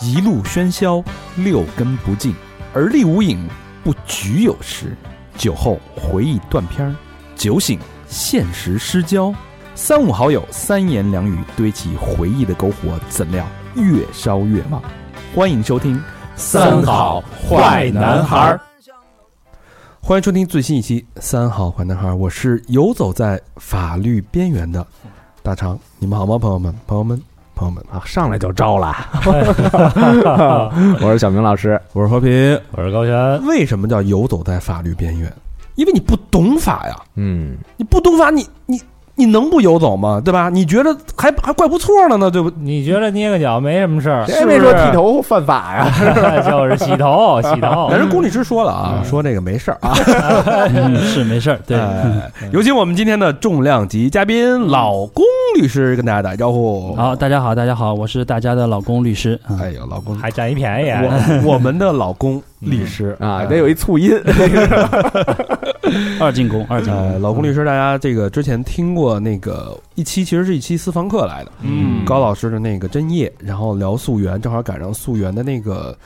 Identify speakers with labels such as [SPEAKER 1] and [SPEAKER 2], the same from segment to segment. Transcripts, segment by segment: [SPEAKER 1] 一路喧嚣，六根不净，而立无影，不局有时。酒后回忆断片儿，酒醒现实失焦。三五好友，三言两语堆起回忆的篝火，怎料越烧越旺。欢迎收听《
[SPEAKER 2] 三好坏男孩儿》。
[SPEAKER 3] 欢迎收听最新一期《三好坏男孩》，我是游走在法律边缘的大肠，你们好吗，朋友们？朋友们，朋友们，
[SPEAKER 4] 啊，上来就招了。 我是小明老师，
[SPEAKER 3] 我是和平。
[SPEAKER 2] 我是高璇，
[SPEAKER 3] 为什么叫游走在法律边缘？因为你不懂法呀，
[SPEAKER 4] 嗯，
[SPEAKER 3] 你不懂法，你你你能不游走吗？对吧？你觉得还还怪不错了呢，对不？
[SPEAKER 2] 你觉得捏个脚没什么事儿？
[SPEAKER 4] 谁哎没说剃头犯法呀？
[SPEAKER 2] 头， 就是洗 头，洗头
[SPEAKER 3] 但是龚律师说了啊，
[SPEAKER 2] 嗯
[SPEAKER 3] 说这个没事儿啊。
[SPEAKER 2] 嗯是没事儿，对，
[SPEAKER 3] 哎有请我们今天的重量级嘉宾老龚律师跟大家打招呼。
[SPEAKER 5] 好，大家好，大家好，我是大家的老公律师。嗯
[SPEAKER 3] 哎呦，老龚，
[SPEAKER 2] 还占一便宜啊。
[SPEAKER 3] 我我们的老公律师
[SPEAKER 4] 啊，得有一促音。
[SPEAKER 5] 二进宫，二进
[SPEAKER 3] 呃，
[SPEAKER 5] 宫，
[SPEAKER 3] 老龚律师，大家这个之前听过那个一期，其实是一期私房课来的，
[SPEAKER 2] 嗯
[SPEAKER 3] 高老师的那个针叶，然后聊溯源，正好赶上溯源的那个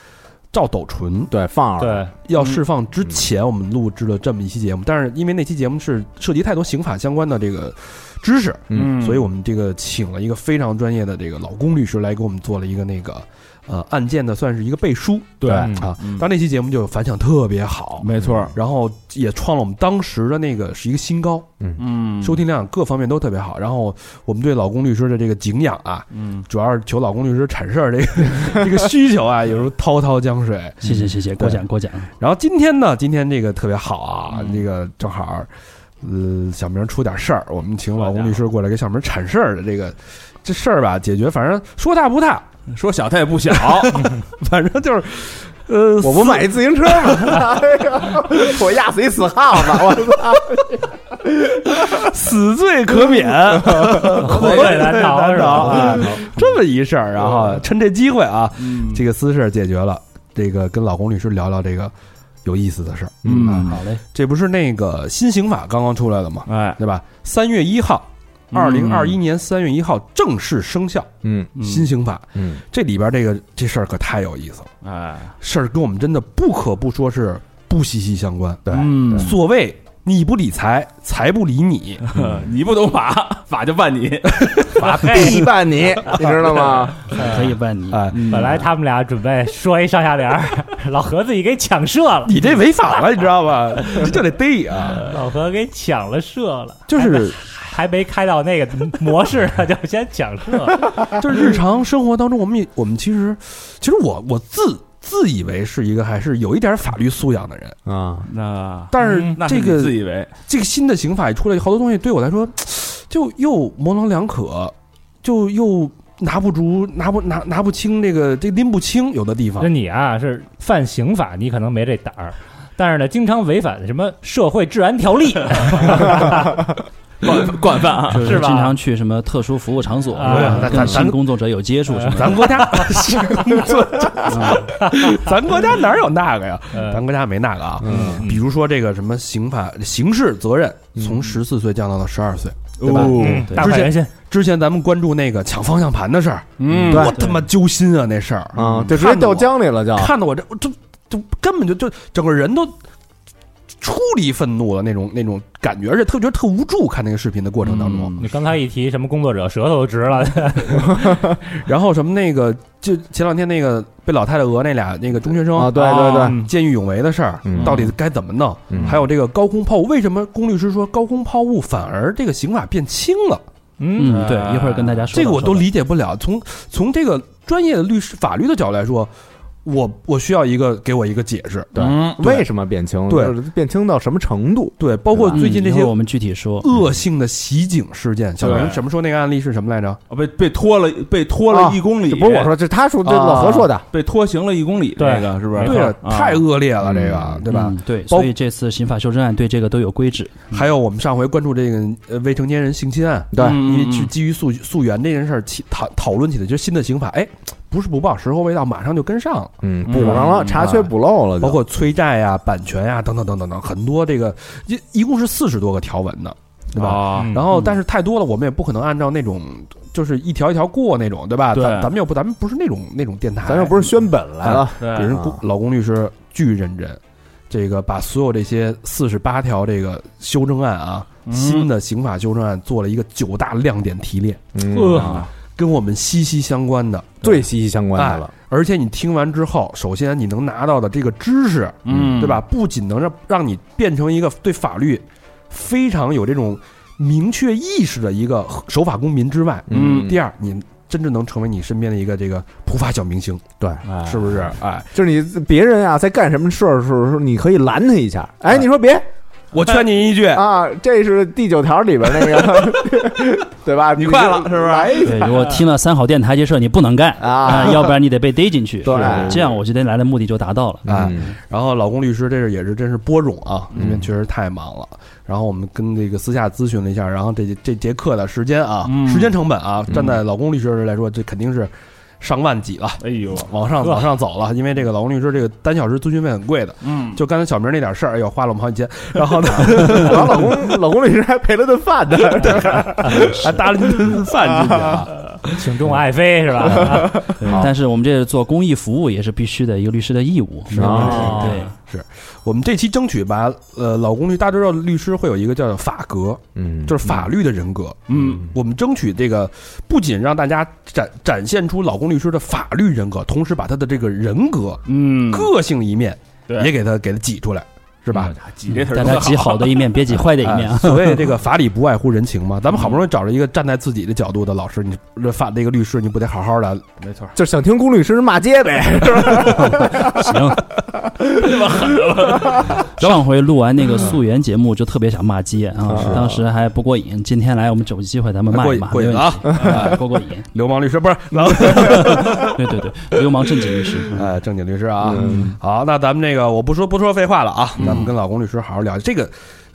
[SPEAKER 3] 赵斗淳
[SPEAKER 4] 对，放耳
[SPEAKER 2] 对，
[SPEAKER 5] 嗯
[SPEAKER 3] 要释放之前，我们录制了这么一期节目，但是因为那期节目是涉及太多刑法相关的这个知识，
[SPEAKER 4] 嗯
[SPEAKER 3] 所以我们这个请了一个非常专业的这个老龚律师来给我们做了一个那个呃案件的算是一个背书，
[SPEAKER 4] 对
[SPEAKER 2] 嗯
[SPEAKER 3] 啊，当那期节目就反响特别好，
[SPEAKER 4] 没错，
[SPEAKER 3] 然后也创了我们当时的那个是一个新高。
[SPEAKER 5] 嗯，
[SPEAKER 3] 收听量各方面都特别好。然后我们对老公律师的这个敬仰啊，
[SPEAKER 5] 嗯，
[SPEAKER 3] 主要是求老公律师铲事儿这个 这个需求啊，有时候滔滔江水。
[SPEAKER 5] 谢谢谢谢，过奖过奖。
[SPEAKER 3] 然后今天呢，今天这个特别好啊，
[SPEAKER 5] 嗯
[SPEAKER 3] 这个正好，呃，小明出点事儿，我们请
[SPEAKER 2] 好家
[SPEAKER 3] 老
[SPEAKER 2] 伙
[SPEAKER 3] 公律师过来给小明铲事儿的这个这事儿吧，解决反正说大不大，
[SPEAKER 6] 说小他也不小，
[SPEAKER 3] 反正就是。呃，
[SPEAKER 4] 我不买一自行车 吗？哎呀我压死一死耗子，我操！
[SPEAKER 3] 死罪可免，
[SPEAKER 2] 口味难逃是
[SPEAKER 3] 逃啊
[SPEAKER 2] 吧？
[SPEAKER 3] 这么一事儿，然后趁这机会
[SPEAKER 5] 嗯
[SPEAKER 3] 啊，
[SPEAKER 6] 嗯
[SPEAKER 3] 这个私事儿解决了，这个跟老公律师聊聊这个有意思的事儿。
[SPEAKER 5] 嗯，好嘞，
[SPEAKER 3] 这不是那个新刑法刚刚出来了吗？
[SPEAKER 6] 哎，
[SPEAKER 3] 对吧？三月一号，
[SPEAKER 5] 嗯
[SPEAKER 3] 二零二一年三月一号正式生效。
[SPEAKER 4] 嗯
[SPEAKER 3] 新刑法
[SPEAKER 4] 嗯，
[SPEAKER 3] 这里边这个这事儿可太有意思了，
[SPEAKER 6] 哎，
[SPEAKER 3] 事儿跟我们真的不可不说是不息息相关。
[SPEAKER 4] 对，
[SPEAKER 5] 嗯，
[SPEAKER 3] 所谓你不理财，财不理 你，
[SPEAKER 6] 嗯你不懂法， 法就办你。
[SPEAKER 2] 法配。
[SPEAKER 4] 必办 你，你知道吗？
[SPEAKER 5] 可以办你。
[SPEAKER 3] 哎
[SPEAKER 5] 嗯
[SPEAKER 2] 本来他们俩准备说一上下联儿， 老何自己给抢射了，
[SPEAKER 3] 你这违法了，你知道 吧？这就得逮啊！
[SPEAKER 2] 老何给抢了射了，
[SPEAKER 3] 就是
[SPEAKER 2] 还没开到那个模式呢，就先抢射了。
[SPEAKER 6] 哎
[SPEAKER 3] 就是日常生活当中，我们也我们其实，其实我我自自以为是一个还是有一点法律素养的人，
[SPEAKER 4] 啊，
[SPEAKER 6] 那
[SPEAKER 3] 但是
[SPEAKER 6] 嗯那
[SPEAKER 3] 这
[SPEAKER 6] 你
[SPEAKER 3] 个
[SPEAKER 6] 自以为
[SPEAKER 3] 这个新的刑法一出来，好多东西对我来说就又模棱两可，就又拿不住、拿不拿拿不清这个这拎不清有的地
[SPEAKER 2] 就
[SPEAKER 3] 方。
[SPEAKER 2] 你啊，是犯刑法，你可能没这胆儿，但是呢，经常违反什么社会治安条例，
[SPEAKER 6] 惯惯犯啊，
[SPEAKER 5] 就是
[SPEAKER 2] 是吧
[SPEAKER 5] 经常去什么特殊服务场所，
[SPEAKER 2] 啊
[SPEAKER 5] 是吧
[SPEAKER 3] 咱咱
[SPEAKER 5] 跟性工作者有接触什么的。
[SPEAKER 3] 咱国家是工作者，咱国家哪有那个呀？
[SPEAKER 2] 呃
[SPEAKER 3] 咱国家没那个啊。
[SPEAKER 4] 嗯，
[SPEAKER 3] 比如说这个什么刑法刑事责任，从十四岁降到了十二岁，对吧？
[SPEAKER 4] 哦
[SPEAKER 2] 嗯大
[SPEAKER 3] 之
[SPEAKER 2] 快
[SPEAKER 3] 前
[SPEAKER 2] 人心，
[SPEAKER 3] 之前咱们关注那个抢方向盘的事儿，
[SPEAKER 6] 嗯
[SPEAKER 3] 多他妈揪心啊！那事儿
[SPEAKER 4] 啊，就直接掉江里了，就
[SPEAKER 3] 看得我这我这这根本就就整个人都出离愤怒了那种那种感觉，而且特觉得特无助。看那个视频的过程当中，
[SPEAKER 2] 你刚才一提什么工作者，舌头都直了，
[SPEAKER 3] 然后什么那个就前两天那个被老太太讹那俩那个中学生
[SPEAKER 4] 啊，对对对，
[SPEAKER 2] 嗯
[SPEAKER 3] 见义勇为的事儿，
[SPEAKER 4] 嗯
[SPEAKER 3] 到底该怎么弄？
[SPEAKER 4] 嗯
[SPEAKER 3] 还有这个高空抛物，为什么龚律师说高空抛物反而这个刑法变轻了？
[SPEAKER 2] 嗯，
[SPEAKER 5] 嗯，对，一会儿跟大家说到。
[SPEAKER 3] 这个我都
[SPEAKER 5] 说到
[SPEAKER 3] 理解不了。从从这个专业的律师法律的角度来说，我我需要一个给我一个解释。
[SPEAKER 4] 对
[SPEAKER 6] 嗯
[SPEAKER 4] 为什么变轻？
[SPEAKER 3] 对，
[SPEAKER 4] 变轻到什么程度？
[SPEAKER 3] 对，包括
[SPEAKER 4] 对吧
[SPEAKER 3] 最近这
[SPEAKER 5] 嗯一
[SPEAKER 3] 些
[SPEAKER 5] 会儿我们具体说。
[SPEAKER 3] 恶性的袭警事件。小明
[SPEAKER 6] 对
[SPEAKER 3] 什么时候那个案例是什么来着？
[SPEAKER 6] 啊被被拖了被拖
[SPEAKER 4] 啊
[SPEAKER 6] 了一公里，
[SPEAKER 4] 这不是我，说，这他说，这
[SPEAKER 6] 啊
[SPEAKER 4] 老何说的，
[SPEAKER 6] 被拖行了一公里，
[SPEAKER 2] 对
[SPEAKER 6] 这个是不是？
[SPEAKER 2] 没错
[SPEAKER 3] 对啊，太恶劣了，
[SPEAKER 4] 嗯
[SPEAKER 3] 这个对吧
[SPEAKER 5] 嗯？？对，
[SPEAKER 3] 包
[SPEAKER 5] 所以这次刑法修正案对这个都有规制。
[SPEAKER 3] 还有我们上回关注这个呃未成年人性侵案，
[SPEAKER 4] 对，
[SPEAKER 3] 因
[SPEAKER 2] 嗯
[SPEAKER 3] 为去基于溯溯源这件事儿起讨讨论起的，就是新的刑法，哎，不是不报，时候未到，马上就跟上了。
[SPEAKER 4] 嗯，
[SPEAKER 6] 嗯
[SPEAKER 4] 补上了，查缺补漏了就，
[SPEAKER 3] 包括催债呀、版权呀等等等等等，很多这个一一共是四十多个条文呢，对吧？
[SPEAKER 6] 吧？
[SPEAKER 2] 嗯
[SPEAKER 3] 然后，但是太多了，我们也不可能按照那种就是一条一条过那种，对吧？
[SPEAKER 6] 对
[SPEAKER 3] 咱咱们又不，咱们不是那种那种电台，
[SPEAKER 4] 咱又不是宣本来了，
[SPEAKER 2] 嗯
[SPEAKER 6] 对
[SPEAKER 3] 给人
[SPEAKER 4] 啊
[SPEAKER 3] 公老公律师巨认真，这个把所有这些四十八条这个修正案啊，新的刑法修正案做了一个九大亮点提炼，
[SPEAKER 4] 嗯，
[SPEAKER 2] 呃，
[SPEAKER 3] 跟我们息息相关的。
[SPEAKER 4] 最息息相关的了，
[SPEAKER 3] 而且你听完之后，首先你能拿到的这个知识，
[SPEAKER 6] 嗯，
[SPEAKER 3] 对吧？？不仅能让让你变成一个对法律非常有这种明确意识的一个守法公民之外，
[SPEAKER 6] 嗯
[SPEAKER 3] 第二，你真正能成为你身边的一个这个普法小明星，
[SPEAKER 4] 对，
[SPEAKER 3] 是不是？哎，
[SPEAKER 4] 就是你别人啊在干什么事儿的时候，你可以拦他一下，哎，你说别
[SPEAKER 3] 我劝您一句，
[SPEAKER 4] 啊，这是第九条里边那个， 对吧？
[SPEAKER 6] 你快了是不是
[SPEAKER 4] 来一
[SPEAKER 5] 对，如果听了三好电台这事儿你不能干
[SPEAKER 4] 啊
[SPEAKER 5] 啊，，要不然你得被逮进去。
[SPEAKER 4] 对
[SPEAKER 5] 是吧这样我今天来的目的就达到了。
[SPEAKER 4] 嗯啊
[SPEAKER 3] 哎，然后老公律师这是也是真是播种啊，
[SPEAKER 6] 嗯
[SPEAKER 3] 因为确实太忙了。然后我们跟这个私下咨询了一下，然后这这节课的时间啊，
[SPEAKER 6] 嗯
[SPEAKER 3] 时间成本啊，站在老公律师来说，这肯定是上万几了，
[SPEAKER 6] 哎呦，
[SPEAKER 3] 往上
[SPEAKER 2] 呵
[SPEAKER 3] 往上走了。因为这个老公律师这个单小时咨询费很贵的，
[SPEAKER 6] 嗯，
[SPEAKER 3] 就刚才小明那点事儿，哎呦花了我们好几 千。然后呢，
[SPEAKER 4] 然后老公老公律师还赔了顿饭呢，
[SPEAKER 3] 还搭了一顿饭进去啊。
[SPEAKER 2] 请中我爱妃是吧？
[SPEAKER 5] 对但是我们这是做公益服务也是必须的一个律师的义务。
[SPEAKER 3] 是
[SPEAKER 2] 啊
[SPEAKER 5] 对，
[SPEAKER 3] 我们这期争取把呃老公律大家都知道律师会有一个叫法格，
[SPEAKER 4] 嗯
[SPEAKER 3] 就是法律的人格，
[SPEAKER 6] 嗯，
[SPEAKER 3] 我们争取这个，不仅让大家展展现出老公律师的法律人格，同时把他的这个人格、
[SPEAKER 6] 嗯，
[SPEAKER 3] 个性的一面
[SPEAKER 6] 对
[SPEAKER 3] 也给他给他挤出来，是吧？
[SPEAKER 6] 嗯？挤这词儿
[SPEAKER 5] 大
[SPEAKER 6] 说
[SPEAKER 5] 家
[SPEAKER 6] 得
[SPEAKER 5] 挤好的一面，别挤坏的一面
[SPEAKER 3] 哎
[SPEAKER 5] 啊。
[SPEAKER 3] 所谓这个法理不外乎人情嘛，咱们好不容易找着一个站在自己的角度的老师，你这法那个律师，你不得好好的？
[SPEAKER 6] 没错，
[SPEAKER 4] 就想听龚律师骂街呗，
[SPEAKER 3] 啊
[SPEAKER 5] 行，上回录完那个溯源节目，就特别想骂街啊，当时还不过瘾。今天来，我们找机会咱们骂
[SPEAKER 3] 过
[SPEAKER 5] 一
[SPEAKER 3] 瘾
[SPEAKER 5] 骂，
[SPEAKER 3] 过瘾
[SPEAKER 5] 没问
[SPEAKER 3] 啊！
[SPEAKER 5] 题啊，过过瘾。
[SPEAKER 3] 流氓律师不是老
[SPEAKER 5] 对对对，流氓正经律师。
[SPEAKER 3] 呃正经律师啊。好，那咱们这个我不说不说废话了啊，咱们跟老公律师好好聊这个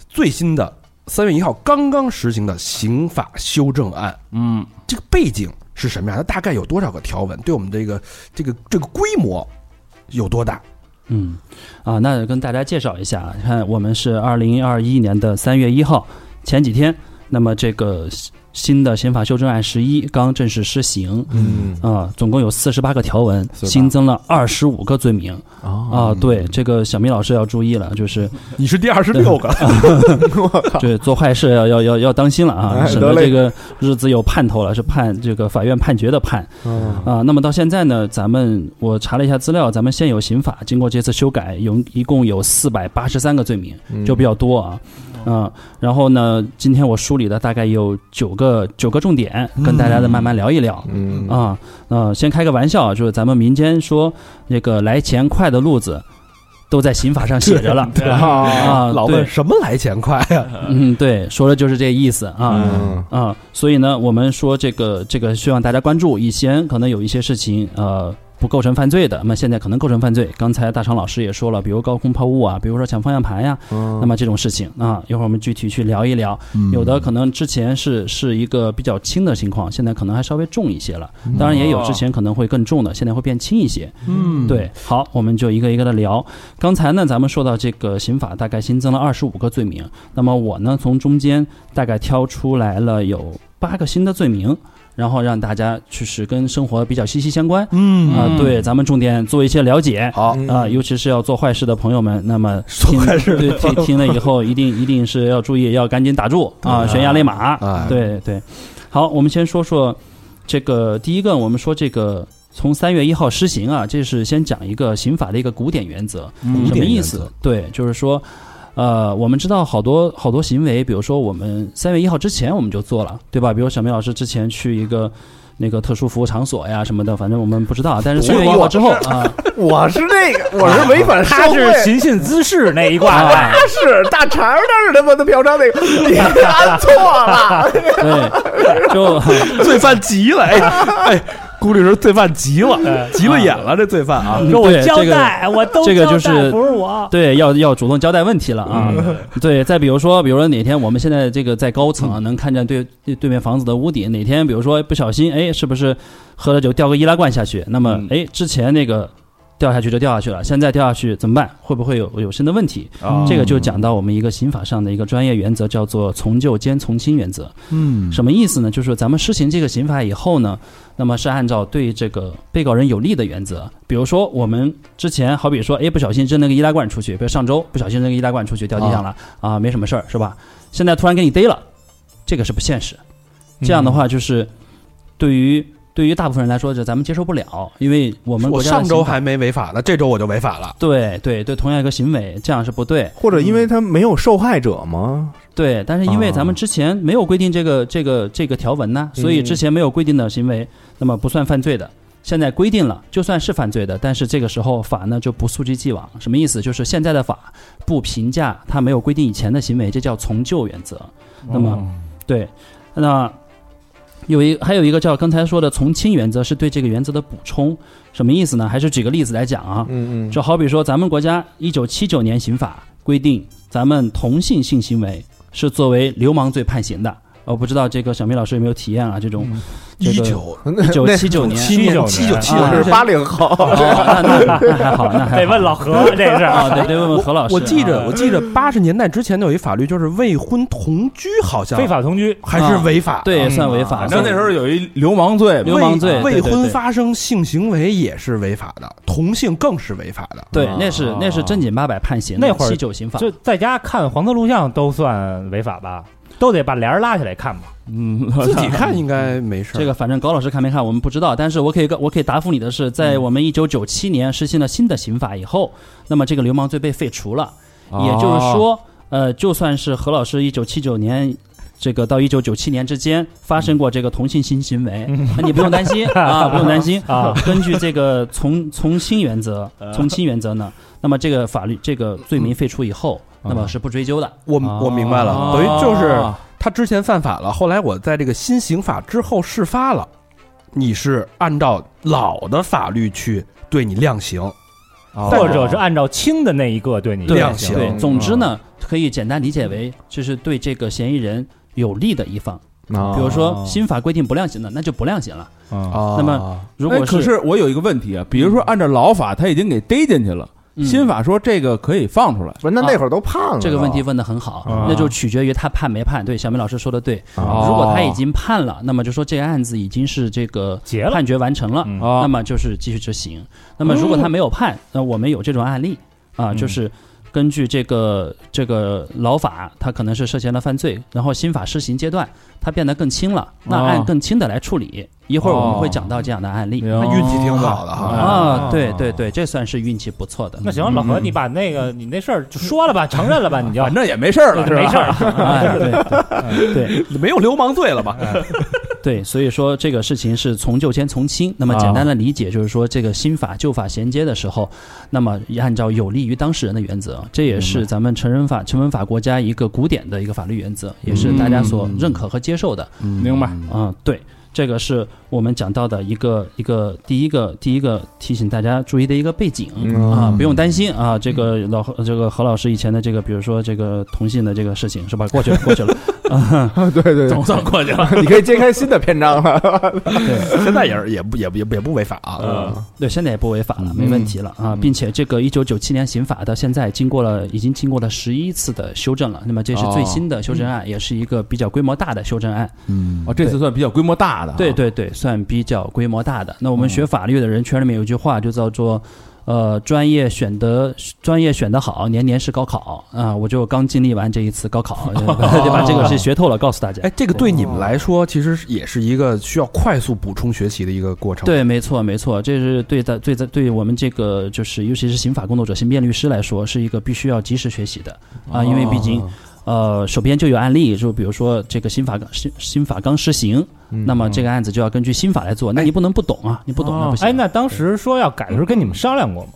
[SPEAKER 3] 最新的三月一号刚刚实行的刑法修正案。
[SPEAKER 6] 嗯，
[SPEAKER 3] 这个背景是什么呀？它大概有多少个条文？对我们这个这个这个规模有多大？
[SPEAKER 5] 嗯，啊，那跟大家介绍一下啊，你看我们是二零二一年的三月一号前几天，那么这个新新的刑法修正案十一刚正式施行。
[SPEAKER 4] 嗯
[SPEAKER 5] 啊，总共有四十八个条文，
[SPEAKER 4] 48
[SPEAKER 5] 新增了二十五个罪名啊！对，这个小明老师要注意了， 就是
[SPEAKER 3] 你是第二十六个，
[SPEAKER 5] 对做坏事要要要要当心了啊，
[SPEAKER 4] 哎
[SPEAKER 5] 省
[SPEAKER 4] 得
[SPEAKER 5] 得
[SPEAKER 4] 嘞
[SPEAKER 5] 这个日子有盼头了，是判这个法院判决的判。啊，那么到现在呢，咱们我查了一下资料，咱们现有刑法经过这次修改，有一共有四百八十三个罪名，就比较多啊。嗯，然后呢，今天我梳理的大概有九个九个重点，跟大家再慢慢聊一聊。
[SPEAKER 4] 嗯
[SPEAKER 5] 啊，呃，先开个玩笑，就是咱们民间说那个来钱快的路子，都在刑法上写着了
[SPEAKER 2] 嗯
[SPEAKER 4] 啊，
[SPEAKER 5] 啊。
[SPEAKER 3] 老
[SPEAKER 5] 对
[SPEAKER 3] 问什么来钱快呀？
[SPEAKER 5] 嗯，对，说的就是这意思啊。
[SPEAKER 4] 嗯
[SPEAKER 5] 啊、所以呢，我们说这个这个希望大家关注。以前可能有一些事情，呃，不构成犯罪的，那么现在可能构成犯罪。刚才大昌老师也说了，比如高空抛物啊，比如说抢方向盘呀、
[SPEAKER 4] 嗯
[SPEAKER 5] 嗯那么这种事情啊，一会儿我们具体去聊一聊。嗯
[SPEAKER 3] 嗯
[SPEAKER 5] 有的可能之前是是一个比较轻的情况，现在可能还稍微重一些了。当然也有之前可能会更重的，现在会变轻一些。
[SPEAKER 3] 嗯，
[SPEAKER 5] 对，好，我们就一个一个的聊。刚才呢，咱们说到这个刑法大概新增了二十五个罪名，那么我呢从中间大概挑出来了有八个新的罪名，然后让大家就是跟生活比较息息相关啊、
[SPEAKER 3] 嗯，
[SPEAKER 5] 对，咱们重点做一些了解。
[SPEAKER 3] 好，
[SPEAKER 4] 嗯
[SPEAKER 5] 啊、尤其是要做坏事的朋友们，那么听对听听了以后，一定一定是要注意，要赶紧打住啊，悬崖勒马。
[SPEAKER 3] 哎
[SPEAKER 5] 对对，好，我们先说说这个第一个，我们说这个从三月一号施行啊，这是先讲一个刑法的一个古典原则，什么意思？对，就是说。呃，我们知道好多好多行为，比如说我们三月一号之前我们就做了，对吧？比如小明老师之前去一个那个特殊服务场所呀什么的，反正我们不知道。但是三月一号之后啊，
[SPEAKER 4] 我是那个，我是违反社
[SPEAKER 2] 他是
[SPEAKER 4] 会。
[SPEAKER 2] 寻衅滋事那一 挂的。
[SPEAKER 4] 他是大肠，他是他妈的嫖娼那个， 你按错 了。
[SPEAKER 5] 对，就
[SPEAKER 3] 罪犯急了，哎哎，顾律师罪犯急 了，急了眼了，这罪犯啊，
[SPEAKER 2] 说我
[SPEAKER 5] 嗯对
[SPEAKER 2] 交
[SPEAKER 5] 这个
[SPEAKER 2] 代，我都
[SPEAKER 5] 这个就
[SPEAKER 2] 交代
[SPEAKER 5] 是
[SPEAKER 2] 不是我。嗯
[SPEAKER 5] 对，要要主动交代问题了啊！ 对，再比如说，比如说哪天我们现在这个在高层啊，能看见对对对面房子的屋顶，哪天比如说不小心，哎，是不是喝了酒掉个易拉罐下去？那么，哎，之前那个掉下去就掉下去了，现在掉下去怎么办？会不会有有新的问题？
[SPEAKER 6] 啊
[SPEAKER 5] 嗯这个
[SPEAKER 4] 哦
[SPEAKER 5] 就讲到我们一个刑法上的一个专业原则，叫做从旧兼从轻原则。
[SPEAKER 1] 嗯
[SPEAKER 5] 什么意思呢？就是说咱们施行这个刑法以后呢，那么是按照对这个被告人有利的原则，比如说我们之前好比说，哎，不小心扔了个易拉罐出去，比如上周不小心扔个易拉罐出去掉地上了啊没什么事儿是吧？现在突然给你逮了，这个是不现实。这样的
[SPEAKER 3] 嗯
[SPEAKER 5] 话就是对于。对于大部分人来说，这咱们接受不了，因为我们
[SPEAKER 3] 我
[SPEAKER 5] 国家的
[SPEAKER 3] 上周
[SPEAKER 5] 刑法
[SPEAKER 3] 还没违法呢，这周我就违法了。
[SPEAKER 5] 对对对，同样一个行为，这样是不对。
[SPEAKER 4] 哦或者因为他没有受害者吗？
[SPEAKER 5] 对，但是因为咱们之前没有规定这个、这个这个条文呢，所以之前没有规定的行为，那么不算犯罪的。现在规定了，就算是犯罪的，但是这个时候法呢就不溯及既往。什么意思？就是现在的法不评价它没有规定以前的行为，这叫从旧原则。那么对，那有一还有一个叫刚才说的从轻原则，是对这个原则的补充。什么意思呢？还是举个例子来讲啊，
[SPEAKER 4] 嗯
[SPEAKER 5] 就好比说，咱们国家一九七九年刑法规定，咱们同性性行为是作为流氓罪判刑的。我不知道这个小明老师有没有体验啊？这种这
[SPEAKER 3] 一
[SPEAKER 5] 个
[SPEAKER 3] 九
[SPEAKER 4] 那
[SPEAKER 5] 一九七九年，
[SPEAKER 2] 七九
[SPEAKER 3] 七九七
[SPEAKER 5] 啊
[SPEAKER 4] 我是八零后，
[SPEAKER 5] 哦那那那还好，那还
[SPEAKER 2] 得
[SPEAKER 5] 好
[SPEAKER 2] 问老何这事
[SPEAKER 5] 啊，
[SPEAKER 2] 儿。
[SPEAKER 5] 对，得问问何老师。
[SPEAKER 3] 我记着，
[SPEAKER 5] 啊
[SPEAKER 3] 我记着八十年代之前有一法律，就是未婚同居，好像
[SPEAKER 2] 非法同居，
[SPEAKER 3] 还是违法的。
[SPEAKER 5] 啊对
[SPEAKER 6] 嗯
[SPEAKER 5] 算违法，
[SPEAKER 6] 反正那时候有一流氓罪
[SPEAKER 5] 流氓罪
[SPEAKER 3] 未
[SPEAKER 5] 对对
[SPEAKER 3] 婚
[SPEAKER 5] 对
[SPEAKER 3] 发生性行为也是违法的，同性更是违法 的。
[SPEAKER 5] 对
[SPEAKER 6] 啊，
[SPEAKER 5] 那是那是正经八百判刑的，
[SPEAKER 2] 那会儿
[SPEAKER 5] 七九刑法
[SPEAKER 2] 就在家看黄色录像都算违法吧？都得把帘儿拉起来看吧？
[SPEAKER 6] 嗯，
[SPEAKER 3] 自己看应该没事儿。
[SPEAKER 5] 这个反正高老师看没看我们不知道，但是我可以告我可以答复你的是，在我们一九九七年实行了新的刑法以后，那么这个流氓罪被废除了，也
[SPEAKER 6] 哦
[SPEAKER 5] 就是说，呃，就算是何老师一九七九年。这个到一九九七年之间发生过这个同性性行为，
[SPEAKER 6] 嗯
[SPEAKER 5] 那你不用担 心啊，不用担心
[SPEAKER 2] 啊。
[SPEAKER 5] 根据这个从从轻原 则，
[SPEAKER 6] 嗯
[SPEAKER 5] 从轻原则呢，那么这个法律这个罪名废除以后，那
[SPEAKER 6] 嗯
[SPEAKER 5] 么是不追究的。
[SPEAKER 3] 我我明白了，等于就是
[SPEAKER 5] 哦
[SPEAKER 6] 啊
[SPEAKER 3] 他之前犯法了，后来我在这个新刑法之后释发了，你是按照老的法律去对你量刑，
[SPEAKER 4] 哦
[SPEAKER 2] 或者是按照轻的那一个对你
[SPEAKER 5] 对
[SPEAKER 3] 量刑
[SPEAKER 6] 嗯
[SPEAKER 5] 对，总之呢，可以简单理解为就是对这个嫌疑人有利的一方。
[SPEAKER 6] 哦
[SPEAKER 4] 哦
[SPEAKER 5] 比如说新法规定不量刑的，那就不量刑了。
[SPEAKER 2] 啊，
[SPEAKER 3] 啊
[SPEAKER 5] 那么如
[SPEAKER 6] 哎
[SPEAKER 5] 果
[SPEAKER 6] 可是我有一个问题啊，比如说按照老法，他已经给逮进去了，
[SPEAKER 5] 嗯
[SPEAKER 6] 新法哦说这个可以放出来，
[SPEAKER 4] 不是那那会儿都胖了。
[SPEAKER 5] 啊这个问题问得很好
[SPEAKER 2] 啊，
[SPEAKER 5] 那就取决于他判没判。对，小明老师说的对，
[SPEAKER 4] 哦
[SPEAKER 5] 如果他已经判了，那么就说这个案子已经是这个
[SPEAKER 2] 结了
[SPEAKER 5] 判决完成了，
[SPEAKER 2] 嗯
[SPEAKER 6] 啊
[SPEAKER 5] 那么就是继续执行。那么如果他没有判，那我们有这种案例啊，就是根据这个这个老法，他可能是涉嫌了犯罪，然后新法施行阶段，他变得更轻了，那
[SPEAKER 6] 哦
[SPEAKER 5] 按更轻的来处理。一会儿我们
[SPEAKER 6] 哦
[SPEAKER 5] 会讲到这样的案例
[SPEAKER 6] 明白
[SPEAKER 3] 运气
[SPEAKER 5] 哦
[SPEAKER 3] 挺好的哈。
[SPEAKER 5] 啊，对对对，这算是运气不错的。
[SPEAKER 2] 那行，老何，你把那个你那事儿就说了吧，承认了吧，你就
[SPEAKER 6] 反正也没事儿了，是吧
[SPEAKER 2] 没事儿。
[SPEAKER 5] 哎，对对对，
[SPEAKER 3] 没有流氓罪了吧？
[SPEAKER 5] 对，所以说这个事情是从旧兼从轻。那么
[SPEAKER 6] 啊
[SPEAKER 5] 简单的理解就是说，这个新法旧法衔接的时候，那么按照有利于当事人的原则，这也是咱们成人法、成文法国家一个古典的一个法律原则，也是大家所认可和接受的。
[SPEAKER 6] 明白？
[SPEAKER 5] 嗯，对，这个是我们讲到的一个一个第一个第一个提醒大家注意的一个背景、
[SPEAKER 3] 嗯
[SPEAKER 4] 嗯
[SPEAKER 5] 啊，不用担心啊。这个老何这个何老师以前的这个，比如说这个同性的这个事情是吧？过去了，过去了。
[SPEAKER 4] 啊， 对对
[SPEAKER 6] 总
[SPEAKER 4] 对，
[SPEAKER 6] 算过去了。
[SPEAKER 4] 你可以揭开新的篇章 了。
[SPEAKER 3] 现在也是也不也不也不也不违法啊。
[SPEAKER 5] 对，现在也不违法了，没问题了啊，并且这个一九九七年刑法到现在经过了，已经经过了十一次的修正了。那么这是最新的修正案，也是一个比较规模大的修正案。
[SPEAKER 6] 哦，这次算比较规模大的啊，
[SPEAKER 5] 对对对，算比较规模大的。那我们学法律的人圈里面有句话就叫做。呃，专业选得专业选得好，年年是高考啊、我就刚经历完这一次高考， 就把这个是学透了，告诉大家。
[SPEAKER 3] 哎，这个对你们来说其实也是一个需要快速补充学习的一个过程。，
[SPEAKER 5] 对，没错，没错，这是对的，对的，对我们这个就是，尤其是刑法工作者、刑辩律师来说，是一个必须要及时学习的啊，因为毕竟，
[SPEAKER 3] 哦
[SPEAKER 5] 呃，手边就有案例，就比如说这个新法刚新新法刚施行，那么这个案子就要根据新法来做，
[SPEAKER 3] 嗯
[SPEAKER 5] 那
[SPEAKER 3] 哎哦
[SPEAKER 2] 哦
[SPEAKER 5] 你不能不懂啊，你不懂那不行。
[SPEAKER 2] 哎，那当时说要改的时候跟你们商量过吗？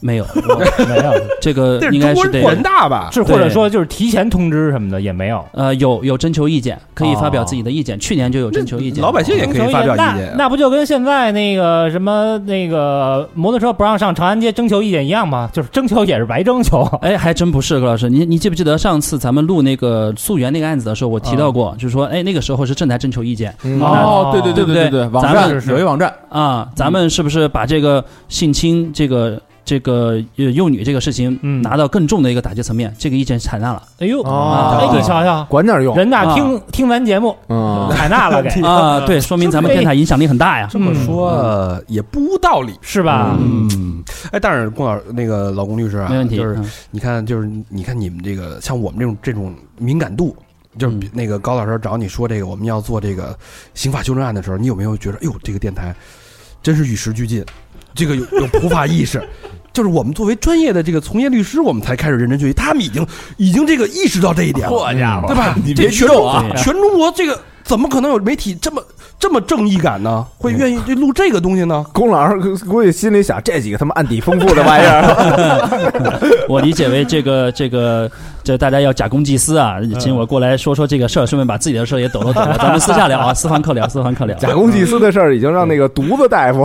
[SPEAKER 5] 没有，
[SPEAKER 2] 没有，
[SPEAKER 5] 这个
[SPEAKER 3] 这
[SPEAKER 5] 应
[SPEAKER 3] 是中
[SPEAKER 5] 该
[SPEAKER 3] 国
[SPEAKER 5] 是
[SPEAKER 3] 人
[SPEAKER 5] 得
[SPEAKER 3] 火大吧？
[SPEAKER 2] 是或者说就是提前通知什么的也没有。
[SPEAKER 5] 呃有有征求意见，可以发表自己的意见。去年就有征求意见，
[SPEAKER 3] 哦
[SPEAKER 5] 啊
[SPEAKER 3] 老百姓也可以发表意
[SPEAKER 2] 那
[SPEAKER 3] 见。
[SPEAKER 2] 那不就跟现在那个什么那个摩托车不让上长安街征求意见一样吗？就是征求也是白征求。
[SPEAKER 5] 哎，还真不是，葛老师，你你记不记得上次咱们录那个溯源那个案子的时候，我提
[SPEAKER 3] 嗯
[SPEAKER 5] 到过，就是说，哎，那个时候是正在征求意见
[SPEAKER 6] 哦，对对
[SPEAKER 5] 对
[SPEAKER 6] 对
[SPEAKER 5] 不
[SPEAKER 6] 对
[SPEAKER 5] 对
[SPEAKER 6] 对，网
[SPEAKER 5] 咱
[SPEAKER 6] 站
[SPEAKER 2] 们是
[SPEAKER 6] 有一网站，
[SPEAKER 5] 啊，咱们是不是把这个性侵这个这个呃幼女这个事
[SPEAKER 2] 嗯
[SPEAKER 5] 情拿到更重的一个打击层面？这个意见采纳了
[SPEAKER 2] 哎呦，
[SPEAKER 4] 哦
[SPEAKER 2] 哎，你瞧瞧，
[SPEAKER 4] 管点用，
[SPEAKER 2] 人呐
[SPEAKER 5] 啊
[SPEAKER 2] 听听咱节目
[SPEAKER 4] 嗯，
[SPEAKER 2] 采纳了给，
[SPEAKER 5] 啊，对，说明咱们电台影响力很大呀。
[SPEAKER 2] 这么
[SPEAKER 3] 说
[SPEAKER 5] 嗯
[SPEAKER 3] 呃也不无道理。
[SPEAKER 2] 是吧？
[SPEAKER 3] 嗯，哎，但是龚老那个老龚律师啊，
[SPEAKER 5] 没问题，
[SPEAKER 3] 就是
[SPEAKER 5] 嗯
[SPEAKER 3] 你看，就是你看你们这个，像我们这种这种敏感度，就是比那个高老师找你说这个，我们要做这个刑法修正案的时候，你有没有觉得，哎呦，这个电台真是与时俱进，这个有有普法意识。就是我们作为专业的这个从业律师，我们才开始认真学习，他们已经已经这个意识到这一点了，
[SPEAKER 6] 家伙
[SPEAKER 5] 嗯
[SPEAKER 3] 对吧？
[SPEAKER 6] 你
[SPEAKER 3] 这
[SPEAKER 6] 别
[SPEAKER 3] 全
[SPEAKER 6] 秀啊！
[SPEAKER 3] 中全中国这个怎么可能有媒体这么这么正义感呢？会愿意录这个东西呢？
[SPEAKER 4] 龚老师估计心里想，这几个他妈案底丰富的玩意儿，
[SPEAKER 5] 我理解为这个这个这大家要假公济私啊，请我过来说说这个事儿，顺便把自己的事儿也抖了抖了，咱们私下聊啊， 私房客聊，私房客聊。
[SPEAKER 4] 假公济私的事儿已经让那个犊子大 夫、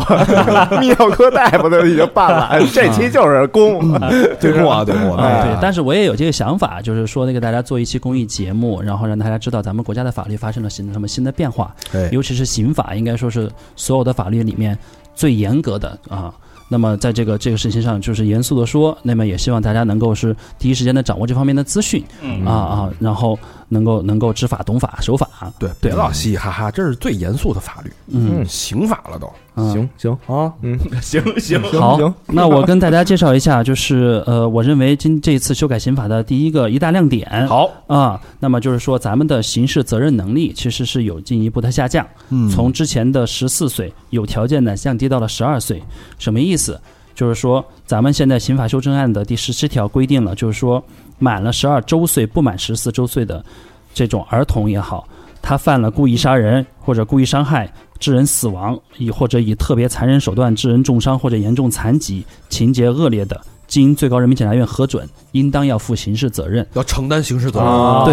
[SPEAKER 4] 泌尿科大夫都已经办了，这期就是公，
[SPEAKER 6] 嗯
[SPEAKER 3] 对过啊，对过
[SPEAKER 4] 哎
[SPEAKER 5] 对，但是我也有这个想法，就是说那个大家做一期公益节目，然后让大家知道咱们国家的法律发生了新什么新的变化，
[SPEAKER 3] 对
[SPEAKER 5] 尤其是刑法，应该说是所有的法律里面最严格的啊。那么在这个这个事情上，就是严肃的说，那么也希望大家能够是第一时间的掌握这方面的资讯啊啊，然后能够能够知法懂法守法，
[SPEAKER 3] 对，别老嘻嘻哈哈，这是最严肃的法律，
[SPEAKER 5] 嗯，
[SPEAKER 3] 刑法了都。
[SPEAKER 5] 嗯
[SPEAKER 4] 行行啊，嗯，
[SPEAKER 6] 行行，
[SPEAKER 5] 好
[SPEAKER 4] 行，
[SPEAKER 5] 那我跟大家介绍一下，就是呃，我认为今这次修改刑法的第一个一大亮点，
[SPEAKER 3] 好，
[SPEAKER 5] 啊，那么就是说咱们的刑事责任能力其实是有进一步的下降，
[SPEAKER 3] 嗯
[SPEAKER 5] 从之前的十四岁有条件的降低到了十二岁，什么意思？就是说咱们现在刑法修正案的第十七条规定了，就是说满了十二周岁不满十四周岁的这种儿童也好，他犯了故意杀人或者故意伤害。致人死亡，以或者以特别残忍手段致人重伤或者严重残疾，情节恶劣的，经最高人民检察院核准，应当要负刑事责任。
[SPEAKER 3] 要承担刑事责任。
[SPEAKER 2] 哦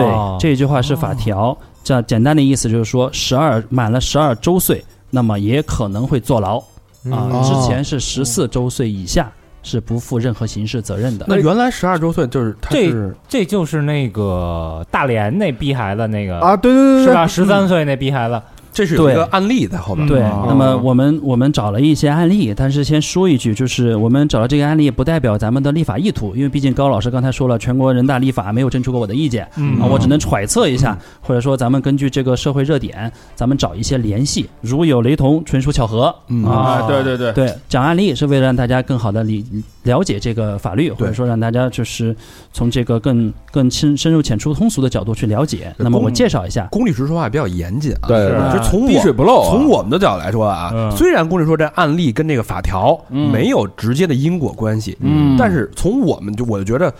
[SPEAKER 5] 对，这一句话是法条。这简单的意思就是说，十二满了十二周岁，那么也可能会坐牢
[SPEAKER 6] 嗯
[SPEAKER 2] 嗯
[SPEAKER 5] 啊。
[SPEAKER 3] 哦
[SPEAKER 5] 之前是十四周岁以下是不负任何刑事责任的。
[SPEAKER 2] 嗯
[SPEAKER 3] 那原来十二周岁就是他
[SPEAKER 2] 这
[SPEAKER 3] 是
[SPEAKER 2] 这就是那个大连那逼孩子那个
[SPEAKER 4] 啊，对对对对，
[SPEAKER 2] 是吧？十三岁那逼孩子，
[SPEAKER 3] 这是有
[SPEAKER 5] 对
[SPEAKER 3] 一个案例在后面。
[SPEAKER 5] 对，
[SPEAKER 2] 嗯
[SPEAKER 5] 那么我们我们找了一些案例，但是先说一句，就是我们找到这个案例不代表咱们的立法意图，因为毕竟高老师刚才说了，全国人大立法没有征求过我的意见
[SPEAKER 2] 嗯
[SPEAKER 5] 啊，我只能揣测一下，或者说咱们根据这个社会热点，咱们找一些联系，如有雷同，纯属巧合
[SPEAKER 3] 嗯
[SPEAKER 5] 啊。
[SPEAKER 6] 啊，对对 对，
[SPEAKER 5] 对，讲案例是为了让大家更好的理了解这个法律，或者说让大家就是从这个更更深深入浅出通俗的角度去了解。
[SPEAKER 3] 对
[SPEAKER 5] 那么我
[SPEAKER 3] 公
[SPEAKER 5] 介绍一下，
[SPEAKER 3] 龚律师说话比较严谨啊，
[SPEAKER 4] 对
[SPEAKER 3] 是吧
[SPEAKER 2] 是
[SPEAKER 3] 就从
[SPEAKER 6] 滴水
[SPEAKER 3] 我
[SPEAKER 6] 不漏啊，
[SPEAKER 3] 从我们的角度来说啊
[SPEAKER 2] 嗯，
[SPEAKER 3] 虽然龚律师说这案例跟这个法条
[SPEAKER 6] 嗯
[SPEAKER 3] 没有直接的因果关系，
[SPEAKER 6] 嗯
[SPEAKER 3] 但是从我们就我就觉得，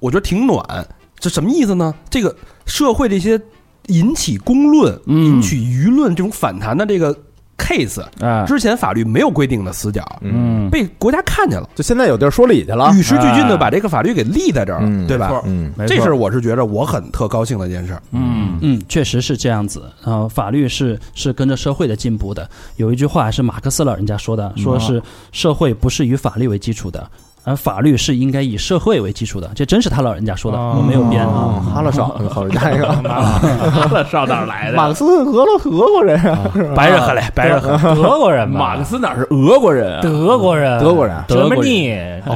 [SPEAKER 3] 我觉得挺暖。这什么意思呢？这个社会这些引起公论、
[SPEAKER 6] 嗯
[SPEAKER 3] 引起舆论这种反弹的这个 case，
[SPEAKER 6] 哎，
[SPEAKER 3] 之前法律没有规定的死角，
[SPEAKER 4] 嗯，
[SPEAKER 3] 被国家看见了。
[SPEAKER 4] 就现在有地儿说理去了，
[SPEAKER 3] 与时俱进的
[SPEAKER 6] 哎
[SPEAKER 3] 把这个法律给立在这儿了，
[SPEAKER 4] 嗯
[SPEAKER 3] 对吧
[SPEAKER 6] 错？
[SPEAKER 4] 嗯，
[SPEAKER 6] 没
[SPEAKER 3] 这
[SPEAKER 6] 错
[SPEAKER 3] 事儿我是觉得我很特高兴的一件事儿。
[SPEAKER 6] 嗯
[SPEAKER 5] 嗯，确实是这样子。啊，法律是是跟着社会的进步的。有一句话是马克思老人家说的，说是社会不是以法律为基础的，而法律是应该以社会为基础的。这真是他老人家说的，
[SPEAKER 2] 哦
[SPEAKER 5] 我没有编。啊
[SPEAKER 4] 哦哈勒少，
[SPEAKER 6] 嗯
[SPEAKER 4] 好家一个
[SPEAKER 6] 上哪儿来
[SPEAKER 4] 马克思俄罗俄国人啊，
[SPEAKER 3] 白热喝嘞，白热喝。
[SPEAKER 2] 德国人吧？
[SPEAKER 6] 马克思哪是俄国人啊？
[SPEAKER 2] 德国人，
[SPEAKER 4] 德国人啊
[SPEAKER 2] 什
[SPEAKER 5] 德
[SPEAKER 2] 么
[SPEAKER 5] 国人
[SPEAKER 2] 你？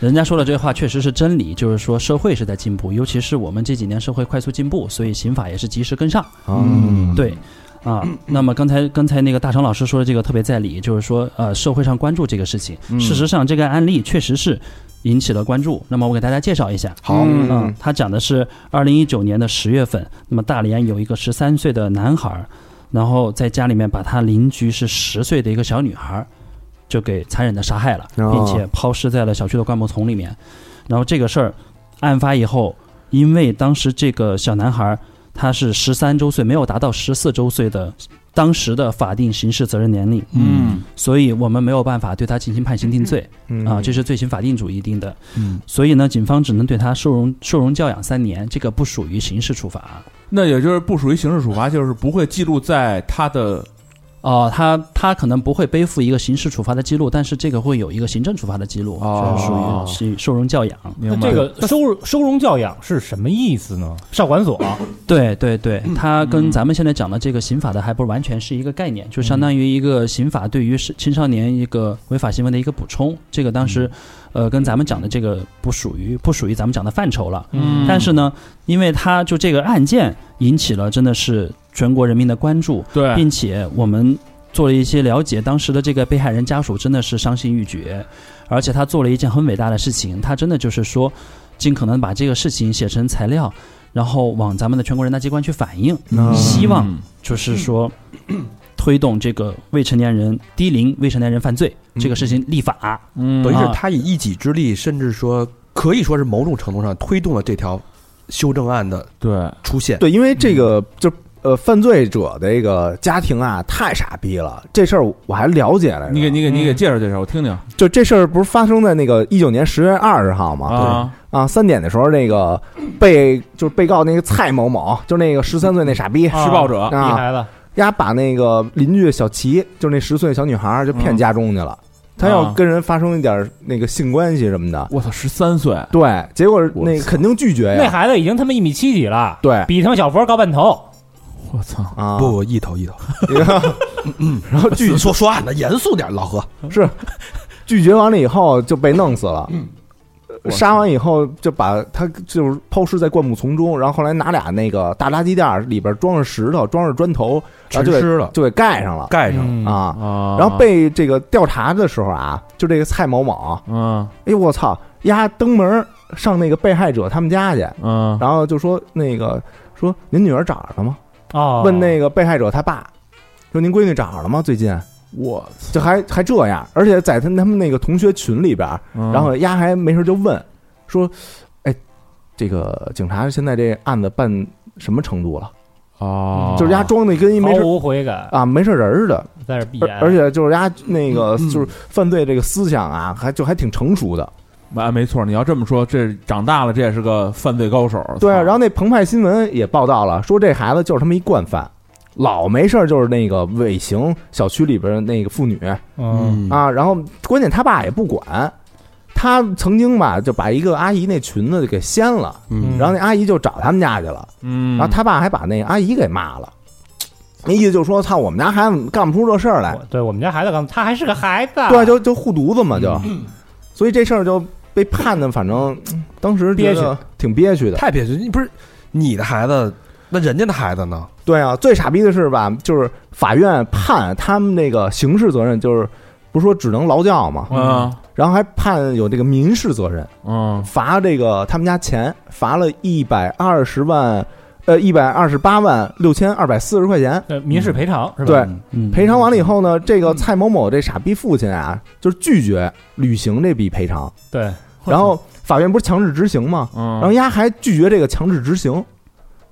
[SPEAKER 5] 人家说的这话确实是真理，就是说社会是在进步，尤其是我们这几年社会快速进步，所以刑法也是及时跟上。
[SPEAKER 4] 嗯，
[SPEAKER 5] 对，啊，那么刚才刚才那个大成老师说的这个特别在理，就是说呃社会上关注这个事情，事实上这个案例确实是引起了关注。那么我给大家介绍一下，
[SPEAKER 3] 好，
[SPEAKER 5] 嗯，他讲的是二零一九年的十月份，那么大连有一个十三岁的男孩儿，然后在家里面把他邻居是十岁的一个小女孩儿，就给残忍的杀害了，
[SPEAKER 4] 哦
[SPEAKER 5] 并且抛尸在了小区的灌木丛里面。然后这个事儿案发以后，因为当时这个小男孩儿他是十三周岁，没有达到十四周岁的当时的法定刑事责任年龄，
[SPEAKER 6] 嗯
[SPEAKER 5] 所以我们没有办法对他进行判刑定罪啊，这是罪刑法定主义定的。
[SPEAKER 6] 嗯，
[SPEAKER 5] 所以呢，警方只能对他收容收容教养三年，这个不属于刑事处罚。
[SPEAKER 6] 那也就是不属于刑事处罚，就是不会记录在他的
[SPEAKER 5] 哦，他他可能不会背负一个刑事处罚的记录，但是这个会有一个行政处罚的记录，
[SPEAKER 6] 哦
[SPEAKER 5] 就是属于是收容教养。
[SPEAKER 2] 那这个收入收容教养是什么意思呢？少管所，
[SPEAKER 5] 对对对，它跟咱们现在讲的这个刑法的还不完全是一个概念，就相当于一个刑法对于是青少年一个违法行为的一个补充。这个当时，呃，跟咱们讲的这个不属于不属于咱们讲的范畴了。
[SPEAKER 2] 嗯
[SPEAKER 5] 但是呢，因为他就这个案件引起了真的是全国人民的关注，
[SPEAKER 6] 对
[SPEAKER 5] 并且我们做了一些了解，当时的这个被害人家属真的是伤心欲绝，而且他做了一件很伟大的事情，他真的就是说，尽可能把这个事情写成材料，然后往咱们的全国人大机关去反映，
[SPEAKER 2] 嗯
[SPEAKER 5] 希望就是说。推动这个未成年人低龄未成年人犯罪这个事情立法，
[SPEAKER 6] 嗯
[SPEAKER 3] 等于是
[SPEAKER 5] 啊
[SPEAKER 3] 他以一己之力，甚至说可以说是某种程度上推动了这条修正案的
[SPEAKER 6] 对
[SPEAKER 3] 出现。
[SPEAKER 4] 对，因为这个就呃，犯罪者的这个家庭啊，太傻逼了。这事儿我还了解来着。
[SPEAKER 6] 你给你给你给
[SPEAKER 2] 嗯
[SPEAKER 6] 介绍介绍，我听听
[SPEAKER 4] 就这事儿不是发生在那个一九年十月二十号吗？
[SPEAKER 6] 啊，
[SPEAKER 4] 对啊，三点的时候，那个被就是被告那个蔡某某，就是那个十三岁那傻逼，
[SPEAKER 6] 施暴者
[SPEAKER 2] 厉
[SPEAKER 4] 啊
[SPEAKER 2] 害了，
[SPEAKER 4] 丫把那个邻居小齐，就是那十岁小女孩儿，就骗家中去了。她要跟人发生一点那个性关系什么的，
[SPEAKER 6] 我操，十三岁，
[SPEAKER 4] 对，结果
[SPEAKER 6] 我
[SPEAKER 4] 那个肯定拒绝
[SPEAKER 2] 那
[SPEAKER 4] 呀。
[SPEAKER 2] 孩子已经他妈一米七几了，
[SPEAKER 4] 对
[SPEAKER 2] 比他妈小佛高半头，
[SPEAKER 6] 我操，
[SPEAKER 4] 啊，
[SPEAKER 3] 不，不，一头一头。
[SPEAKER 4] 然后 拒
[SPEAKER 3] 说说案的严肃点，老何。
[SPEAKER 4] 是拒绝完了以后就被弄死了。
[SPEAKER 6] 我
[SPEAKER 4] 杀完以后就把他就是抛尸在灌木丛中，然后后来拿俩那个大垃圾袋儿里边装着石头、装着砖头，然
[SPEAKER 3] 沉
[SPEAKER 4] 后就给
[SPEAKER 3] 尸了，
[SPEAKER 4] 就给盖上了
[SPEAKER 3] 盖上了。
[SPEAKER 2] 嗯，
[SPEAKER 4] 啊。
[SPEAKER 6] 啊
[SPEAKER 4] 然后被这个调查的时候啊，就这个蔡某某，
[SPEAKER 6] 嗯
[SPEAKER 4] 哎呦我操，丫登门儿上那个被害者他们家去，
[SPEAKER 6] 嗯
[SPEAKER 4] 然后就说那个说您女儿找着了吗？
[SPEAKER 2] 哦，
[SPEAKER 4] 问那个被害者他爸，说您闺女找着了吗？最近
[SPEAKER 6] 我
[SPEAKER 4] 就还还这样，而且在他他们那个同学群里边，
[SPEAKER 6] 嗯
[SPEAKER 4] 然后丫还没事就问说，哎，这个警察现在这案子办什么程度了？
[SPEAKER 6] 哦，
[SPEAKER 4] 就是丫装的跟一
[SPEAKER 2] 毫
[SPEAKER 4] 没事
[SPEAKER 2] 无悔感，
[SPEAKER 4] 啊没事人似的，
[SPEAKER 2] 在这闭眼，
[SPEAKER 4] 而而且就是丫那个就是犯罪这个思想啊，还就还挺成熟的。
[SPEAKER 6] 啊，没错，你要这么说，这长大了，这也是个犯罪高手。
[SPEAKER 4] 对啊，
[SPEAKER 6] 操
[SPEAKER 4] 然后那澎湃新闻也报道了，说这孩子就是他妈一惯犯，老没事儿就是那个尾行小区里边的那个妇女
[SPEAKER 2] 嗯，
[SPEAKER 4] 啊，然后关键他爸也不管，他曾经吧就把一个阿姨那裙子就给掀了，
[SPEAKER 2] 嗯
[SPEAKER 4] 然后那阿姨就找他们家去了，
[SPEAKER 6] 嗯，
[SPEAKER 4] 然后他爸还把那阿姨给骂了，那意思就是说，操，我们家孩子干不出这事儿来
[SPEAKER 2] 我，对我们家孩子刚，他还是个孩子，啊
[SPEAKER 4] 对，啊就就护犊子嘛，就，所以这事儿就被判的，反正嗯当时觉
[SPEAKER 2] 憋
[SPEAKER 4] 得挺憋屈的。
[SPEAKER 3] 太憋屈！你不是你的孩子，那人家的孩子呢？
[SPEAKER 4] 对啊，最傻逼的是吧？就是法院判他们那个刑事责任，就是不是说只能劳教嘛，
[SPEAKER 6] 嗯
[SPEAKER 4] 然后还判有这个民事责任，
[SPEAKER 6] 嗯
[SPEAKER 4] 罚这个他们家钱，罚了一百二十万，呃，一百二十八万六千二百四十块钱。
[SPEAKER 2] 呃，民事赔偿是吧？
[SPEAKER 4] 对，
[SPEAKER 5] 嗯，
[SPEAKER 4] 赔偿完了以后呢，这个蔡某某这傻逼父亲啊，就是拒绝履行这笔赔偿，
[SPEAKER 2] 对，
[SPEAKER 4] 然后法院不是强制执行吗？
[SPEAKER 6] 嗯，
[SPEAKER 4] 然后丫还拒绝这个强制执行，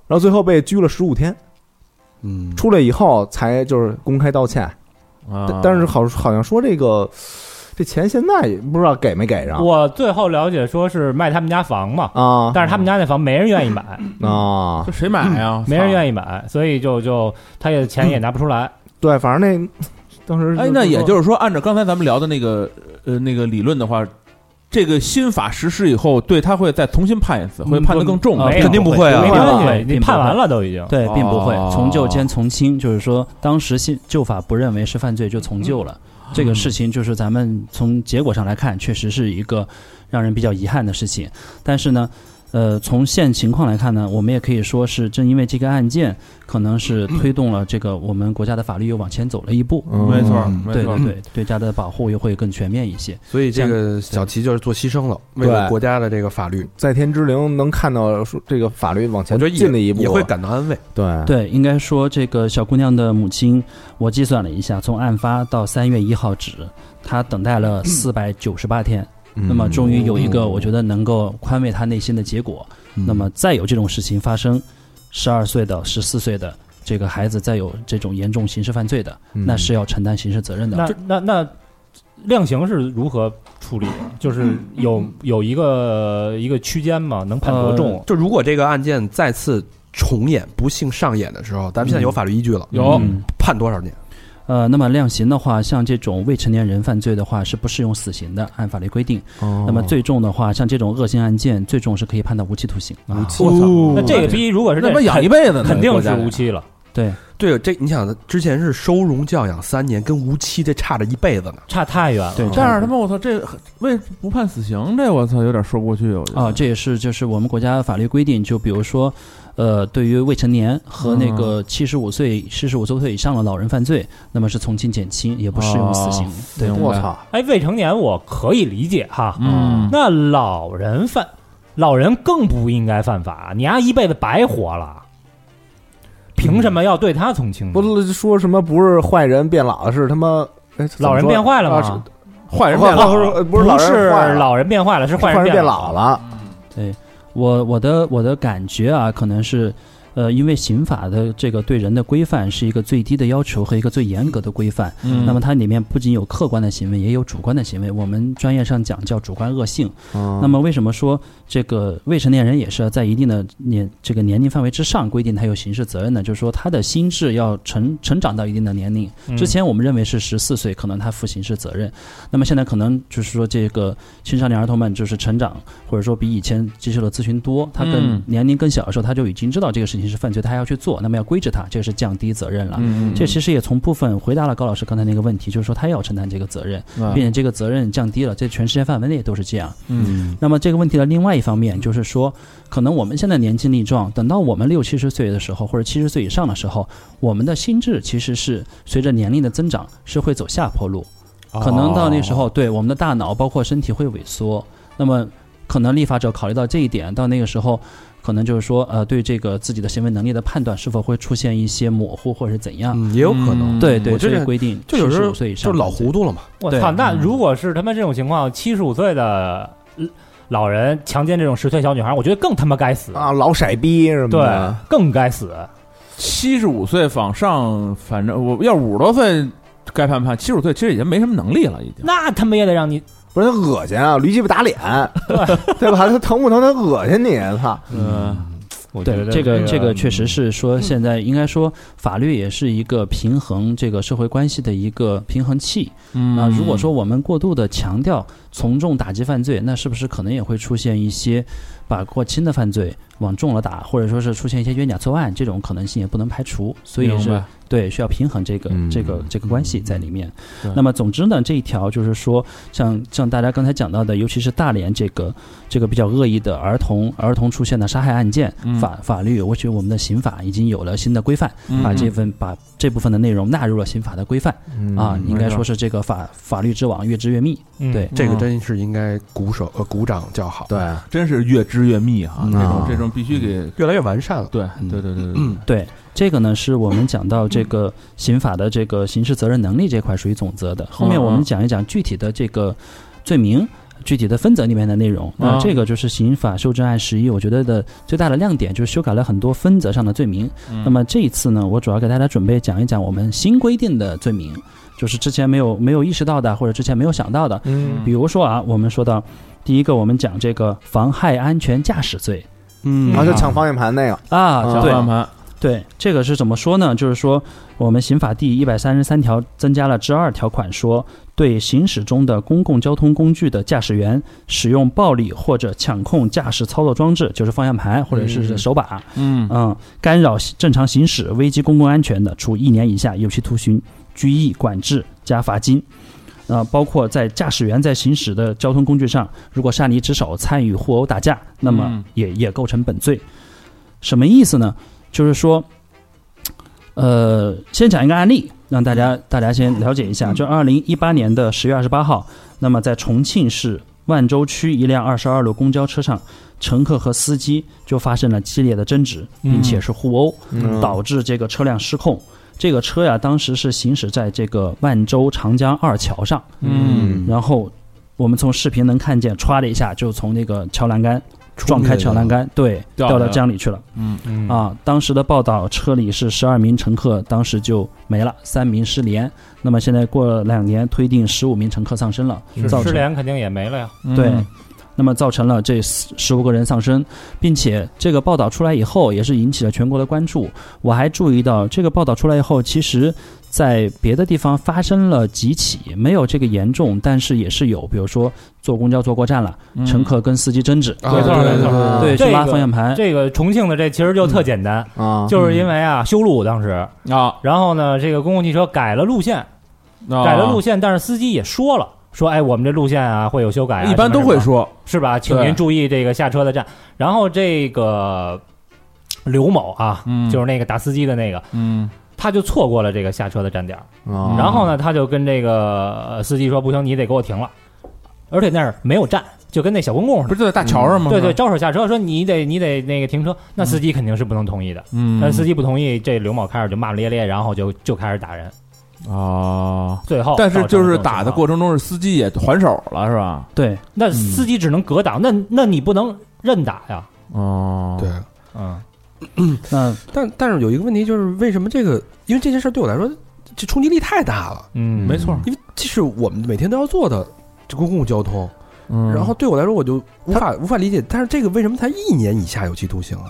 [SPEAKER 4] 然后最后被拘了十五天，
[SPEAKER 3] 嗯，
[SPEAKER 4] 出来以后才就是公开道歉。
[SPEAKER 6] 啊
[SPEAKER 4] 但但是好好像说这个这钱现在也不知道给没给
[SPEAKER 6] 啊
[SPEAKER 4] 上
[SPEAKER 2] 我最后了解说是卖他们家房嘛，
[SPEAKER 4] 啊
[SPEAKER 2] 但是他们家那房没人愿意买，
[SPEAKER 4] 啊
[SPEAKER 6] 这，谁买呀？
[SPEAKER 2] 嗯没人
[SPEAKER 6] 意。
[SPEAKER 2] 愿意买，所以就就他也钱也拿不出来，
[SPEAKER 4] 对，反正那当时
[SPEAKER 6] 哎，那也
[SPEAKER 4] 是
[SPEAKER 6] 就是说，按照刚才咱们聊的那个呃那个理论的话，这个新法实施以后，对他会再重新判一次，会判得更重。
[SPEAKER 5] 啊
[SPEAKER 2] 没有
[SPEAKER 3] 肯定不会啊
[SPEAKER 4] 嗯
[SPEAKER 2] 没
[SPEAKER 5] 并不
[SPEAKER 2] 关
[SPEAKER 5] 会
[SPEAKER 2] 系，你
[SPEAKER 6] 嗯
[SPEAKER 5] 并不
[SPEAKER 2] 判
[SPEAKER 5] 会
[SPEAKER 2] 完了都已经，
[SPEAKER 5] 对，并不会
[SPEAKER 6] 哦
[SPEAKER 5] 从旧兼从轻，就是说当时新旧法不认为是犯罪就从旧了。
[SPEAKER 6] 嗯
[SPEAKER 5] 这个事情就是咱们从结果上来看，确实是一个让人比较遗憾的事情。但是呢，呃，从现情况来看呢，我们也可以说是正因为这个案件，可能是推动了这个我们国家的法律又往前走了一步。
[SPEAKER 4] 嗯
[SPEAKER 6] 没错，嗯没
[SPEAKER 5] 对
[SPEAKER 6] 错
[SPEAKER 5] 对，对，对家的保护又会更全面一些。
[SPEAKER 3] 所以这个小齐就是做牺牲了，为了
[SPEAKER 4] 对
[SPEAKER 3] 国家的这个法律，
[SPEAKER 4] 在天之灵能看到说这个法律往
[SPEAKER 3] 我
[SPEAKER 4] 前
[SPEAKER 3] 觉得也
[SPEAKER 4] 进了一步，啊
[SPEAKER 3] 也会感到安慰。
[SPEAKER 4] 对
[SPEAKER 5] 对，应该说这个小姑娘的母亲，我计算了一下，从案发到三月一号止，她等待了四百九十八天。那么终嗯于有一个我觉得能够宽慰她内心的结果。那么再有这种事情发生，十二岁的、十四岁的这个孩子再有这种严重刑事犯罪的，
[SPEAKER 4] 嗯
[SPEAKER 5] 那是要承担刑事责任的。
[SPEAKER 2] 那那那量刑是如何处理的？就是有有一个一个区间嘛，能判多重？
[SPEAKER 6] 呃
[SPEAKER 3] 就如果这个案件再次重演、不幸上演的时候，咱们现在有法律依据了，
[SPEAKER 6] 有
[SPEAKER 5] 嗯
[SPEAKER 3] 判多少年？
[SPEAKER 5] 呃，那么量刑的话，像这种未成年人犯罪的话，是不适用死刑的，按法律规定。
[SPEAKER 3] 那
[SPEAKER 5] 嗯那么最重的话，像这种恶性案件，最重是可以判到无期徒刑。啊
[SPEAKER 3] 我
[SPEAKER 2] 那这个逼如果是
[SPEAKER 6] 那
[SPEAKER 2] 这
[SPEAKER 6] 他妈养一辈子呢，
[SPEAKER 2] 肯定是
[SPEAKER 6] 国家
[SPEAKER 2] 无期了。
[SPEAKER 5] 对，
[SPEAKER 3] 对这你想，之前是收容教养三年，跟无期这差着一辈子呢。
[SPEAKER 2] 差太远了。
[SPEAKER 5] 对
[SPEAKER 6] 但是他妈我操，这为不判死刑，这我操有点说不过去。我觉得
[SPEAKER 5] 啊，这也是就是我们国家法律规定，就比如说，呃，对于未成年和
[SPEAKER 6] 嗯
[SPEAKER 5] 那个七十五岁、四十五周岁以上的老人犯罪，那么是从轻减轻，也不适用死刑。
[SPEAKER 6] 哦
[SPEAKER 5] 对，
[SPEAKER 6] 明白
[SPEAKER 4] 我操，
[SPEAKER 2] 哎，未成年我可以理解哈，
[SPEAKER 6] 嗯
[SPEAKER 2] 那老人犯，老人更不应该犯法，你丫一辈子白活了，凭什么要对他从轻呢？
[SPEAKER 4] 不是说什么不是坏人变老了，是他妈哎怎么
[SPEAKER 2] 老人
[SPEAKER 4] 说
[SPEAKER 2] 变坏了
[SPEAKER 4] 啊
[SPEAKER 2] 吗哦
[SPEAKER 4] 是？
[SPEAKER 6] 坏人
[SPEAKER 4] 坏
[SPEAKER 6] 变老
[SPEAKER 4] 不是
[SPEAKER 6] 了
[SPEAKER 4] 呃不
[SPEAKER 2] 不
[SPEAKER 4] 是老人
[SPEAKER 2] 是
[SPEAKER 4] 坏了
[SPEAKER 2] 老人变坏了，是坏
[SPEAKER 4] 坏人
[SPEAKER 2] 变
[SPEAKER 4] 变老
[SPEAKER 2] 了。
[SPEAKER 4] 了，
[SPEAKER 5] 我我的我的感觉啊，可能是，呃，因为刑法的这个对人的规范是一个最低的要求和一个最严格的规范。
[SPEAKER 6] 嗯
[SPEAKER 5] 那么它里面不仅有客观的行为，也有主观的行为。我们专业上讲叫主观恶性。那
[SPEAKER 4] 那
[SPEAKER 5] 么为什么说这个未成年人也是要在一定的年这个年龄范围之上规定他有刑事责任呢？就是说他的心智要成成长到一定的年龄。
[SPEAKER 2] 嗯
[SPEAKER 5] 之前我们认为是十四岁可能他负刑事责任，那么现在可能就是说这个青少年儿童们就是成长或者说比以前接受的咨询多，他
[SPEAKER 6] 嗯
[SPEAKER 5] 更年龄更小的时候他就已经知道这个事情是犯罪，他还要去做，那么要规制他，这个是降低责任了。
[SPEAKER 6] 嗯，
[SPEAKER 5] 啊这其实也从部分回答了高老师刚才那个问题，就是说他要承担这个责任，并且这个责任降低了，在全世界范围内都是这样。
[SPEAKER 6] 嗯
[SPEAKER 5] 那么这个问题的另外一方面就是说，可能我们现在年轻力壮，等到我们六七十岁的时候，或者七十岁以上的时候，我们的心智其实是随着年龄的增长是会走下坡路，
[SPEAKER 3] 哦
[SPEAKER 5] 可能
[SPEAKER 6] 哦
[SPEAKER 5] 到那时候，对我们的大脑包括身体会萎缩。那么可能立法者考虑到这一点，到那个时候。可能就是说，呃，对这个自己的行为能力的判断是否会出现一些模糊，或者是怎样？
[SPEAKER 3] 嗯，也有可能，
[SPEAKER 6] 嗯
[SPEAKER 3] 我
[SPEAKER 5] 对对，
[SPEAKER 3] 这
[SPEAKER 5] 这
[SPEAKER 3] 个
[SPEAKER 5] 个规定
[SPEAKER 3] 就有时候
[SPEAKER 5] 75岁以
[SPEAKER 3] 就
[SPEAKER 5] 上
[SPEAKER 3] 是老糊涂了嘛。
[SPEAKER 2] 我
[SPEAKER 5] 对
[SPEAKER 2] 操！那如果是他妈这种情况，七十五岁的呃老人强奸这种十岁小女孩，我觉得更他妈该死，
[SPEAKER 4] 啊嗯老色逼什么
[SPEAKER 2] 对
[SPEAKER 4] 的，，
[SPEAKER 2] 更该死。
[SPEAKER 6] 七十五岁往上，反正我要五十多岁该判判，七十五岁其实已经没什么能力了，已经。
[SPEAKER 2] 那他妈也得让你
[SPEAKER 4] 不是他恶心啊，驴鸡巴打脸，对吧？他疼不疼？他恶心你，操！
[SPEAKER 6] 嗯，
[SPEAKER 2] 我觉
[SPEAKER 5] 对
[SPEAKER 2] 得
[SPEAKER 5] 这个这个确实
[SPEAKER 2] 嗯
[SPEAKER 5] 是说，现在应该说法律也是一个平衡这个社会关系的一个平衡器。
[SPEAKER 6] 啊嗯
[SPEAKER 5] 那如果说我们过度的强调从重打击犯罪，那是不是可能也会出现一些把过轻的犯罪往重了打，或者说是出现一些冤假错案这种可能性也不能排除。所以
[SPEAKER 6] 明
[SPEAKER 5] 是
[SPEAKER 6] 白
[SPEAKER 5] 对需要平衡这个
[SPEAKER 4] 嗯
[SPEAKER 5] 这个这个关系在里面
[SPEAKER 6] 对。
[SPEAKER 5] 那么总之呢，这一条就是说，像像大家刚才讲到的，尤其是大连这个这个比较恶意的儿童儿童出现的杀害案件
[SPEAKER 6] 嗯，
[SPEAKER 5] 法法律，我觉得我们的刑法已经有了新的规范，
[SPEAKER 6] 嗯
[SPEAKER 5] 把这份把这部分的内容纳入了刑法的规范
[SPEAKER 4] 嗯
[SPEAKER 6] 嗯
[SPEAKER 5] 啊，应该说是这个法法律之网越织越密。
[SPEAKER 2] 嗯
[SPEAKER 5] 对，
[SPEAKER 3] 这个真是应该鼓手呃鼓掌叫好，
[SPEAKER 4] 对，
[SPEAKER 6] 真是越织越密哈，
[SPEAKER 4] 嗯
[SPEAKER 6] 这种
[SPEAKER 4] 啊
[SPEAKER 6] 这种必须给
[SPEAKER 3] 越来越完善了。
[SPEAKER 6] 对
[SPEAKER 5] 嗯
[SPEAKER 6] 对对对对，
[SPEAKER 5] 对，这个呢是我们讲到这个刑法的这个刑事责任能力这块属于总则的，后面我们讲一讲具体的这个罪名。具体的分则里面的内容，那
[SPEAKER 6] 嗯
[SPEAKER 5] 这个就是刑法修正案十一，我觉得的最大的亮点就是修改了很多分则上的罪名。那么这一次呢，我主要给大家准备讲一讲我们新规定的罪名，就是之前没有没有意识到的，或者之前没有想到的。
[SPEAKER 4] 嗯
[SPEAKER 5] 比如说啊，我们说到第一个，我们讲这个妨害安全驾驶罪
[SPEAKER 3] 嗯
[SPEAKER 4] 然后就抢方向盘那个，
[SPEAKER 5] 啊，
[SPEAKER 4] 啊
[SPEAKER 5] 对，
[SPEAKER 6] 安盘，
[SPEAKER 5] 对，这个是怎么说呢？就是说，我们刑法第一百三十三条增加了之二条款说，对行驶中的公共交通工具的驾驶员使用暴力或者抢控驾驶操作装置，就是方向盘或者是手把，
[SPEAKER 6] 嗯
[SPEAKER 5] 嗯，干扰正常行驶、危及公共安全的，处一年以下有期徒刑、拘役、管制加罚金。呃，包括在驾驶员在行驶的交通工具上，如果擅离职守、参与互殴打架，那么
[SPEAKER 6] 嗯
[SPEAKER 5] 也、也构成本罪。什么意思呢？就是说，呃，先讲一个案例，让大家大家先了解一
[SPEAKER 6] 嗯
[SPEAKER 5] 下。就二零一八年的十月二十八号，那么在重庆市万州区一辆二十二路公交车上，乘客和司机就发生了激烈的争执，并且是互殴，
[SPEAKER 4] 嗯
[SPEAKER 5] 导致这个车辆失控。这个车呀，当时是行驶在这个万州长江二桥上，
[SPEAKER 6] 嗯
[SPEAKER 5] 然后我们从视频能看见，歘的一下就从那个桥栏杆撞开车栏杆，对，
[SPEAKER 6] 掉
[SPEAKER 5] 掉到
[SPEAKER 6] 了
[SPEAKER 5] 江里去了。
[SPEAKER 6] 嗯
[SPEAKER 2] 嗯
[SPEAKER 5] 啊，当时的报道，车里是十二名乘客，当时就没了，三名失联。那么现在过了两年，推定十五名乘客丧生了，造
[SPEAKER 2] 失
[SPEAKER 5] 成
[SPEAKER 2] 联肯定也没了呀。
[SPEAKER 6] 嗯
[SPEAKER 5] 对，那么造成了这十五个人丧生，并且这个报道出来以后，也是引起了全国的关注。我还注意到，这个报道出来以后，其实在别的地方发生了几起，没有这个严重，但是也是有，比如说坐公交坐过站了，
[SPEAKER 6] 嗯
[SPEAKER 5] 乘客跟司机争执，
[SPEAKER 3] 啊
[SPEAKER 2] 没错
[SPEAKER 3] 对
[SPEAKER 2] 没错
[SPEAKER 3] 对
[SPEAKER 5] 对，
[SPEAKER 2] 嗯这
[SPEAKER 5] 去拉
[SPEAKER 2] 个
[SPEAKER 5] 方向盘，
[SPEAKER 2] 这个重庆的这其实就特简单，
[SPEAKER 6] 嗯
[SPEAKER 4] 啊，
[SPEAKER 2] 就是因为啊修路当时，
[SPEAKER 6] 啊，
[SPEAKER 2] 然后呢这个公共汽车改了路线，
[SPEAKER 6] 哦
[SPEAKER 2] 改了路线，但是司机也说了。说哎，我们这路线啊会有修改啊、
[SPEAKER 6] 一般都
[SPEAKER 2] 什么什
[SPEAKER 6] 会
[SPEAKER 2] 么
[SPEAKER 6] 说
[SPEAKER 2] 是吧？请
[SPEAKER 6] 对
[SPEAKER 2] 您注意这个下车的站。然后这个刘某啊，
[SPEAKER 6] 嗯
[SPEAKER 2] 就是那个打司机的那个，
[SPEAKER 6] 嗯
[SPEAKER 2] 他就错过了这个下车的站点儿。
[SPEAKER 6] 哦
[SPEAKER 4] 啊
[SPEAKER 2] 然后呢，他就跟这个呃司机说：“不行，你得给我停了。”而且那儿没有站，就跟那小公共似
[SPEAKER 6] 不
[SPEAKER 2] 的。
[SPEAKER 6] 是就在大桥上吗？
[SPEAKER 2] 嗯对对，，招手下车说你得你得那个停车，那司机肯定是不能同意的。
[SPEAKER 6] 嗯，
[SPEAKER 2] 那司机不同意，这刘某开始就骂骂咧咧，然后就就开始打人，
[SPEAKER 6] 啊，
[SPEAKER 2] 最后
[SPEAKER 6] 但是
[SPEAKER 2] 造成
[SPEAKER 6] 就
[SPEAKER 2] 了
[SPEAKER 6] 是
[SPEAKER 2] 这种
[SPEAKER 6] 打的
[SPEAKER 2] 情况
[SPEAKER 6] 过程中是司机也还手了是吧？
[SPEAKER 5] 对，
[SPEAKER 2] 那司机只能格挡，那那你不能认打呀，
[SPEAKER 6] 哦，
[SPEAKER 3] 对，
[SPEAKER 2] 嗯，
[SPEAKER 5] 那
[SPEAKER 3] 但但是有一个问题就是，为什么这个？因为这件事对我来说，这冲击力太大了，
[SPEAKER 2] 嗯
[SPEAKER 6] 没错，
[SPEAKER 3] 因为这是我们每天都要做的这公共交通。
[SPEAKER 6] 嗯
[SPEAKER 3] 然后对我来说，我就无法无法理解，但是这个为什么才一年以下有期徒刑啊？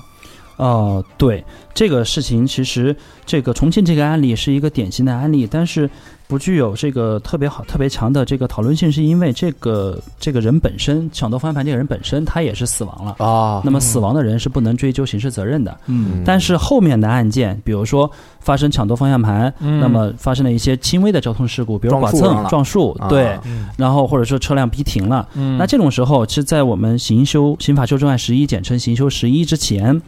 [SPEAKER 5] 哦，对这个事情，其实这个重庆这个案例是一个典型的案例，但是不具有这个特别好、特别强的这个讨论性，是因为这个这个人本身，抢夺方向盘这个人本身他也是死亡了。
[SPEAKER 4] 啊，
[SPEAKER 5] 那么死亡的人是不能追究刑事责任的，
[SPEAKER 4] 嗯
[SPEAKER 5] 但是后面的案件，比如说发生抢夺方向盘，
[SPEAKER 6] 嗯
[SPEAKER 5] 那么发生了一些轻微的交通事故，比如
[SPEAKER 4] 撞
[SPEAKER 5] 剐
[SPEAKER 4] 树上
[SPEAKER 5] 蹭、
[SPEAKER 4] 了
[SPEAKER 5] 撞树，
[SPEAKER 4] 啊
[SPEAKER 5] 对，然后或者说车辆逼停了，
[SPEAKER 6] 嗯
[SPEAKER 5] 那这种时候，其实在我们刑修刑法修正案十一，简称刑修十一之前，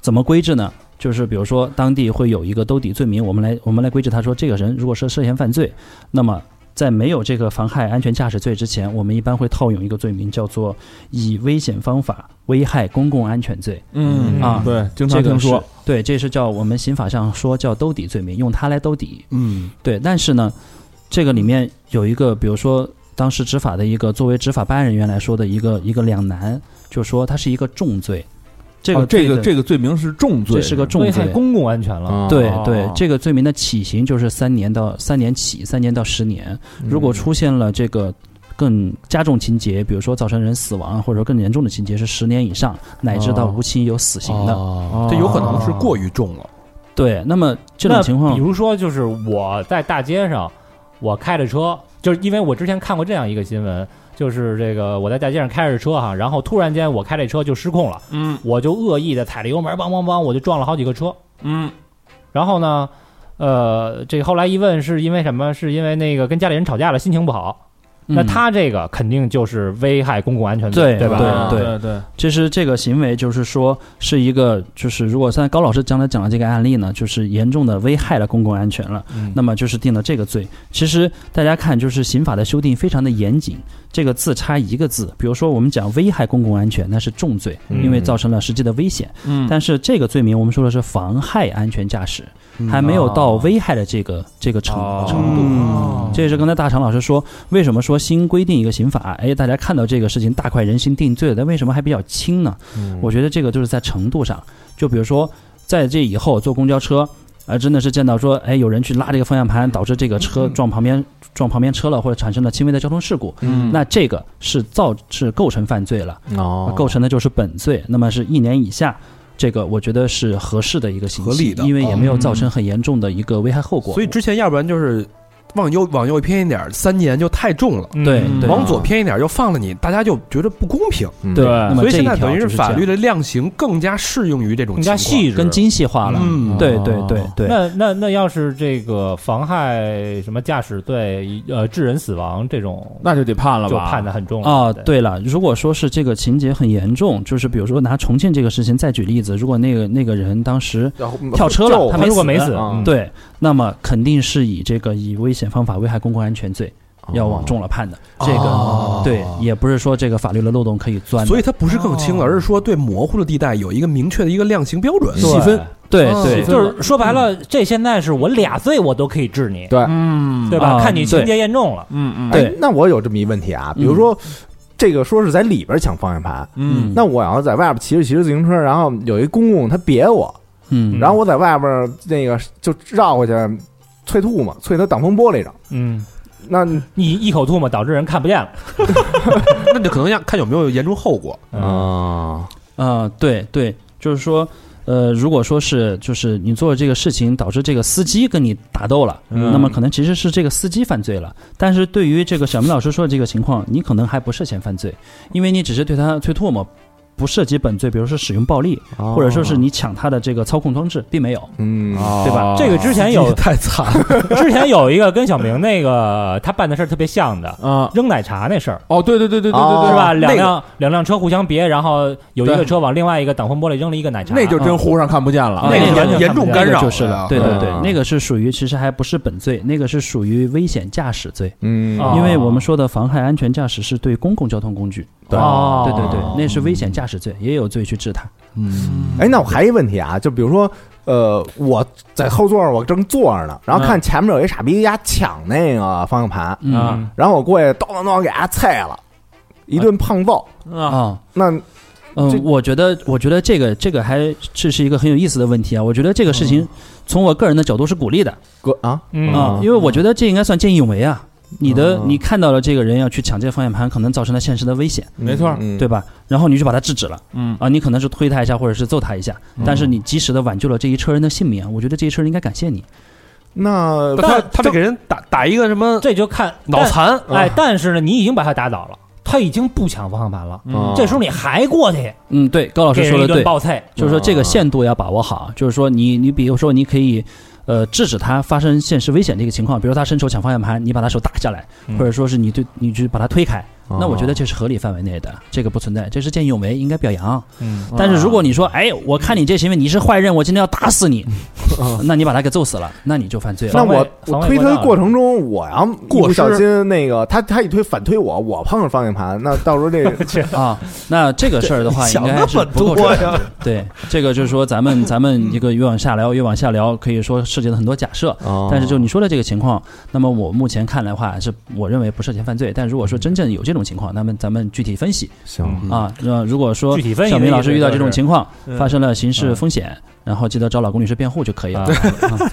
[SPEAKER 5] 怎么规制呢？就是比如说，当地会有一个兜底罪名，我们来我们来规制。他说，这个人如果说涉嫌犯罪，那么在没有这个妨害安全驾驶罪之前，我们一般会套用一个罪名，叫做以危险方法危害公共安全罪。
[SPEAKER 6] 嗯
[SPEAKER 5] 啊
[SPEAKER 6] 对，经
[SPEAKER 5] 这
[SPEAKER 6] 常
[SPEAKER 5] 个
[SPEAKER 6] 听
[SPEAKER 5] 是
[SPEAKER 6] 说，
[SPEAKER 5] 对，这是叫我们刑法上说叫兜底罪名，用它来兜底。
[SPEAKER 3] 嗯，
[SPEAKER 5] 对，但是呢，这个里面有一个，比如说当时执法的一个作为执法办案人员来说的一个一个两难，就是说它是一个重罪，这个、
[SPEAKER 6] 哦这个
[SPEAKER 5] 这
[SPEAKER 6] 这个罪名是重罪，
[SPEAKER 5] 这是个重
[SPEAKER 2] 危害
[SPEAKER 5] 罪。
[SPEAKER 2] 公共安全了。
[SPEAKER 4] 啊
[SPEAKER 5] 对
[SPEAKER 6] 哦
[SPEAKER 5] 对，这个罪名的起刑就是三年到三年起，三年到十年。
[SPEAKER 4] 嗯
[SPEAKER 5] 如果出现了这个更加重情节，比如说造成人死亡或者说更严重的情节，是十年以上，乃至到
[SPEAKER 6] 哦
[SPEAKER 5] 无期有死刑的。
[SPEAKER 3] 哦这有可能是过于重了。
[SPEAKER 5] 对，那么这种
[SPEAKER 2] 那
[SPEAKER 5] 情况
[SPEAKER 2] 比，如说就是我在大街上，我开着车，就是因为我之前看过这样一个新闻，就是这个我在大街上开着车哈，然后突然间我开这车就失控了，
[SPEAKER 6] 嗯
[SPEAKER 2] 我就恶意的踩着油门，梆梆梆，我就撞了好几个车。
[SPEAKER 6] 嗯
[SPEAKER 2] 然后呢，呃，这后来一问是因为什么？是因为那个跟家里人吵架了，心情不好。那
[SPEAKER 5] 嗯
[SPEAKER 2] 他这个肯定就是危害公共安全罪，
[SPEAKER 5] 对
[SPEAKER 2] 吧？
[SPEAKER 6] 啊
[SPEAKER 5] 对
[SPEAKER 6] 对对，
[SPEAKER 5] 其实这个行为就是说是一个，就是如果现在高老师刚才讲的这个案例呢，就是严重的危害了公共安全了，那么就是定了这个罪。其实大家看，就是刑法的修订非常的严谨，这个字差一个字。比如说我们讲危害公共安全，那是重罪，
[SPEAKER 2] 嗯
[SPEAKER 5] 因为造成了实际的危险。
[SPEAKER 6] 嗯
[SPEAKER 5] 但是这个罪名我们说的是妨害安全驾驶，
[SPEAKER 3] 嗯
[SPEAKER 5] 还没有到危害的这个这个程
[SPEAKER 6] 哦
[SPEAKER 5] 程度。
[SPEAKER 3] 嗯
[SPEAKER 5] 这也是刚才大长老师说，为什么说新规定一个刑法？哎，大家看到这个事情大快人心定罪了，但为什么还比较轻呢？
[SPEAKER 3] 嗯
[SPEAKER 4] 嗯
[SPEAKER 5] 我觉得这个就是在程度上，就比如说在这以后坐公交车。啊，真的是见到说，哎，有人去拉这个方向盘，导致这个
[SPEAKER 3] 嗯
[SPEAKER 5] 车撞旁边撞旁边车了，或者产生了轻微的交通事故，
[SPEAKER 6] 嗯
[SPEAKER 5] 那这个是造是构成犯罪了，
[SPEAKER 4] 哦，
[SPEAKER 5] 构成的就是本罪，那么是一年以下，这个我觉得是合适的一个刑期，
[SPEAKER 3] 合理的哦
[SPEAKER 5] 因为也没有造成
[SPEAKER 6] 嗯
[SPEAKER 5] 很严重的一个危害后果。
[SPEAKER 3] 所以之前要不然就是往右往右偏一点，三年就太重了；
[SPEAKER 2] 嗯
[SPEAKER 5] 对对
[SPEAKER 3] 往左偏一点又放了你，大家就觉得不公平。
[SPEAKER 4] 嗯
[SPEAKER 5] 对，
[SPEAKER 6] 对
[SPEAKER 5] 那么
[SPEAKER 3] 所以
[SPEAKER 5] 这一
[SPEAKER 3] 现在
[SPEAKER 5] 条
[SPEAKER 3] 等于
[SPEAKER 5] 就是这样
[SPEAKER 3] 法律的量刑更加适用于这种
[SPEAKER 2] 更加
[SPEAKER 3] 情况
[SPEAKER 2] 细致，
[SPEAKER 5] 更精细化了。
[SPEAKER 3] 嗯，
[SPEAKER 5] 对对对对，
[SPEAKER 2] 那那那要是这个妨害什么驾驶罪，呃，致人死亡这种，
[SPEAKER 6] 那就得判了
[SPEAKER 2] 就
[SPEAKER 6] 吧？
[SPEAKER 2] 判的很重了
[SPEAKER 5] 啊，，对了，如果说是这个情节很严重，就是比如说拿重庆这个事情再举例子，如果那个那个人当时
[SPEAKER 4] 然后
[SPEAKER 5] 跳车了，
[SPEAKER 2] 他
[SPEAKER 5] 没
[SPEAKER 2] 如果没
[SPEAKER 5] 死
[SPEAKER 2] 死，
[SPEAKER 4] 啊
[SPEAKER 2] 嗯，
[SPEAKER 5] 对，那么肯定是以这个以危险方法危害公共安全罪
[SPEAKER 4] 哦
[SPEAKER 5] 要往重了判的。这
[SPEAKER 3] 哦
[SPEAKER 5] 个对，也不是说这个法律的漏洞可以钻的。
[SPEAKER 3] 所以它不是更轻了，而是说对模糊的地带有一个明确的一个量刑标准。
[SPEAKER 2] 对
[SPEAKER 6] 细分，
[SPEAKER 5] 对
[SPEAKER 3] 哦
[SPEAKER 5] 对，
[SPEAKER 2] 就是说白了，这现在是我俩罪我都可以治你，
[SPEAKER 4] 对
[SPEAKER 6] 嗯
[SPEAKER 2] 对吧？
[SPEAKER 5] 啊
[SPEAKER 2] 看你情
[SPEAKER 5] 对
[SPEAKER 2] 节严重了，
[SPEAKER 6] 嗯嗯，
[SPEAKER 5] 嗯
[SPEAKER 4] 哎，那我有这么一问题啊，比如说这个说是在里边抢方向盘，
[SPEAKER 6] 嗯
[SPEAKER 4] 那我要在外边骑着骑着自行车，然后有一公公他别我，
[SPEAKER 5] 嗯，
[SPEAKER 4] 然后我在外边那个就绕回去催吐嘛，催他挡风玻璃上。
[SPEAKER 2] 嗯，
[SPEAKER 4] 那
[SPEAKER 2] 你一口吐沫导致人看不见了，
[SPEAKER 3] 那就可能要看有没有严重后果。
[SPEAKER 5] 嗯
[SPEAKER 4] 啊，
[SPEAKER 5] 啊，对对，就是说，呃，如果说是就是你做了这个事情导致这个司机跟你打斗了，
[SPEAKER 6] 嗯
[SPEAKER 5] 那么可能其实是这个司机犯罪了。但是对于这个小明老师说的这个情况，你可能还不涉嫌犯罪，因为你只是对他催吐沫，不涉及本罪，比如说使用暴力，
[SPEAKER 4] 哦
[SPEAKER 5] 或者说是你抢他的这个操控装置，并没有。
[SPEAKER 4] 嗯
[SPEAKER 6] 对
[SPEAKER 5] 吧
[SPEAKER 2] 这个之前 有
[SPEAKER 3] 太惨了，
[SPEAKER 2] 之前有一个跟小明那个他办的事儿特别像的，
[SPEAKER 6] 啊，
[SPEAKER 2] 扔奶茶那事儿。
[SPEAKER 6] 哦，对对对对对对
[SPEAKER 4] 哦
[SPEAKER 6] 对，
[SPEAKER 2] 是吧？
[SPEAKER 4] 那个
[SPEAKER 2] 两辆两辆车互相别，然后有一个
[SPEAKER 6] 对
[SPEAKER 2] 车往另外一个挡风玻璃扔了一个奶茶，啊
[SPEAKER 6] 那就真糊上看不见了
[SPEAKER 5] 啊
[SPEAKER 6] 啊，
[SPEAKER 3] 那个
[SPEAKER 5] 那个
[SPEAKER 3] 严
[SPEAKER 2] 就
[SPEAKER 3] 严重
[SPEAKER 2] 看不见
[SPEAKER 3] 干
[SPEAKER 5] 那
[SPEAKER 3] 扰
[SPEAKER 5] 个就是了，对对对
[SPEAKER 4] 啊，
[SPEAKER 5] 那个是属于其实还不是本罪，那个是属于危险驾驶罪，
[SPEAKER 4] 嗯
[SPEAKER 2] 哦
[SPEAKER 5] 因为我们说的妨害安全驾驶是对公共交通工具。
[SPEAKER 4] 对
[SPEAKER 2] 哦，
[SPEAKER 5] 对对对，那是危险驾驶罪，也有罪去治他。
[SPEAKER 6] 嗯，
[SPEAKER 4] 哎，那我还有一问题啊，就比如说，呃，我在后座上我正坐着呢，然后看前面有一傻逼丫抢那个方向盘，
[SPEAKER 5] 嗯
[SPEAKER 2] 啊，
[SPEAKER 4] 然后我过去咚咚咚给他踹了，一顿胖揍。
[SPEAKER 5] 啊，
[SPEAKER 4] 那这
[SPEAKER 5] 嗯，我觉得，我觉得这个这个还这是一个很有意思的问题啊。我觉得这个事情从我个人的角度是鼓励的
[SPEAKER 4] 哥啊，
[SPEAKER 2] 嗯，
[SPEAKER 5] 啊
[SPEAKER 4] 嗯，
[SPEAKER 5] 因为我觉得这应该算见义勇为啊。你的
[SPEAKER 4] 嗯
[SPEAKER 5] 你看到了这个人要去抢这方向盘，可能造成了现实的危险，
[SPEAKER 6] 没错
[SPEAKER 4] 嗯
[SPEAKER 5] 对吧？然后你就把他制止了
[SPEAKER 6] 嗯
[SPEAKER 5] 啊，你可能是推他一下或者是揍他一下，但是你及时的挽救了这一车人的性命啊，我觉得这一车人应该感谢你。
[SPEAKER 4] 那
[SPEAKER 3] 他他得给人打打一个什 么
[SPEAKER 2] 这就看
[SPEAKER 3] 脑残，
[SPEAKER 2] 但哎，但是呢，你已经把他打倒了，他已经不抢方向盘了，
[SPEAKER 4] 啊
[SPEAKER 2] 这时候你还过去
[SPEAKER 5] 嗯，对，高老师
[SPEAKER 2] 给
[SPEAKER 5] 哦说
[SPEAKER 2] 人一
[SPEAKER 5] 的对
[SPEAKER 2] 顿，暴 菜，
[SPEAKER 5] 就是说这
[SPEAKER 3] 啊
[SPEAKER 5] 个限度要把握好，就是说你你比如说你可以。呃，制止他发生现实危险的一个情况，比如他伸手抢方向盘，你把他手打下来，
[SPEAKER 2] 嗯
[SPEAKER 5] 或者说是你对你去把他推开，
[SPEAKER 4] 哦
[SPEAKER 5] 那我觉得这是合理范围内的，这个不存在，这是见义勇为，应该表
[SPEAKER 3] 哦
[SPEAKER 5] 扬。
[SPEAKER 2] 嗯，
[SPEAKER 5] 但是如果你说，哎，我看你这行为你是坏人，我今天要 打死你，那你把他给揍死了，那你就犯罪
[SPEAKER 4] 那
[SPEAKER 5] 了。
[SPEAKER 2] 防卫
[SPEAKER 4] 我
[SPEAKER 2] 防
[SPEAKER 4] 我
[SPEAKER 2] 卫
[SPEAKER 4] 推
[SPEAKER 2] 过
[SPEAKER 4] 他
[SPEAKER 2] 当
[SPEAKER 4] 过程中，我要一
[SPEAKER 3] 过
[SPEAKER 4] 不小
[SPEAKER 3] 失
[SPEAKER 4] 心那个他他一推反推我，我碰上方向盘，那到时 候这个
[SPEAKER 5] 啊，那这个事儿的话，应
[SPEAKER 3] 想
[SPEAKER 5] 该
[SPEAKER 3] 那
[SPEAKER 5] 是
[SPEAKER 3] 么
[SPEAKER 5] 不够
[SPEAKER 3] 多呀，
[SPEAKER 5] 对，这个就是说咱们咱们一个越往下聊，越往下聊，可以说涉及了很多假设。
[SPEAKER 4] 哦
[SPEAKER 5] 但是就你说的这个情况，那么我目前看来的话，是我认为不涉嫌犯罪。但如果说真正有这种情况，那么咱们具体分析
[SPEAKER 4] 行。
[SPEAKER 2] 嗯
[SPEAKER 5] 啊。那如果说
[SPEAKER 2] 具体分析
[SPEAKER 5] 小
[SPEAKER 2] 的意
[SPEAKER 5] 明老
[SPEAKER 2] 思
[SPEAKER 5] 师遇到
[SPEAKER 2] 就
[SPEAKER 5] 这种
[SPEAKER 2] 是
[SPEAKER 5] 情况，
[SPEAKER 2] 嗯
[SPEAKER 5] 发生了刑事风险，然后记得找老公律师辩护就可以了。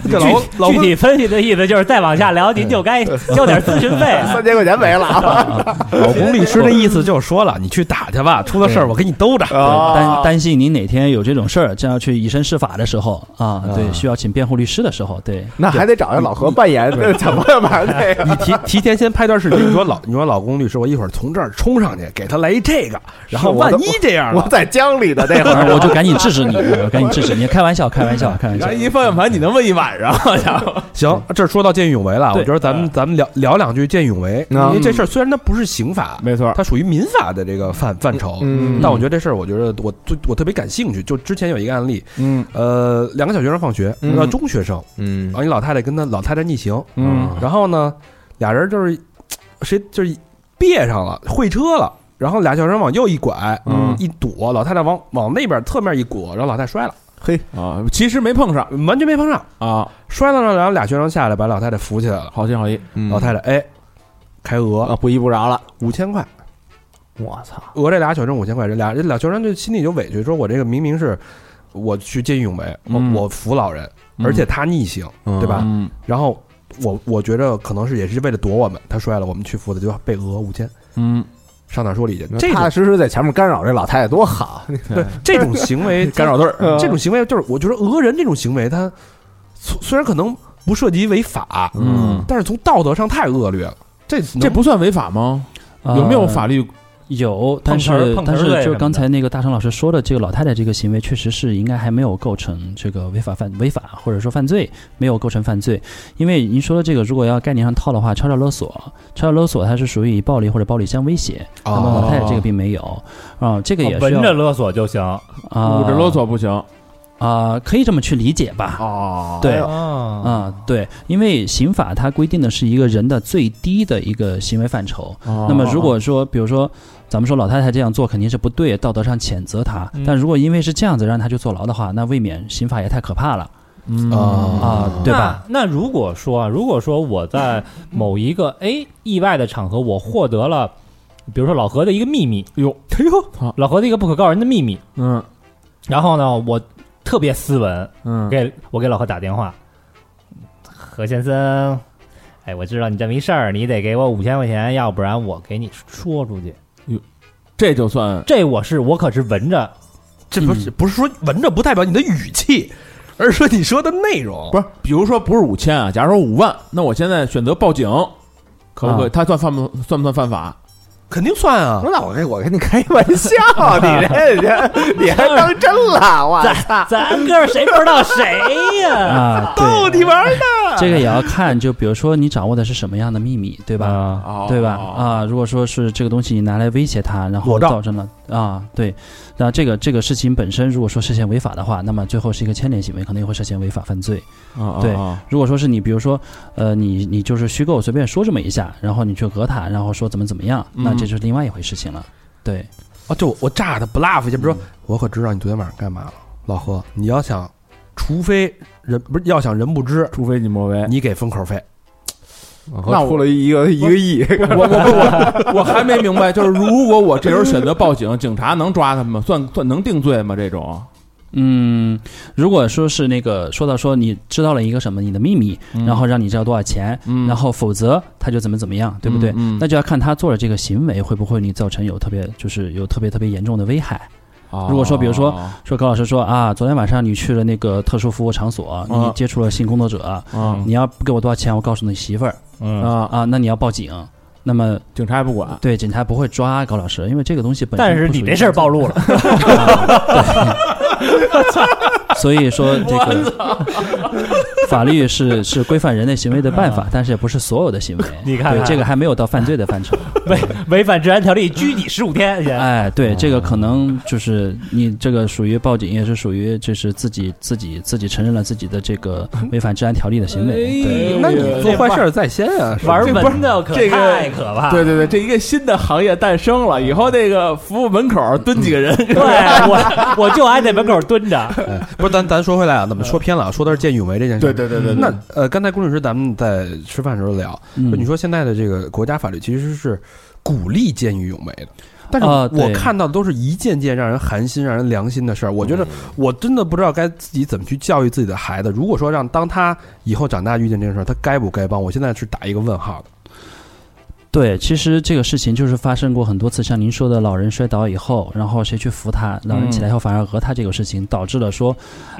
[SPEAKER 3] 这老老
[SPEAKER 2] 具体分析的意思就是再往下聊，您就该交点咨询费
[SPEAKER 4] 三千块钱没了啊！
[SPEAKER 3] 老公律师那意思就是说了，你去打去吧，出了事儿我给你兜着。
[SPEAKER 2] 哦
[SPEAKER 5] 对担
[SPEAKER 4] 啊
[SPEAKER 5] 担心您哪天有这种事儿，这样去以身试法的时候啊，对，需要请辩护律师的时候，对，
[SPEAKER 4] 那还得找一老何扮演抢方向盘那个。
[SPEAKER 3] 你提提前先拍段视频，你说老你说老公律师，我一会儿从这儿冲上去，给他来一这个，然后万一这样
[SPEAKER 4] 我
[SPEAKER 3] 了，
[SPEAKER 4] 在江里的那会
[SPEAKER 5] 然后
[SPEAKER 4] 儿，
[SPEAKER 5] 我就赶紧制止你，我赶紧制止你，开玩笑，开玩笑，开玩笑。
[SPEAKER 2] 哎
[SPEAKER 6] 一方向盘你能问一晚 上，家伙，
[SPEAKER 3] 行，这说到见义勇为了，
[SPEAKER 5] 对
[SPEAKER 3] 我觉得
[SPEAKER 6] 哎
[SPEAKER 3] 咱们咱们聊聊两句见义勇为，因
[SPEAKER 4] 嗯
[SPEAKER 3] 为这事儿虽然它不是刑法，
[SPEAKER 6] 没错，
[SPEAKER 3] 它属于民法的这个范范畴，
[SPEAKER 4] 嗯
[SPEAKER 3] 但我觉得这事儿，我觉得我最我特别感兴趣。就之前有一个案例，
[SPEAKER 4] 嗯
[SPEAKER 3] 呃，两个小学生放学，
[SPEAKER 4] 嗯
[SPEAKER 3] 那中学生，
[SPEAKER 4] 嗯
[SPEAKER 3] 然后一老太太跟他老太太逆行，
[SPEAKER 4] 嗯
[SPEAKER 3] 然后呢，俩人就是嘖谁就是别上了，会车了，然后俩小学生往右一拐，
[SPEAKER 4] 嗯
[SPEAKER 3] 一躲，老太太往往那边侧面一裹，然后老太太摔了，
[SPEAKER 6] 啊，其实没碰上
[SPEAKER 3] 完全没碰上，
[SPEAKER 6] 啊，
[SPEAKER 3] 摔了呢，然后俩学生下来把老太太扶起来了，
[SPEAKER 6] 好心好意，
[SPEAKER 4] 嗯
[SPEAKER 3] 老太太哎，开
[SPEAKER 4] 啊，
[SPEAKER 3] 讹
[SPEAKER 4] 不依不饶了。
[SPEAKER 3] 五千块，
[SPEAKER 4] 我操！
[SPEAKER 3] 讹这俩小学生五千块，这俩这俩小学生就心里就委屈，说我这个明明是我去见义勇为，我
[SPEAKER 6] 嗯
[SPEAKER 3] 我扶老人，而且他逆行，对吧？
[SPEAKER 6] 嗯
[SPEAKER 3] 然后我我觉着可能是也是为了躲我们，他摔了，我们去扶他就被讹五千，
[SPEAKER 6] 嗯，
[SPEAKER 3] 上哪儿说理去？这
[SPEAKER 4] 踏踏
[SPEAKER 3] 种
[SPEAKER 4] 实实在前面干扰这老太太多好，
[SPEAKER 6] 对，
[SPEAKER 3] 这种行 为
[SPEAKER 4] 干扰队儿
[SPEAKER 3] 哎
[SPEAKER 4] 嗯
[SPEAKER 3] 这种行为就是我觉得讹人这种行为，他虽虽然可能不涉及违法，
[SPEAKER 6] 嗯
[SPEAKER 3] 但是从道德上太恶劣了。这
[SPEAKER 6] 这
[SPEAKER 3] 这
[SPEAKER 6] 不算违法吗？
[SPEAKER 5] 嗯啊
[SPEAKER 6] 有没有法律？
[SPEAKER 5] 有，但
[SPEAKER 2] 碰瓷儿
[SPEAKER 5] 是
[SPEAKER 2] 碰瓷儿
[SPEAKER 5] 但是
[SPEAKER 2] 罪什
[SPEAKER 5] 就是
[SPEAKER 2] 么
[SPEAKER 5] 刚
[SPEAKER 2] 的
[SPEAKER 5] 才那个大成老师说的，这个老太太这个行为确实是应该还没有构成这个违法犯违法或者说犯罪，没有构成犯罪，因为您说的这个如果要概念上套的话，敲诈勒索，敲诈勒索它是属于以暴力或者暴力相威胁，
[SPEAKER 3] 啊
[SPEAKER 5] 那么老太太这个并没有啊，这个也
[SPEAKER 2] 哦
[SPEAKER 5] 是
[SPEAKER 2] 闻着
[SPEAKER 5] 要
[SPEAKER 2] 勒索就行
[SPEAKER 5] 啊，
[SPEAKER 6] 捂着勒索不行
[SPEAKER 5] 啊，可以这么去理解吧？
[SPEAKER 6] 哦
[SPEAKER 5] 对，
[SPEAKER 2] 啊，
[SPEAKER 5] 啊，对，因为刑法它规定的是一个人的最低的一个行为范畴，那
[SPEAKER 6] 那
[SPEAKER 5] 么如果说，比如说，咱们说老太太这样做肯定是不对，道德上谴责她。但如果因为是这样子让她去坐牢的话，那未免刑法也太可怕了
[SPEAKER 3] 嗯
[SPEAKER 5] 啊，对 吧？
[SPEAKER 2] 那？那如果说啊，如果说我在某一个哎意外的场合，我获得了比如说老何的一个秘密，
[SPEAKER 6] 哟，哎呦，
[SPEAKER 2] 老何的一个不可告人的秘密。
[SPEAKER 6] 嗯
[SPEAKER 2] 然后呢，我特别斯文，
[SPEAKER 6] 嗯，
[SPEAKER 2] 给我给老何打电话，何先生，哎，我知道你这么一事儿，你得给我五千块钱，要不然我给你说出去。
[SPEAKER 6] 这就算
[SPEAKER 2] 这我是我可是闻着，
[SPEAKER 3] 这不是不是说闻着不代表你的语气，而是说你说的内容。
[SPEAKER 6] 不是？比如说不是五千啊，假如说五万，那我现在选择报警，可
[SPEAKER 5] 啊
[SPEAKER 6] 不可以？他算犯不算不算犯法？
[SPEAKER 3] 肯定算啊
[SPEAKER 4] 我，说那我给我跟你开玩笑，你这这你还当真了？我操！
[SPEAKER 2] 咱哥谁不知道谁 呀？
[SPEAKER 5] 啊，
[SPEAKER 3] 逗
[SPEAKER 5] 对，
[SPEAKER 3] 你玩儿呢。
[SPEAKER 5] 这个也要看，就比如说你掌握的是什么样的秘密，对吧？
[SPEAKER 2] 吧？
[SPEAKER 6] 哦
[SPEAKER 5] 对吧？啊，如果说是这个东西你拿来威胁他，然后
[SPEAKER 3] 裸照
[SPEAKER 5] 造成了啊，对，那这个这个事情本身如果说涉嫌违法的话，那么最后是一个牵连行为，可能也会涉嫌违法犯罪。
[SPEAKER 6] 啊，
[SPEAKER 5] 对
[SPEAKER 6] 啊
[SPEAKER 5] 如果说是你，比如说，呃，你你就是虚构随便说这么一下，然后你去讹他，然后说怎么怎么样，那
[SPEAKER 6] 嗯
[SPEAKER 5] 这就是另外一回事情了。对，
[SPEAKER 3] 哦，就我我炸他 bluff 一下，比如说我可知道你昨天晚上干嘛了，老何，你要想，除非人不是要想人不知，
[SPEAKER 6] 除非你莫为
[SPEAKER 3] 你给封口费。
[SPEAKER 6] 那我
[SPEAKER 4] 出了一个一个亿，
[SPEAKER 6] 我我我我我还没 明白，就是如果我这时候选择报警，警察能抓他们吗？算算能定罪吗？这种
[SPEAKER 5] 嗯，如果说是那个说到说你知道了一个什么你的秘密，然后让你知道多少钱，
[SPEAKER 6] 嗯
[SPEAKER 5] 然后否则他就怎么怎么样，对不对？
[SPEAKER 6] 嗯嗯
[SPEAKER 5] 那就要看他做了这个行为会不会你造成有特别就是有特别特别严重的危害。如果说比如说
[SPEAKER 6] 啊
[SPEAKER 5] 说高老师说啊，昨天晚上你去了那个特殊服务场所，
[SPEAKER 6] 啊
[SPEAKER 5] 你接触了性工作者，
[SPEAKER 6] 啊
[SPEAKER 5] 你要不给我多少钱，我告诉你媳妇儿
[SPEAKER 2] 嗯，
[SPEAKER 6] 啊，
[SPEAKER 5] 啊，那你要报警。那么
[SPEAKER 6] 警察也不管，
[SPEAKER 5] 对警察不会抓高老师，因为这个东西本身
[SPEAKER 2] 但是
[SPEAKER 5] 不属
[SPEAKER 2] 你
[SPEAKER 5] 于
[SPEAKER 2] 这事儿暴露 了，
[SPEAKER 5] 所 以说这个法律是是规范人类行为的办法，但是也不是所有的行为。
[SPEAKER 2] 啊 你看看
[SPEAKER 5] 对这个还没有到犯罪的 范畴。
[SPEAKER 2] 违违反治安条例，拘你十五天。先
[SPEAKER 5] 哎，对，
[SPEAKER 2] 哦
[SPEAKER 5] 这个可能就是你这个属于报警，也是属于就是自己自己自己承认了自己的这个违反治安条例的行
[SPEAKER 2] 哎
[SPEAKER 5] 为。对，
[SPEAKER 3] 那你做坏事儿在先啊，是吧
[SPEAKER 2] 玩
[SPEAKER 6] 这不是
[SPEAKER 2] 文的可
[SPEAKER 6] 这个
[SPEAKER 2] 太可怕了。
[SPEAKER 6] 对对，这一个新的行业诞生了，以后那个服务门口蹲几 个人，
[SPEAKER 2] 对我我就爱在门口蹲着。
[SPEAKER 3] 哎 不是，咱咱说回来啊，怎么
[SPEAKER 5] 嗯
[SPEAKER 3] 说偏了？说的是见义勇为这件事。
[SPEAKER 6] 对对
[SPEAKER 3] 那呃，刚才龚律师咱们在吃饭时候聊，就你
[SPEAKER 5] 嗯，
[SPEAKER 3] 说现在的这个国家法律其实是鼓励见义勇为的，但是
[SPEAKER 5] 啊
[SPEAKER 3] 我
[SPEAKER 5] 对
[SPEAKER 3] 看到的都是一件件让人寒心、让人良心的事儿。我
[SPEAKER 5] 嗯
[SPEAKER 3] 觉得我真的不知道该自己怎么去教育自己的孩子。如果说让当他以后长大遇见这件事儿，他该不该帮？我现在是打一个问号的。
[SPEAKER 5] 对，其实这个事情就是发生过很多次，像您说的，老人摔倒以后，然后谁去扶他，老人起来以后反而讹他这个事情，导致了说，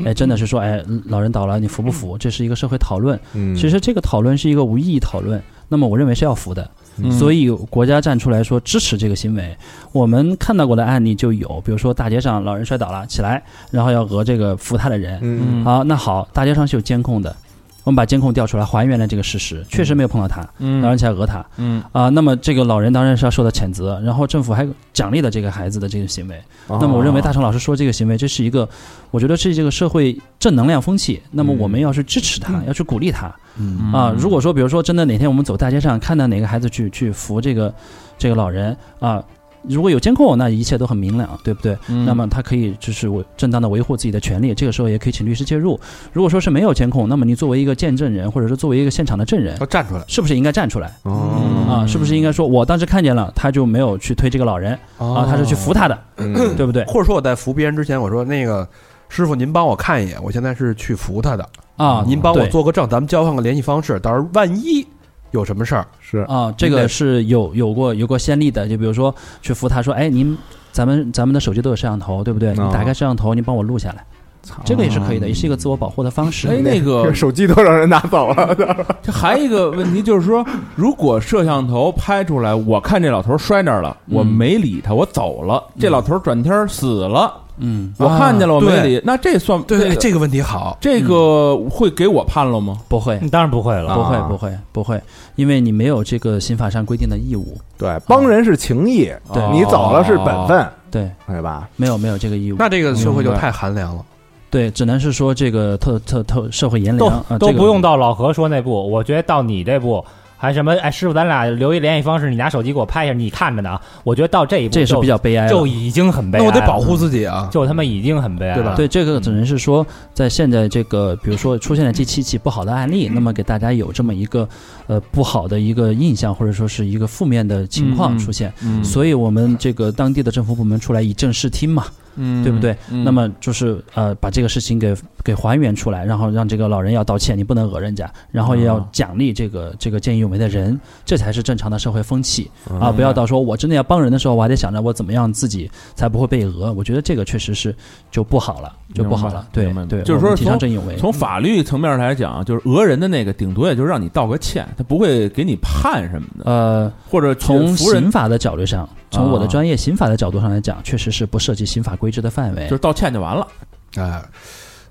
[SPEAKER 5] 哎，真的是说，哎，老人倒了，你扶不扶？这是一个社会讨论。
[SPEAKER 4] 嗯
[SPEAKER 5] 其实这个讨论是一个无意义讨论，那么我认为是要服的，所以国家站出来说支持这个行为。我们看到过的案例就有，比如说大街上老人摔倒了，起来，然后要讹这个扶他的人。
[SPEAKER 4] 嗯
[SPEAKER 5] 好，那好，大街上是有监控的，我们把监控调出来，还原了这个事实，确实没有碰到他，老人
[SPEAKER 6] 嗯
[SPEAKER 5] 起来讹他
[SPEAKER 6] 嗯，
[SPEAKER 5] 啊。那么这个老人当然是要受到谴责，然后政府还奖励了这个孩子的这个行为。
[SPEAKER 4] 哦
[SPEAKER 5] 那么我认为大成老师说这个行为，这是一个，我觉得是这个社会正能量风气。那么我们要去支持他，要去鼓励他。
[SPEAKER 3] 嗯
[SPEAKER 5] 啊，如果说比如说真的哪天我们走大街上看到哪个孩子去去扶这个这个老人啊，如果有监控，那一切都很明朗，对不对？
[SPEAKER 3] 嗯
[SPEAKER 5] 那么他可以就是我正当的维护自己的权利，这个时候也可以请律师介入。如果说是没有监控，那么你作为一个见证人，或者说作为一个现场的证人，
[SPEAKER 3] 要站出来
[SPEAKER 5] 是不是应该站出来
[SPEAKER 3] 嗯
[SPEAKER 4] 哦
[SPEAKER 5] 啊？是不是应该说我当时看见了，他就没有去推这个老人
[SPEAKER 3] 哦
[SPEAKER 5] 啊，他是去扶他的，
[SPEAKER 4] 嗯
[SPEAKER 5] 对不对？
[SPEAKER 3] 或者说我在扶别人之前，我说那个师傅，您帮我看一眼，我现在是去扶他的，
[SPEAKER 6] 嗯
[SPEAKER 5] 啊，
[SPEAKER 3] 您帮我
[SPEAKER 5] 对
[SPEAKER 3] 做个证，咱们交换个联系方式，到时候万一有什么事儿，
[SPEAKER 4] 是
[SPEAKER 5] 啊，这
[SPEAKER 3] 您得
[SPEAKER 5] 个是有有过有过先例的，就比如说去扶他说，哎，您咱们咱们的手机都有摄像头，对不对？你
[SPEAKER 4] 啊
[SPEAKER 5] 打开摄像头，您帮我录下来，这个也是可以的，也是一个自我保护的方
[SPEAKER 6] 哎，
[SPEAKER 5] 式。
[SPEAKER 6] 那个
[SPEAKER 4] 手机都让人拿走了，
[SPEAKER 6] 这还一个问题就是说，如果摄像头拍出来，我看这老头摔那儿了，
[SPEAKER 5] 嗯
[SPEAKER 6] 我没理他，我走了，这老头转天死了，
[SPEAKER 5] 嗯，
[SPEAKER 6] 我看见了，我没
[SPEAKER 3] 对
[SPEAKER 6] 理，那这算
[SPEAKER 3] 对，哎
[SPEAKER 6] 这
[SPEAKER 3] 这个问题好，
[SPEAKER 6] 这个会给我判了吗？
[SPEAKER 5] 不会，
[SPEAKER 2] 当然不会
[SPEAKER 5] 不
[SPEAKER 2] 了，
[SPEAKER 5] 会，不会，不会，因为你没有这个刑法上规定的义务，
[SPEAKER 4] 对，帮人是情义，
[SPEAKER 5] 对
[SPEAKER 4] 你走了是本分，
[SPEAKER 5] 对，
[SPEAKER 4] 对吧？
[SPEAKER 5] 没有没有这个义务
[SPEAKER 3] 那，这个社会就
[SPEAKER 6] 明白
[SPEAKER 3] 太寒凉了。
[SPEAKER 5] 对，只能是说这个特特特社会炎
[SPEAKER 2] 都
[SPEAKER 5] 凉啊，
[SPEAKER 2] 都
[SPEAKER 5] 这个
[SPEAKER 2] 不用到老何说那步，我觉得到你这步，还什么哎，师傅，咱俩留一联系方式，你拿手机给我拍一下，你看着呢啊。我觉得到这一步
[SPEAKER 5] 这是
[SPEAKER 2] 就
[SPEAKER 5] 比较悲哀的。
[SPEAKER 2] 就已经很悲
[SPEAKER 3] 那
[SPEAKER 2] 哀了，
[SPEAKER 3] 我得保护
[SPEAKER 6] 嗯
[SPEAKER 3] 自己啊。
[SPEAKER 2] 就他妈已经很悲哀了，
[SPEAKER 3] 对吧
[SPEAKER 5] 对，这个只能是说，在现在这个，比如说出现了这七起不好的案例，那么给大家有这么一个呃不好的一个印象，或者说是一个负面的情况出现。
[SPEAKER 6] 嗯
[SPEAKER 5] 所以我们这个当地的政府部门出来以正视听嘛，
[SPEAKER 6] 嗯
[SPEAKER 5] 对不对？
[SPEAKER 6] 嗯
[SPEAKER 5] 那么就是呃把这个事情给给还原出来，然后让这个老人要道歉，你不能讹人家，然后也要
[SPEAKER 6] 啊
[SPEAKER 5] 奖励这个这个见义勇为的人，这才是正常的社会风气啊！
[SPEAKER 6] 嗯
[SPEAKER 5] 不要到说我真的要帮人的时候，我还得想着我怎么样自己才不会被讹，我觉得这个确实是就不好了，就不好了。
[SPEAKER 6] 明白
[SPEAKER 5] 对
[SPEAKER 6] 明白
[SPEAKER 5] 对，
[SPEAKER 6] 就是
[SPEAKER 5] 我们
[SPEAKER 6] 说
[SPEAKER 5] 提倡
[SPEAKER 6] 从
[SPEAKER 5] 正义勇为，
[SPEAKER 6] 从法律层面来讲，就是讹人的那个，顶多也就是让你道个歉，他不会给你判什么的，
[SPEAKER 5] 呃。
[SPEAKER 6] 或者去
[SPEAKER 5] 从
[SPEAKER 6] 服人
[SPEAKER 5] 刑法的角度上，从我的
[SPEAKER 6] 啊
[SPEAKER 5] 专业刑法的角度上来讲，确实是不涉及刑法规制的范围
[SPEAKER 6] 就是。道歉就完了。
[SPEAKER 3] 哎，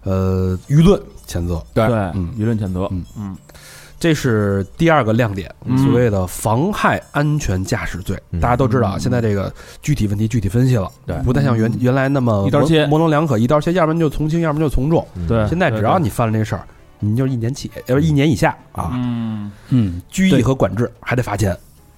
[SPEAKER 3] 呃，舆论谴责，
[SPEAKER 6] 对
[SPEAKER 3] 嗯
[SPEAKER 6] 舆论谴责。
[SPEAKER 3] 嗯这是第二个亮点，
[SPEAKER 6] 嗯
[SPEAKER 3] 所谓的妨害安全驾驶罪。
[SPEAKER 4] 嗯
[SPEAKER 3] 大家都知道啊，现在这个具体问题具体分析了，
[SPEAKER 6] 对嗯
[SPEAKER 3] 不再像原原来那么
[SPEAKER 6] 一刀切
[SPEAKER 3] 模模棱两可，一刀切，要不然就从轻，要不然就从重。
[SPEAKER 4] 嗯
[SPEAKER 6] 对
[SPEAKER 3] 现在只要你犯了这事儿，你就一年起，要不一年以下啊，
[SPEAKER 6] 嗯
[SPEAKER 5] 嗯，
[SPEAKER 3] 拘役
[SPEAKER 5] 对
[SPEAKER 3] 和管制还得罚钱。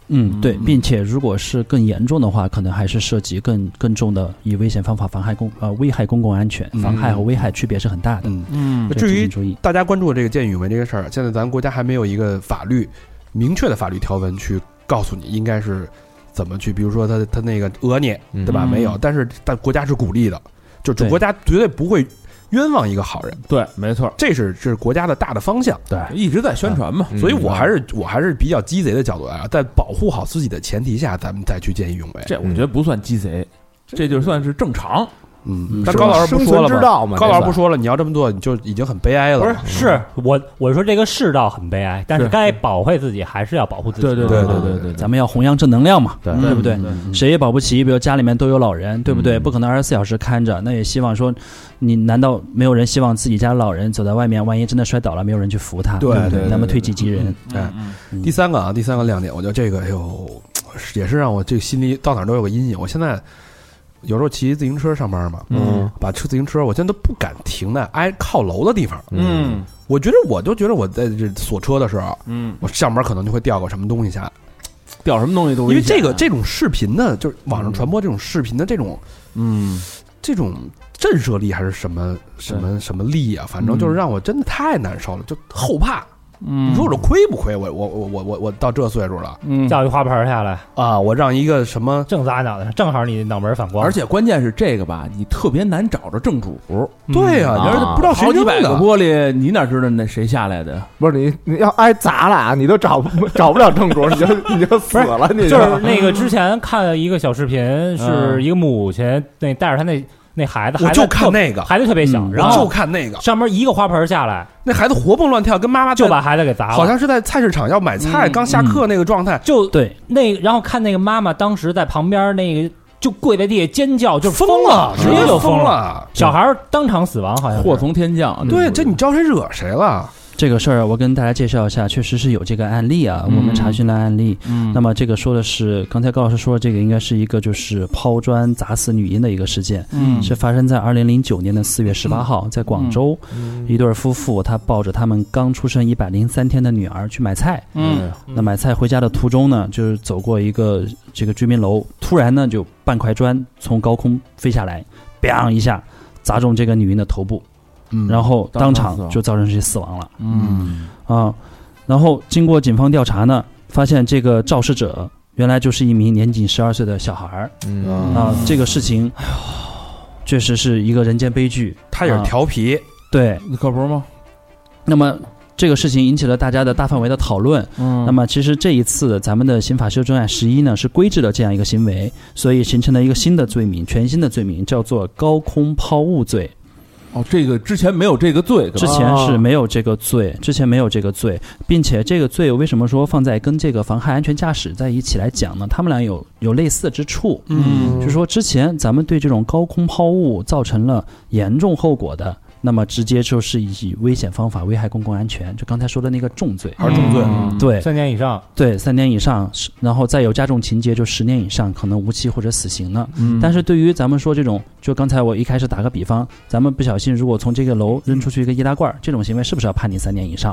[SPEAKER 5] 嗯，对，
[SPEAKER 6] 嗯
[SPEAKER 5] 并且如果是更严重的话，可能还是涉及更更重的以危险方法妨害公呃危害公共安全，
[SPEAKER 3] 嗯
[SPEAKER 5] 妨害和危害区别是很大的。
[SPEAKER 3] 嗯，
[SPEAKER 6] 嗯
[SPEAKER 5] 这
[SPEAKER 3] 至
[SPEAKER 5] 请
[SPEAKER 3] 于
[SPEAKER 5] 注意，
[SPEAKER 3] 大家关注的这个见义勇为这个事儿，现在咱国家还没有一个法律明确的法律条文去告诉你应该是怎么去，比如说他他那个讹你，对吧？
[SPEAKER 6] 嗯
[SPEAKER 3] 没有，但是但国家是鼓励的，就
[SPEAKER 5] 对
[SPEAKER 3] 国家绝对不会冤枉一个好人，
[SPEAKER 6] 对，没错，
[SPEAKER 3] 这是这是国家的大的方向。
[SPEAKER 4] 对，
[SPEAKER 6] 一直在宣传嘛。
[SPEAKER 4] 嗯
[SPEAKER 3] 所以我还是我还是比较鸡贼的角度啊，在保护好自己的前提下，咱们再去见义勇为。
[SPEAKER 6] 这我觉得不算鸡贼，这就算是正常。
[SPEAKER 3] 嗯
[SPEAKER 5] 嗯，
[SPEAKER 3] 但
[SPEAKER 4] 是
[SPEAKER 3] 高
[SPEAKER 4] 吧
[SPEAKER 3] 老师不
[SPEAKER 4] 生
[SPEAKER 3] 说
[SPEAKER 4] 存
[SPEAKER 3] 了
[SPEAKER 4] 之
[SPEAKER 3] 吗？
[SPEAKER 4] 道嘛，
[SPEAKER 3] 高老师
[SPEAKER 4] 对吧
[SPEAKER 3] 不说了，你要这么做，你就已经很悲哀了。
[SPEAKER 2] 不是，是我我说这个世道很悲哀，但是
[SPEAKER 6] 对
[SPEAKER 2] 该保护自己还是要保护自己。
[SPEAKER 6] 对
[SPEAKER 3] 对嗯
[SPEAKER 6] 对
[SPEAKER 3] 对
[SPEAKER 6] 对
[SPEAKER 3] 对
[SPEAKER 6] 对，
[SPEAKER 5] 咱们要弘扬正能量嘛，
[SPEAKER 3] 嗯
[SPEAKER 4] 对
[SPEAKER 5] 不对？谁也保不齐，比如家里面都有老人，对不对？
[SPEAKER 4] 嗯
[SPEAKER 5] 不可能二十四小时看着，那也希望说，你难道没有人希望自己家老人走在外面，万一真的摔倒了，没有人去扶他，
[SPEAKER 3] 对
[SPEAKER 5] 不
[SPEAKER 3] 对对
[SPEAKER 5] 咱们推己及人，
[SPEAKER 3] 哎
[SPEAKER 6] 嗯
[SPEAKER 3] 第三个啊，第三个亮点，我觉得这个哎呦，是也是让我这个心里到哪儿都有个阴影。我现在有时候骑自行车上班嘛，
[SPEAKER 6] 嗯
[SPEAKER 3] 把车自行车我现在都不敢停在挨靠楼的地方。
[SPEAKER 4] 嗯，
[SPEAKER 6] 嗯
[SPEAKER 3] 我觉得我就觉得我在这锁车的时候，
[SPEAKER 6] 嗯，
[SPEAKER 3] 我上边可能就会掉个什么东西下来，
[SPEAKER 6] 掉什么东西都
[SPEAKER 3] 因
[SPEAKER 6] 危
[SPEAKER 3] 为
[SPEAKER 6] 险啊
[SPEAKER 3] 这个这种视频的，就是网上传播这种视频的这种
[SPEAKER 6] 嗯
[SPEAKER 3] 这种震慑力还是什么什么什么力啊，反正就是让我真的太难受了，就后怕。
[SPEAKER 6] 嗯
[SPEAKER 3] 你说我这亏不亏？我我我我我我到这岁数了
[SPEAKER 6] 嗯
[SPEAKER 2] 叫一花盆下来，
[SPEAKER 3] 啊，我让一个什么
[SPEAKER 2] 正砸脑袋上，正好你脑门反光。
[SPEAKER 6] 而且关键是这个吧，你特别难找着正主，
[SPEAKER 3] 对呀、
[SPEAKER 6] 啊
[SPEAKER 3] 你说不知道谁
[SPEAKER 6] 好几
[SPEAKER 3] 扔
[SPEAKER 6] 百个
[SPEAKER 3] 的。
[SPEAKER 6] 玻璃，你哪知道那谁下来的？
[SPEAKER 4] 不是你你要挨砸了啊，你都找不找不了正主，你就你就死了，你
[SPEAKER 2] 就是那个之前看了一个小视频，
[SPEAKER 6] 嗯
[SPEAKER 2] 是一个母亲那带着她那那孩子，
[SPEAKER 3] 我
[SPEAKER 2] 孩子
[SPEAKER 3] 就看
[SPEAKER 2] 特
[SPEAKER 3] 那个，
[SPEAKER 2] 孩子特别小，
[SPEAKER 5] 嗯
[SPEAKER 2] 然
[SPEAKER 3] 我就
[SPEAKER 2] 后
[SPEAKER 3] 看那个，
[SPEAKER 2] 上面一个花盆下来
[SPEAKER 3] 那孩子活蹦乱跳，跟妈妈在
[SPEAKER 2] 就把孩子给砸了，
[SPEAKER 3] 好像是在菜市场要买菜，
[SPEAKER 6] 嗯
[SPEAKER 3] 刚下课那个状态，
[SPEAKER 2] 就
[SPEAKER 5] 对，
[SPEAKER 2] 那然后看那个妈妈当时在旁边那个就跪在地下尖叫，就
[SPEAKER 3] 疯了，
[SPEAKER 2] 直接就
[SPEAKER 3] 疯
[SPEAKER 2] 了，
[SPEAKER 3] 了。
[SPEAKER 2] 小孩儿当场死亡好像是。
[SPEAKER 6] 祸从天降。
[SPEAKER 3] 对，这你招谁惹谁了？
[SPEAKER 5] 这个事儿，我跟大家介绍一下，确实是有这个案例啊，
[SPEAKER 6] 嗯
[SPEAKER 5] 我们查询了案例。
[SPEAKER 6] 嗯
[SPEAKER 5] 那么这个说的是，刚才高老师说的这个应该是一个就是抛砖砸死女婴的一个事件，
[SPEAKER 6] 嗯
[SPEAKER 5] 是发生在二零零九年的四月十八号，在广州，
[SPEAKER 6] 嗯
[SPEAKER 5] 一对夫妇他抱着他们刚出生一百零三天的女儿去买菜，
[SPEAKER 6] 嗯
[SPEAKER 5] 那买菜回家的途中呢，就是走过一个这个居民楼，突然呢就半块砖从高空飞下来，bang 一下砸中这个女婴的头部，
[SPEAKER 3] 嗯
[SPEAKER 5] 然后当
[SPEAKER 6] 当场死
[SPEAKER 5] 场
[SPEAKER 6] 亡
[SPEAKER 5] 就造成这死亡了。
[SPEAKER 6] 嗯
[SPEAKER 5] 啊，然后经过警方调查呢，发现这个肇事者原来就是一名年仅十二岁的小孩儿
[SPEAKER 4] 嗯
[SPEAKER 5] 啊，这个事情确实是一个人间悲剧。
[SPEAKER 3] 他也是
[SPEAKER 5] 啊
[SPEAKER 3] 调皮，
[SPEAKER 5] 对，
[SPEAKER 6] 可不是吗？
[SPEAKER 5] 那么这个事情引起了大家的大范围的讨论。
[SPEAKER 6] 嗯
[SPEAKER 5] 那么其实这一次咱们的刑法修正案十一呢，是规制了这样一个行为，所以形成了一个新的罪名，全新的罪名叫做高空抛物罪。
[SPEAKER 6] 哦，这个之前没有这个罪，
[SPEAKER 5] 之前是没有这个罪，之前没有这个罪，并且这个罪为什么说放在跟这个妨害安全驾驶在一起来讲呢？他们俩有有类似之处，
[SPEAKER 6] 嗯
[SPEAKER 5] 就是说之前咱们对这种高空抛物造成了严重后果的，那么直接就是以危险方法危害公共安全，就刚才说的那个重罪。
[SPEAKER 3] 还是重罪，
[SPEAKER 6] 嗯
[SPEAKER 5] 对
[SPEAKER 2] 三年以上，
[SPEAKER 5] 对，三年以上，是然后再有加重情节就十年以上，可能无期或者死刑了。
[SPEAKER 6] 嗯
[SPEAKER 5] 但是对于咱们说这种，就刚才我一开始打个比方，咱们不小心如果从这个楼扔出去一个易拉罐儿，这种行为是不是要判你三年以上？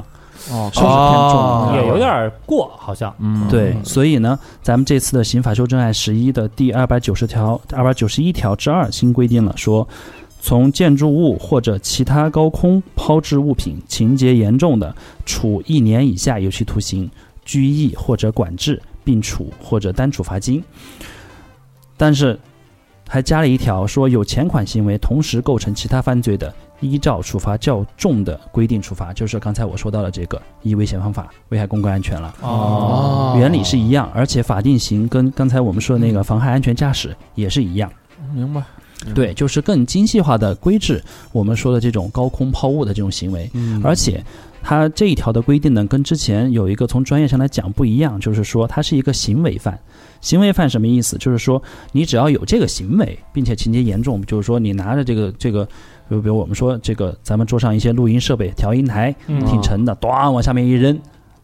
[SPEAKER 6] 哦
[SPEAKER 5] 是不是偏重
[SPEAKER 3] 哦
[SPEAKER 5] 的？
[SPEAKER 2] 也有点儿过，好像
[SPEAKER 6] 嗯，
[SPEAKER 5] 对，所以呢，咱们这次的刑法修正案十一的第二百九十条、二百九十一条之二新规定了说，从建筑物或者其他高空抛掷物品，情节严重的，处一年以下有期徒刑、拘役或者管制，并处或者单处罚金。但是还加了一条说，有前款行为同时构成其他犯罪的，依照处罚较重的规定处罚，就是刚才我说到的这个以危险方法危害公共安全了。
[SPEAKER 2] 哦，
[SPEAKER 5] 原理是一样，而且法定刑跟刚才我们说的那个妨害安全驾驶也是一样。
[SPEAKER 6] 明白。
[SPEAKER 5] 对，就是更精细化的规制我们说的这种高空抛物的这种行为，
[SPEAKER 3] 嗯
[SPEAKER 5] 而且它这一条的规定呢，跟之前有一个从专业上来讲不一样，就是说它是一个行为犯。行为犯什么意思？就是说你只要有这个行为，并且情节严重，就是说你拿着这个这个，比如比如我们说这个咱们桌上一些录音设备、调音台
[SPEAKER 2] 嗯
[SPEAKER 5] 挺沉的，咣往下面一扔，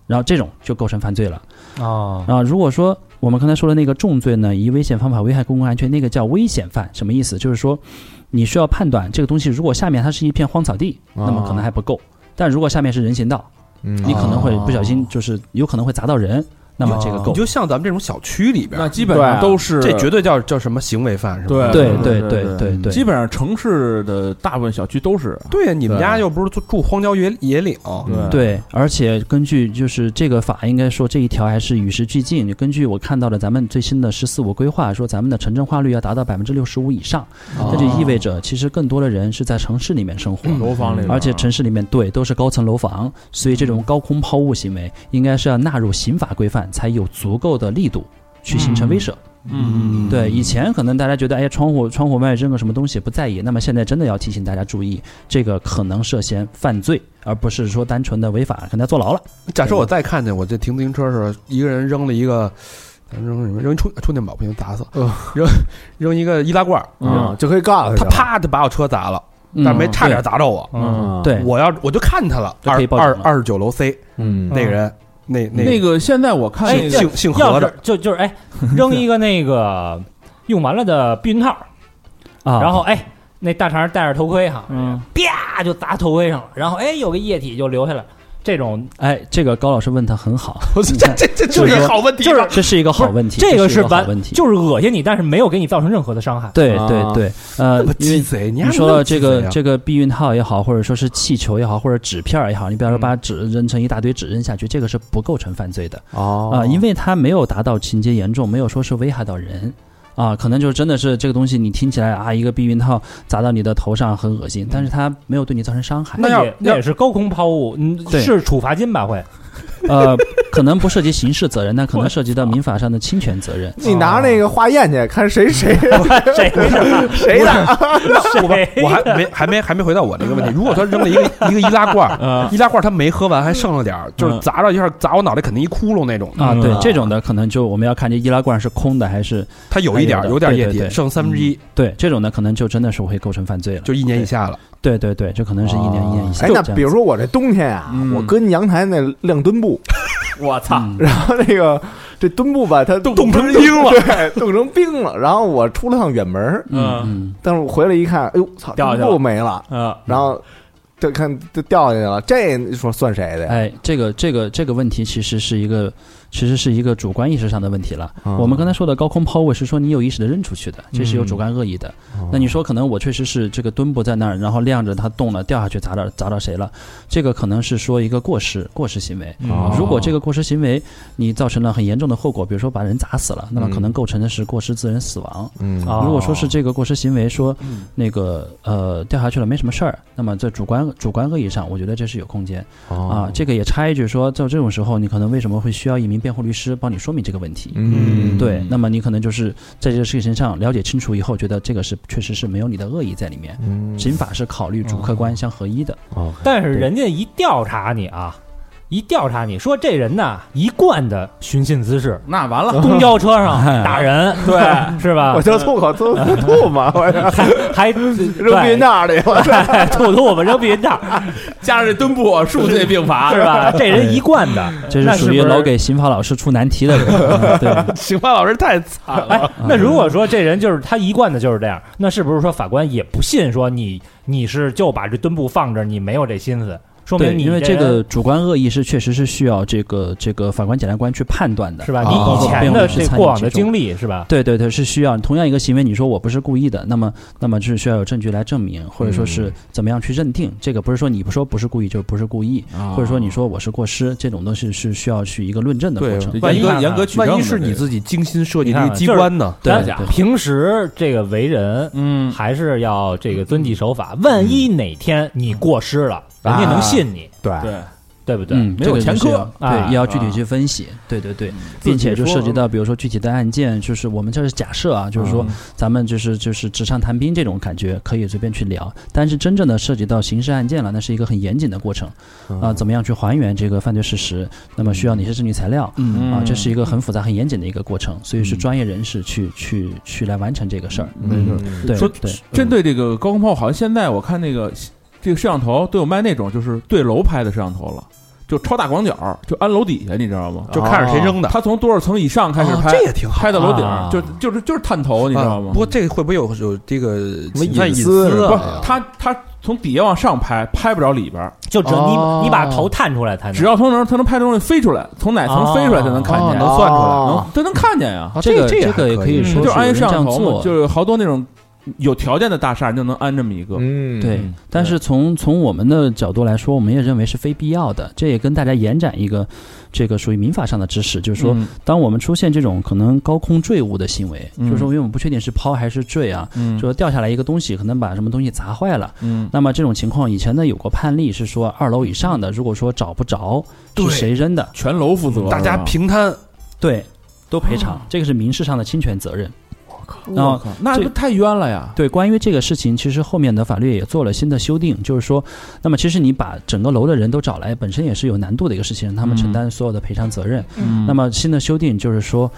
[SPEAKER 5] 然后这种就构成犯罪了。
[SPEAKER 2] 哦，
[SPEAKER 5] 啊，如果说我们刚才说的那个重罪呢，以危险方法危害公共安全，那个叫危险犯，什么意思？就是说，你需要判断这个东西，如果下面它是一片荒草地，
[SPEAKER 6] 啊
[SPEAKER 5] 那么可能还不够；但如果下面是人行道，
[SPEAKER 4] 嗯
[SPEAKER 5] 你可能会不小心，就是有可能会砸到人，那么这个够
[SPEAKER 3] 你。
[SPEAKER 6] 啊
[SPEAKER 3] 就像咱们这种小区里边
[SPEAKER 6] 那，基本上都是
[SPEAKER 3] 这绝对叫叫什么行为犯是吧？
[SPEAKER 6] 对
[SPEAKER 5] 对对对
[SPEAKER 6] 对对
[SPEAKER 5] 对
[SPEAKER 6] 基
[SPEAKER 5] 对，
[SPEAKER 6] 本上城市的大部分小区都是
[SPEAKER 3] 对呀，你们
[SPEAKER 6] 对
[SPEAKER 3] 家又不是住住荒郊野野岭，
[SPEAKER 6] 对
[SPEAKER 5] 对，而且根据就是这个法，应该说这一条还是与时俱进。根据我看到的咱们最新的“十四五”规划，说咱们的城镇化率要达到百分之六十五以上，
[SPEAKER 6] 啊
[SPEAKER 5] 那就意味着其实更多的人是在城市里面生活。
[SPEAKER 6] 楼房里边，
[SPEAKER 5] 而且城市里面对都是高层楼房，所以这种高空抛物行为应该是要纳入刑法规范，才有足够的力度去形成威慑。
[SPEAKER 6] 嗯
[SPEAKER 5] 对，以前可能大家觉得，哎，窗户窗户外扔个什么东西不在意，那么现在真的要提醒大家注意，这个可能涉嫌犯罪，而不是说单纯的违法，可能要坐牢了。
[SPEAKER 3] 假设我再看见我这停自行车的时候，一个人扔了一个，咱扔什么？扔一充充电宝不行，砸死了
[SPEAKER 5] 哦
[SPEAKER 4] 呃
[SPEAKER 3] 扔扔一个易拉罐儿，
[SPEAKER 4] 嗯就可以告诉
[SPEAKER 3] 他
[SPEAKER 5] 啊
[SPEAKER 4] 他，
[SPEAKER 3] 啪就把我车砸了，嗯但是没差点砸着我。
[SPEAKER 2] 嗯，
[SPEAKER 4] 嗯，
[SPEAKER 5] 嗯对，
[SPEAKER 3] 我要我就看他了，
[SPEAKER 5] 就
[SPEAKER 3] 二
[SPEAKER 5] 可以报警
[SPEAKER 3] 二
[SPEAKER 5] 了
[SPEAKER 3] 二十九楼 C
[SPEAKER 4] 嗯，
[SPEAKER 3] 那个人，那
[SPEAKER 6] 那
[SPEAKER 3] 个
[SPEAKER 6] 个现在我看
[SPEAKER 2] 哎
[SPEAKER 6] 那
[SPEAKER 2] 这
[SPEAKER 6] 个
[SPEAKER 3] 姓姓
[SPEAKER 2] 要
[SPEAKER 3] 何的
[SPEAKER 2] 是就就是哎，扔一个那个用完了的避孕套，
[SPEAKER 5] 啊，
[SPEAKER 2] 然后哎，那大肠戴着头盔哈，
[SPEAKER 6] 嗯
[SPEAKER 2] 啪就砸头盔上了，然后哎有个液体就流下来了，这种
[SPEAKER 5] 哎，这个高老师问的很好，
[SPEAKER 3] 这这这
[SPEAKER 5] 就是是
[SPEAKER 3] 好问题，
[SPEAKER 2] 就是
[SPEAKER 5] 这是一个好问题，
[SPEAKER 2] 这
[SPEAKER 5] 个
[SPEAKER 2] 个是
[SPEAKER 5] 好
[SPEAKER 2] 完
[SPEAKER 5] 问题，
[SPEAKER 2] 就是恶心你，但是没有给你造成任何的伤害。
[SPEAKER 5] 对
[SPEAKER 4] 啊
[SPEAKER 5] 对对，呃
[SPEAKER 3] 这么，
[SPEAKER 5] 因为
[SPEAKER 3] 鸡贼！你还
[SPEAKER 5] 你说
[SPEAKER 3] 那么
[SPEAKER 5] 到
[SPEAKER 3] 鸡
[SPEAKER 5] 这
[SPEAKER 3] 贼
[SPEAKER 5] 个
[SPEAKER 3] 啊
[SPEAKER 5] 这个避孕套也好，或者说是气球也好，或者纸片儿也好，你不要说把纸扔成一大堆纸扔下去，这个是不构成犯罪的
[SPEAKER 4] 哦
[SPEAKER 5] 啊、因为它没有达到情节严重，没有说是危害到人啊、可能就是真的是这个东西，你听起来啊，一个避孕套砸到你的头上很恶心，但是它没有对你造成伤害，
[SPEAKER 2] 那
[SPEAKER 3] 要
[SPEAKER 2] 也那也是高空抛物，嗯，
[SPEAKER 5] 对
[SPEAKER 2] 是处罚金吧？ 会
[SPEAKER 5] 呃，可能不涉及刑事责任，但可能涉及到民法上的侵权责任。
[SPEAKER 4] 你拿那个化验去，看谁谁
[SPEAKER 2] 谁的？
[SPEAKER 4] 谁的，
[SPEAKER 2] 谁？
[SPEAKER 3] 我还没还没还没回到我这个问 题。如果说扔了一个一个易拉罐
[SPEAKER 5] 啊
[SPEAKER 3] 儿，易拉罐儿他没喝完还剩了点儿，就是砸着一下砸我脑袋肯定一窟窿那种的。
[SPEAKER 5] 嗯啊，对
[SPEAKER 4] 嗯
[SPEAKER 5] 这种的可能就我们要看这易拉罐是空的还是
[SPEAKER 3] 他有一点儿
[SPEAKER 5] 还
[SPEAKER 3] 有
[SPEAKER 5] 有的
[SPEAKER 3] 点儿液
[SPEAKER 5] 对对嗯
[SPEAKER 3] 体，
[SPEAKER 5] 对
[SPEAKER 3] 剩三分之一，
[SPEAKER 5] 对这种的可能就真的是会构成犯罪了。
[SPEAKER 3] 就一年以下了。
[SPEAKER 5] 对对对，这可能是一年一年以下。
[SPEAKER 4] 哎，那比如说我这冬天啊，
[SPEAKER 6] 嗯
[SPEAKER 4] 我搁你阳台那晾墩布，
[SPEAKER 2] 我操！
[SPEAKER 4] 然后那个这墩布吧，它冻
[SPEAKER 3] 冻成冰了
[SPEAKER 4] 对，冻成冰了。然后我出了趟远门儿，
[SPEAKER 5] 嗯
[SPEAKER 4] 但是我回来一看，哎呦，操，
[SPEAKER 6] 掉下
[SPEAKER 4] 墩
[SPEAKER 6] 去了
[SPEAKER 4] 布没了，
[SPEAKER 6] 啊，
[SPEAKER 4] 然后就看就掉下去了，这说算谁的呀？
[SPEAKER 5] 嗯，哎，这个这个这个问题其实是一个其实是一个主观意识上的问题了。
[SPEAKER 4] 嗯
[SPEAKER 5] 我们刚才说的高空抛物是说你有意识的扔出去的，这是有主观恶意的。
[SPEAKER 4] 哦
[SPEAKER 5] 那你说可能我确实是这个墩布在那儿，然后晾着它动了掉下去砸到砸到谁了，这个可能是说一个过失过失行为。
[SPEAKER 2] 嗯
[SPEAKER 4] 哦
[SPEAKER 5] 如果这个过失行为你造成了很严重的后果，比如说把人砸死了，那么可能构成的是过失致人死亡。
[SPEAKER 4] 嗯
[SPEAKER 2] 啊
[SPEAKER 5] 如果说是这个过失行为，说那个呃掉下去了没什么事儿，那么在主观主观恶意上，我觉得这是有空间啊。这个也插一句说，在这种时候，你可能为什么会需要一名辩护律师帮你说明这个问题？
[SPEAKER 4] 嗯
[SPEAKER 5] 对，那么你可能就是在这个事情上了解清楚以后，觉得这个是确实是没有你的恶意在里面。
[SPEAKER 4] 嗯
[SPEAKER 5] 刑法是考虑主客观相合一的，
[SPEAKER 4] 哦
[SPEAKER 2] 但是人家一调查你啊，一调查你说这人呐，一贯的寻衅滋事，
[SPEAKER 7] 那完了，
[SPEAKER 2] 公交车上打人，对，是吧
[SPEAKER 4] 我？就吐口吐吐嘛，我
[SPEAKER 2] 还还
[SPEAKER 4] 扔避孕袋里，我
[SPEAKER 2] 袋，吐吐我们扔避孕袋，
[SPEAKER 7] 加上这蹲步，数罪并罚
[SPEAKER 2] 是？吧？这人一贯的，
[SPEAKER 5] 这
[SPEAKER 2] 那
[SPEAKER 5] 是属
[SPEAKER 2] 不
[SPEAKER 5] 于老给刑法老师出难题的人，嗯对，
[SPEAKER 3] 刑法老师太惨了，
[SPEAKER 2] 哎，那如果说这人就是他一贯的就是这样，那是不是说法官也不信说你你是就把这墩布放这儿，你没有这心思，说
[SPEAKER 5] 对，
[SPEAKER 2] 明你
[SPEAKER 5] 因为
[SPEAKER 2] 这
[SPEAKER 5] 这
[SPEAKER 2] 人
[SPEAKER 5] 个主观恶意是确实是需要这个这个法官检察官去判断的，
[SPEAKER 2] 是吧？
[SPEAKER 3] 啊
[SPEAKER 2] 你以前的这过往的经
[SPEAKER 5] 历，
[SPEAKER 2] 历是吧？
[SPEAKER 5] 对对对，是需要同样一个行为，你说我不是故意的，那么那么是需要有证据来证明，或者说是怎么样去认定，这个不是说你不说不是故意就是不是故意，或者说你说我是过失，这种东西是需要去一个论证的
[SPEAKER 6] 对
[SPEAKER 5] 过程。，
[SPEAKER 6] 这严
[SPEAKER 2] 万
[SPEAKER 6] 格
[SPEAKER 2] 一
[SPEAKER 6] 严格取证的，
[SPEAKER 3] 万一是你自己精心设计的一
[SPEAKER 2] 你
[SPEAKER 3] 个
[SPEAKER 2] 看
[SPEAKER 3] 机关呢？
[SPEAKER 5] 对
[SPEAKER 2] 咱
[SPEAKER 5] 对
[SPEAKER 2] 平时这个为人
[SPEAKER 6] 嗯，
[SPEAKER 2] 还是要这个遵纪守法，万
[SPEAKER 5] 嗯
[SPEAKER 2] 一哪天你过失了，人
[SPEAKER 4] 啊
[SPEAKER 2] 家能信你，
[SPEAKER 4] 对，
[SPEAKER 6] 对，
[SPEAKER 2] 对不对？
[SPEAKER 5] 嗯，
[SPEAKER 6] 没有
[SPEAKER 5] 这个
[SPEAKER 6] 前
[SPEAKER 5] 就是
[SPEAKER 6] 科
[SPEAKER 5] 要
[SPEAKER 2] 啊
[SPEAKER 5] 对，也要具体去分析，对对对，并且就涉及到，比如说具体的案件，就是我们这是假设啊，就是说咱们就是就是纸上谈兵这种感觉可以随便去聊，但是真正的涉及到刑事案件了，那是一个很严谨的过程啊，怎么样去还原这个犯罪事实，那么需要哪些证据材料
[SPEAKER 6] 嗯
[SPEAKER 5] 啊，这是一个很复杂、很严谨的一个过程，所以是专业人士去去去来完成这个事儿，
[SPEAKER 6] 没
[SPEAKER 4] 嗯
[SPEAKER 6] 错。
[SPEAKER 5] 对
[SPEAKER 6] 说
[SPEAKER 5] 对，
[SPEAKER 6] 针对这个高空炮，好像现在我看那个这个摄像头都有卖那种就是对楼拍的摄像头了，就超大广角，就安楼底下，你知道吗？
[SPEAKER 3] 就看着谁扔的，
[SPEAKER 6] 他从多少层以上开始
[SPEAKER 3] 哦
[SPEAKER 6] 拍，
[SPEAKER 3] 这也挺好。
[SPEAKER 6] 拍到楼顶
[SPEAKER 2] 啊
[SPEAKER 6] 儿，就就是就是探头，你知道吗
[SPEAKER 3] 啊不？过这个会不会有有这个
[SPEAKER 4] 么
[SPEAKER 3] 侵犯
[SPEAKER 4] 隐
[SPEAKER 3] 隐私
[SPEAKER 4] 私是
[SPEAKER 6] 不是
[SPEAKER 3] 啊？
[SPEAKER 6] 他他从底下往上拍，拍不着里边儿，
[SPEAKER 2] 就只要
[SPEAKER 3] 哦
[SPEAKER 2] 你你把头探出来才
[SPEAKER 6] 只
[SPEAKER 2] 能。
[SPEAKER 6] 要从哪儿他能拍东西飞出来，从哪层飞出来才能看
[SPEAKER 3] 哦
[SPEAKER 6] 见，
[SPEAKER 3] 能算出来
[SPEAKER 4] 哦
[SPEAKER 6] 能他能看见呀。
[SPEAKER 3] 啊
[SPEAKER 5] 这个
[SPEAKER 3] 这
[SPEAKER 5] 这个
[SPEAKER 3] 也
[SPEAKER 5] 也
[SPEAKER 3] 还
[SPEAKER 5] 可以
[SPEAKER 2] 嗯
[SPEAKER 5] 说
[SPEAKER 6] 就是是安一
[SPEAKER 5] 人这
[SPEAKER 6] 摄像
[SPEAKER 5] 样
[SPEAKER 6] 头嘛，
[SPEAKER 5] 做，
[SPEAKER 6] 就是好多那种有条件的大厦，你就能安这么一个。
[SPEAKER 4] 嗯，
[SPEAKER 5] 对
[SPEAKER 6] 嗯，
[SPEAKER 5] 但是从从我们的角度来说，我们也认为是非必要的。这也跟大家延展一个这个属于民法上的知识，就是说，
[SPEAKER 6] 嗯
[SPEAKER 5] 当我们出现这种可能高空坠物的行为，
[SPEAKER 6] 嗯
[SPEAKER 5] 就是说，因为我们不确定是抛还是坠啊，
[SPEAKER 6] 嗯
[SPEAKER 5] 就说掉下来一个东西，可能把什么东西砸坏了。
[SPEAKER 6] 嗯
[SPEAKER 5] 那么这种情况，以前呢有过判例是说，二楼以上的，如果说找不着
[SPEAKER 3] 对
[SPEAKER 5] 是谁扔的，
[SPEAKER 6] 全楼负
[SPEAKER 3] 啊
[SPEAKER 6] 责，
[SPEAKER 3] 嗯
[SPEAKER 6] 啊
[SPEAKER 3] 大家
[SPEAKER 6] 是吧
[SPEAKER 3] 平摊，
[SPEAKER 5] 对，都赔偿，啊这个是民事上的侵权责任。然后
[SPEAKER 6] 我靠，那
[SPEAKER 5] 这
[SPEAKER 6] 不太冤了呀！
[SPEAKER 5] 对，关于这个事情，其实后面的法律也做了新的修订，就是说，那么其实你把整个楼的人都找来，本身也是有难度的一个事情，让他们承担所有的赔偿责任。
[SPEAKER 6] 嗯
[SPEAKER 5] 那么新的修订就是说，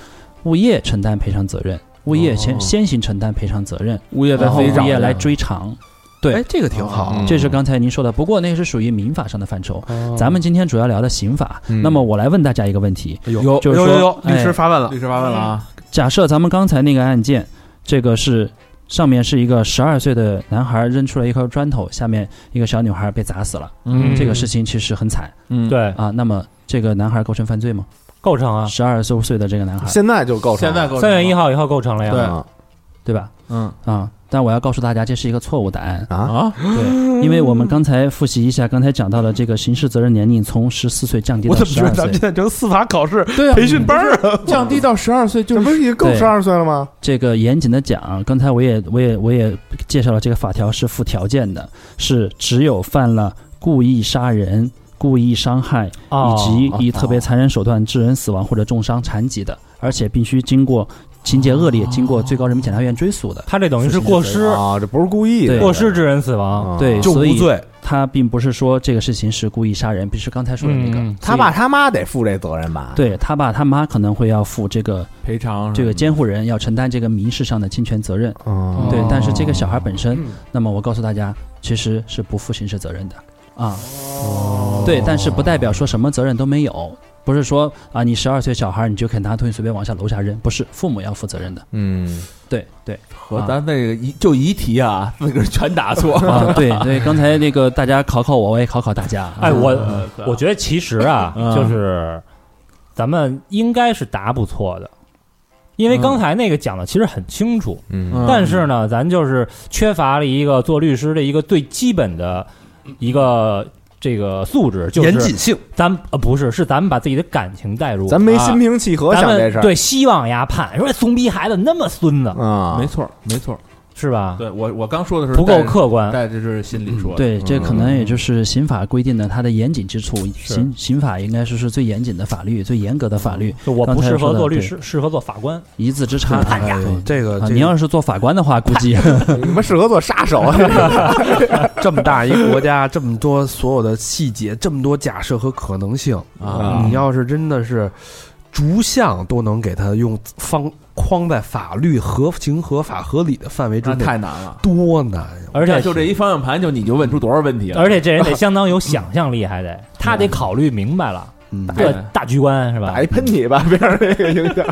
[SPEAKER 5] 物业承担赔偿责任，物业先、先行承担赔偿责任，
[SPEAKER 6] 哦物业在
[SPEAKER 5] 然后
[SPEAKER 6] 自己找
[SPEAKER 5] 物业
[SPEAKER 6] 的
[SPEAKER 5] 来追偿。对
[SPEAKER 3] 哎，这个挺好。
[SPEAKER 4] 嗯
[SPEAKER 5] 这是刚才您说的，不过那是属于民法上的范畴。
[SPEAKER 3] 哦
[SPEAKER 6] 哦
[SPEAKER 5] 咱们今天主要聊的刑法。
[SPEAKER 4] 嗯
[SPEAKER 5] 那么我来问大家一个问题：
[SPEAKER 3] 有
[SPEAKER 5] 就是
[SPEAKER 3] 有
[SPEAKER 5] 说
[SPEAKER 3] 有有，律
[SPEAKER 5] 哎
[SPEAKER 3] 师发问了，
[SPEAKER 6] 律师发问了啊，
[SPEAKER 5] 假设咱们刚才那个案件，这个是上面是一个十二岁的男孩扔出了一块砖头，下面一个小女孩被砸死了。
[SPEAKER 2] 嗯
[SPEAKER 5] 这个事情其实很惨
[SPEAKER 6] 嗯，
[SPEAKER 2] 对，
[SPEAKER 5] 啊。那么这个男孩构成犯罪吗？
[SPEAKER 2] 构成啊，
[SPEAKER 5] 十二周岁的这个男孩，
[SPEAKER 4] 现在就构成
[SPEAKER 6] 嗯现在够
[SPEAKER 2] 三月一
[SPEAKER 6] 号，
[SPEAKER 2] 号以后构成了呀。
[SPEAKER 6] 对
[SPEAKER 4] 嗯啊
[SPEAKER 5] 对吧？
[SPEAKER 6] 嗯
[SPEAKER 5] 啊，但我要告诉大家，这是一个错误答案。
[SPEAKER 4] 啊，
[SPEAKER 6] 啊，
[SPEAKER 3] 嗯
[SPEAKER 5] 对，因为我们刚才复习一下，刚才讲到了这个刑事责任年龄从十四岁降低
[SPEAKER 3] 我
[SPEAKER 5] 到
[SPEAKER 3] 怎么
[SPEAKER 5] 十
[SPEAKER 3] 觉得
[SPEAKER 5] 二
[SPEAKER 3] 咱们
[SPEAKER 5] 岁
[SPEAKER 3] 现，在成司法考试
[SPEAKER 6] 对啊，
[SPEAKER 3] 培训班儿了？
[SPEAKER 6] 降低到十二岁
[SPEAKER 4] 这
[SPEAKER 6] 就
[SPEAKER 4] 不
[SPEAKER 6] 是
[SPEAKER 4] 是已经够
[SPEAKER 5] 对
[SPEAKER 4] 十二岁了吗？
[SPEAKER 5] 这个严谨的讲，刚才我也我也我也介绍了，这个法条是附条件的，是只有犯了故意杀人、故意伤害
[SPEAKER 2] 哦
[SPEAKER 5] 以及以特别残忍手段致人死亡或者重伤、残疾的，而且必须经过情节
[SPEAKER 2] 哦
[SPEAKER 5] 恶劣、经过最高人民检察院追诉的。
[SPEAKER 2] 他这等于是过失，
[SPEAKER 4] 啊，这不是故意的，
[SPEAKER 5] 对
[SPEAKER 2] 过失致人死亡。
[SPEAKER 4] 啊
[SPEAKER 5] 对，
[SPEAKER 3] 就
[SPEAKER 5] 嗯所
[SPEAKER 3] 无
[SPEAKER 5] 以
[SPEAKER 3] 罪，
[SPEAKER 5] 他并不是说这个事情是故意杀人，必是刚才说的那个。
[SPEAKER 2] 嗯
[SPEAKER 4] 他爸他妈得负这责任吧？，
[SPEAKER 5] 对他爸他妈可能会要负这个
[SPEAKER 2] 嗯
[SPEAKER 6] 赔偿啊
[SPEAKER 5] 这个监护人要承担这个民事上的侵权责任，
[SPEAKER 4] 嗯
[SPEAKER 5] 对。但是这个小孩本身，那么我告诉大家，其实是不负刑事责任的啊。对，但是不代表说什么责任都没有，不是说啊，你十二岁小孩你就可以拿东西随便往下楼下扔，不是，父母要负责任的。
[SPEAKER 4] 嗯，
[SPEAKER 5] 对对
[SPEAKER 6] 和啊咱那个一就一题啊， 自个儿全答错。
[SPEAKER 5] 啊，对对，刚才那个大家考考我，我也考考大家 啊。
[SPEAKER 2] 哎，我我觉得其实啊
[SPEAKER 6] 嗯，
[SPEAKER 2] 就是咱们应该是答不错的，因为
[SPEAKER 5] 嗯
[SPEAKER 2] 刚才那个讲的其实很清楚，
[SPEAKER 4] 嗯
[SPEAKER 2] 但是呢，咱就是缺乏了一个做律师的一个最基本的一个这个素质，就
[SPEAKER 3] 严
[SPEAKER 2] 是
[SPEAKER 3] 谨性。
[SPEAKER 2] 咱们呃不是是咱们把自己的感情带入，
[SPEAKER 4] 咱没心平气和
[SPEAKER 2] 咱
[SPEAKER 4] 想
[SPEAKER 2] 们
[SPEAKER 4] 这事儿，
[SPEAKER 2] 哎对，希望呀判说怂逼孩子那么孙子，
[SPEAKER 4] 啊，
[SPEAKER 6] 没错，没错，
[SPEAKER 2] 是吧？
[SPEAKER 6] 对我我刚说的是
[SPEAKER 2] 不够
[SPEAKER 6] 带着，
[SPEAKER 2] 客观。
[SPEAKER 6] 带这是心里说的。
[SPEAKER 5] 对，这可能
[SPEAKER 6] 嗯
[SPEAKER 5] 也就是刑法规定的它的严谨之处。刑刑法应该说是最严谨的法律，最严格的法律，
[SPEAKER 2] 就我不
[SPEAKER 5] 刚才
[SPEAKER 2] 适合
[SPEAKER 5] 说的
[SPEAKER 2] 做律
[SPEAKER 5] 对
[SPEAKER 2] 师，适合做法官。
[SPEAKER 5] 一字之差。
[SPEAKER 3] 哎
[SPEAKER 5] 对
[SPEAKER 3] 这个
[SPEAKER 5] 啊，
[SPEAKER 3] 这
[SPEAKER 5] 您
[SPEAKER 3] 个
[SPEAKER 5] 要是做法官的话，估计
[SPEAKER 4] 你们适合做杀手，
[SPEAKER 3] 这么大一个国家，这么多所有的细节，这么多假设和可能性
[SPEAKER 6] 啊
[SPEAKER 3] 你要是真的是逐项都能给它用方框在法律合情、合法、合理的范围之
[SPEAKER 6] 那
[SPEAKER 3] 内，
[SPEAKER 6] 太难了。
[SPEAKER 3] 多难呀！
[SPEAKER 2] 而且
[SPEAKER 6] 就这一方向盘，就你就问出多少问题了？
[SPEAKER 2] 而且这 人得相当有想象力，还得他
[SPEAKER 6] 嗯
[SPEAKER 2] 得考虑明白了，
[SPEAKER 3] 嗯，
[SPEAKER 2] 这大局观是吧
[SPEAKER 4] 打？一喷嚏吧，别让这个影响。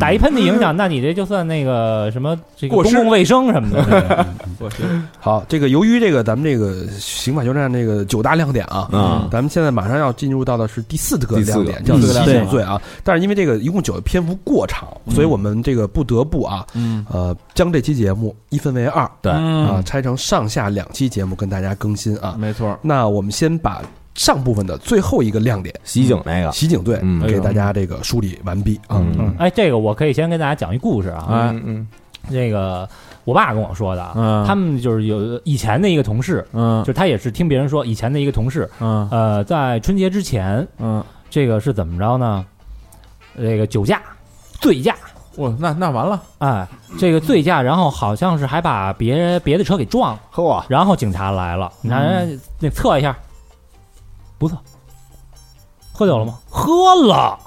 [SPEAKER 2] 打一喷嚏影响，那你这就算那个什么这个
[SPEAKER 6] 过失
[SPEAKER 2] 公共卫生什么 的那个。
[SPEAKER 6] 我是
[SPEAKER 3] 好，这个由于这个咱们这个刑法修正案这个九大亮点啊，
[SPEAKER 4] 嗯
[SPEAKER 3] 咱们现在马上要进入到的是第四个
[SPEAKER 4] 第四个
[SPEAKER 3] 亮点，叫
[SPEAKER 5] 嗯
[SPEAKER 3] 吸
[SPEAKER 5] 对
[SPEAKER 3] 血罪啊。但是因为这个一共九个篇幅过长，所以我们这个不得不啊，
[SPEAKER 6] 嗯
[SPEAKER 3] 呃，将这期节目一分为二
[SPEAKER 4] 对
[SPEAKER 3] 啊，
[SPEAKER 6] 啊，
[SPEAKER 3] 拆成上下两期节目跟大家更新啊。
[SPEAKER 6] 没错。
[SPEAKER 3] 那我们先把上部分的最后一个亮点
[SPEAKER 4] 袭警那个，
[SPEAKER 3] 袭警罪
[SPEAKER 4] 嗯
[SPEAKER 3] 给大家这个梳理完毕啊。
[SPEAKER 4] 嗯
[SPEAKER 2] 哎，这个我可以先跟大家讲一故事啊。
[SPEAKER 6] 哎
[SPEAKER 4] 嗯嗯
[SPEAKER 2] 那个我爸跟我说的啊，
[SPEAKER 6] 嗯，
[SPEAKER 2] 他们就是有以前的一个同事，
[SPEAKER 6] 嗯
[SPEAKER 2] 就是他也是听别人说以前的一个同事，
[SPEAKER 6] 嗯
[SPEAKER 2] 呃，在春节之前，
[SPEAKER 6] 嗯，
[SPEAKER 2] 这个是怎么着呢？这个酒驾、醉驾，
[SPEAKER 6] 哇，那那完了，
[SPEAKER 2] 哎，这个醉驾，然后好像是还把别别的车给撞了，
[SPEAKER 4] 嚯，
[SPEAKER 2] 然后警察来了，你看人家那测一下，不测，喝酒了吗？喝了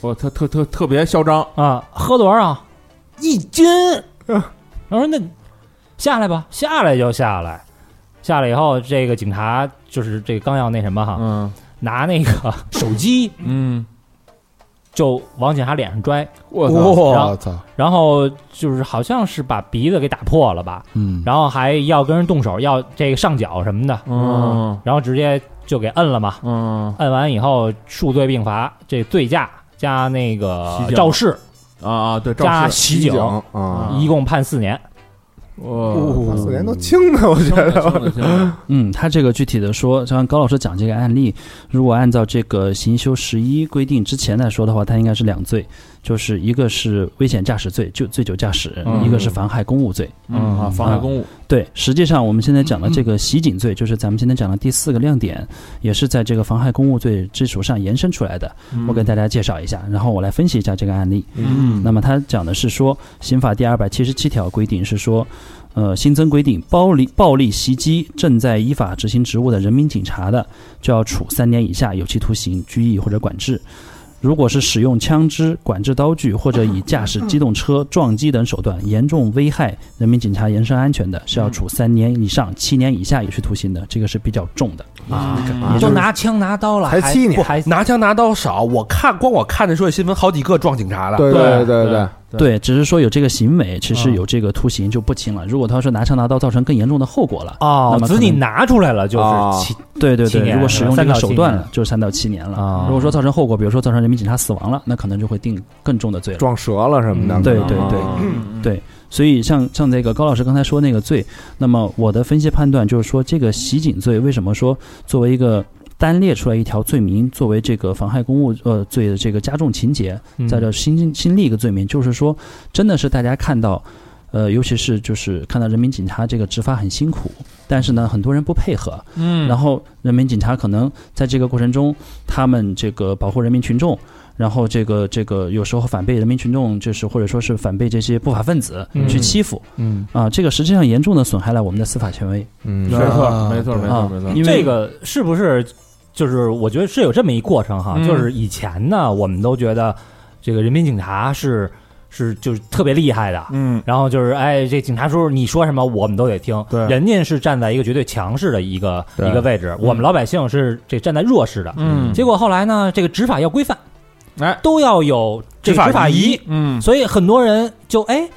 [SPEAKER 6] 我特特特特别嚣张，
[SPEAKER 2] 啊，喝多少？一斤。然后说那下来吧，下来就下来，下来以后，这个警察就是这个刚要那什么哈，
[SPEAKER 6] 嗯
[SPEAKER 2] 拿那个手机
[SPEAKER 6] 嗯，
[SPEAKER 2] 就往警察脸上拽，
[SPEAKER 6] 我操，
[SPEAKER 3] 我操，
[SPEAKER 2] 然后就是好像是把鼻子给打破了吧，
[SPEAKER 3] 嗯，
[SPEAKER 2] 然后还要跟人动手，要这个上脚什么的，
[SPEAKER 6] 嗯
[SPEAKER 2] 然后直接就给摁了嘛，
[SPEAKER 6] 嗯
[SPEAKER 2] 摁完以后数罪并罚，这醉驾加那
[SPEAKER 6] 袭
[SPEAKER 2] 个
[SPEAKER 6] 警
[SPEAKER 2] 肇事
[SPEAKER 6] 啊啊，对，
[SPEAKER 2] 加
[SPEAKER 6] 肇事，
[SPEAKER 2] 袭警，
[SPEAKER 4] 啊，
[SPEAKER 2] 一共判四年。
[SPEAKER 6] 哦，
[SPEAKER 4] 四年都轻的，我觉
[SPEAKER 6] 行
[SPEAKER 4] 得。
[SPEAKER 6] 了行了行了
[SPEAKER 5] 嗯，他这个具体的说，像高老师讲这个案例，如果按照这个刑修十一规定之前来说的话，它应该是两罪，就是一个是危险驾驶罪，就醉酒驾驶；
[SPEAKER 6] 嗯
[SPEAKER 5] 一个是妨害公务罪。
[SPEAKER 6] 嗯啊，妨害公务，
[SPEAKER 5] 对，实际上我们现在讲的这个袭警罪，就是咱们今天讲的第四个亮点，也是在这个妨害公务罪基础上延伸出来的。我给大家介绍一下，然后我来分析一下这个案例。
[SPEAKER 6] 嗯
[SPEAKER 5] 那么它讲的是说，刑法第二百七十七条规定是说，呃，新增规定，暴力暴力袭击正在依法执行职务的人民警察的，就要处三年以下有期徒刑、拘役或者管制。如果是使用枪支、管制刀具或者以驾驶机动车、撞击等手段严重危害人民警察人身安全的，是要处三年以上七年以下有期徒刑的，这个是比较重的。
[SPEAKER 6] 啊
[SPEAKER 4] 啊
[SPEAKER 2] 都拿枪拿刀了，
[SPEAKER 4] 才
[SPEAKER 2] 还
[SPEAKER 4] 七年
[SPEAKER 2] 不还
[SPEAKER 3] 拿枪拿刀少，我看光我看这社会新闻，好几个撞警察的，
[SPEAKER 4] 对对
[SPEAKER 6] 对
[SPEAKER 4] 对
[SPEAKER 6] 对
[SPEAKER 4] 对，
[SPEAKER 5] 对，只是说有这个行为，其实有这个徒刑就不轻了。如果他是拿枪拿刀，造成更严重的后果了。
[SPEAKER 2] 哦
[SPEAKER 5] 那，么
[SPEAKER 2] 子
[SPEAKER 5] 可
[SPEAKER 2] 你
[SPEAKER 5] 能
[SPEAKER 2] 拿出来了就
[SPEAKER 4] 啊
[SPEAKER 2] 是七
[SPEAKER 5] 对对
[SPEAKER 2] 七
[SPEAKER 5] 对，
[SPEAKER 2] 年
[SPEAKER 5] 如果使用这
[SPEAKER 2] 三
[SPEAKER 5] 个
[SPEAKER 2] 到
[SPEAKER 5] 手
[SPEAKER 2] 七
[SPEAKER 5] 段
[SPEAKER 2] 年
[SPEAKER 5] 了，就是三到七年了。
[SPEAKER 2] 啊
[SPEAKER 5] 如果说造成后果，比如说造成人民警察死亡了，那可能就会定更重的罪了。
[SPEAKER 4] 撞折了什么的，
[SPEAKER 2] 嗯
[SPEAKER 5] 对
[SPEAKER 4] 可能
[SPEAKER 5] 对对
[SPEAKER 4] 啊
[SPEAKER 6] 嗯
[SPEAKER 5] 对所以像像这个高老师刚才说那个罪，那么我的分析判断就是说，这个袭警罪为什么说作为一个单列出来一条罪名，作为这个妨害公务呃罪的这个加重情节，
[SPEAKER 2] 嗯
[SPEAKER 5] 在这新新立一个罪名，就是说真的是大家看到。呃，尤其是就是看到人民警察这个执法很辛苦，但是呢，很多人不配合，
[SPEAKER 6] 嗯
[SPEAKER 5] 然后人民警察可能在这个过程中，他们这个保护人民群众，然后这个这个有时候反被人民群众就是或者说是反被这些不法分子
[SPEAKER 2] 嗯
[SPEAKER 5] 去欺负
[SPEAKER 2] 嗯，
[SPEAKER 5] 啊，这个实际上严重的损害了我们的司法权威
[SPEAKER 4] 嗯
[SPEAKER 6] 没错没错没错
[SPEAKER 5] 啊
[SPEAKER 6] 没错，，
[SPEAKER 5] 因为
[SPEAKER 2] 这个是不是就是我觉得是有这么一过程哈，
[SPEAKER 6] 嗯
[SPEAKER 2] 就是以前呢，我们都觉得这个人民警察是是就是特别厉害的。
[SPEAKER 6] 嗯
[SPEAKER 2] 然后就是，哎，这警察叔叔你说什么我们都得听，
[SPEAKER 6] 对
[SPEAKER 2] 人家是站在一个绝对强势的一个
[SPEAKER 6] 对
[SPEAKER 2] 一个位置，我们老百姓是这站在弱势的。
[SPEAKER 6] 嗯
[SPEAKER 2] 结果后来呢，这个执法要规范，
[SPEAKER 6] 哎
[SPEAKER 2] 都要有这
[SPEAKER 3] 执法
[SPEAKER 2] 执法
[SPEAKER 3] 仪
[SPEAKER 2] 仪，
[SPEAKER 6] 嗯
[SPEAKER 2] 所以很多人就哎，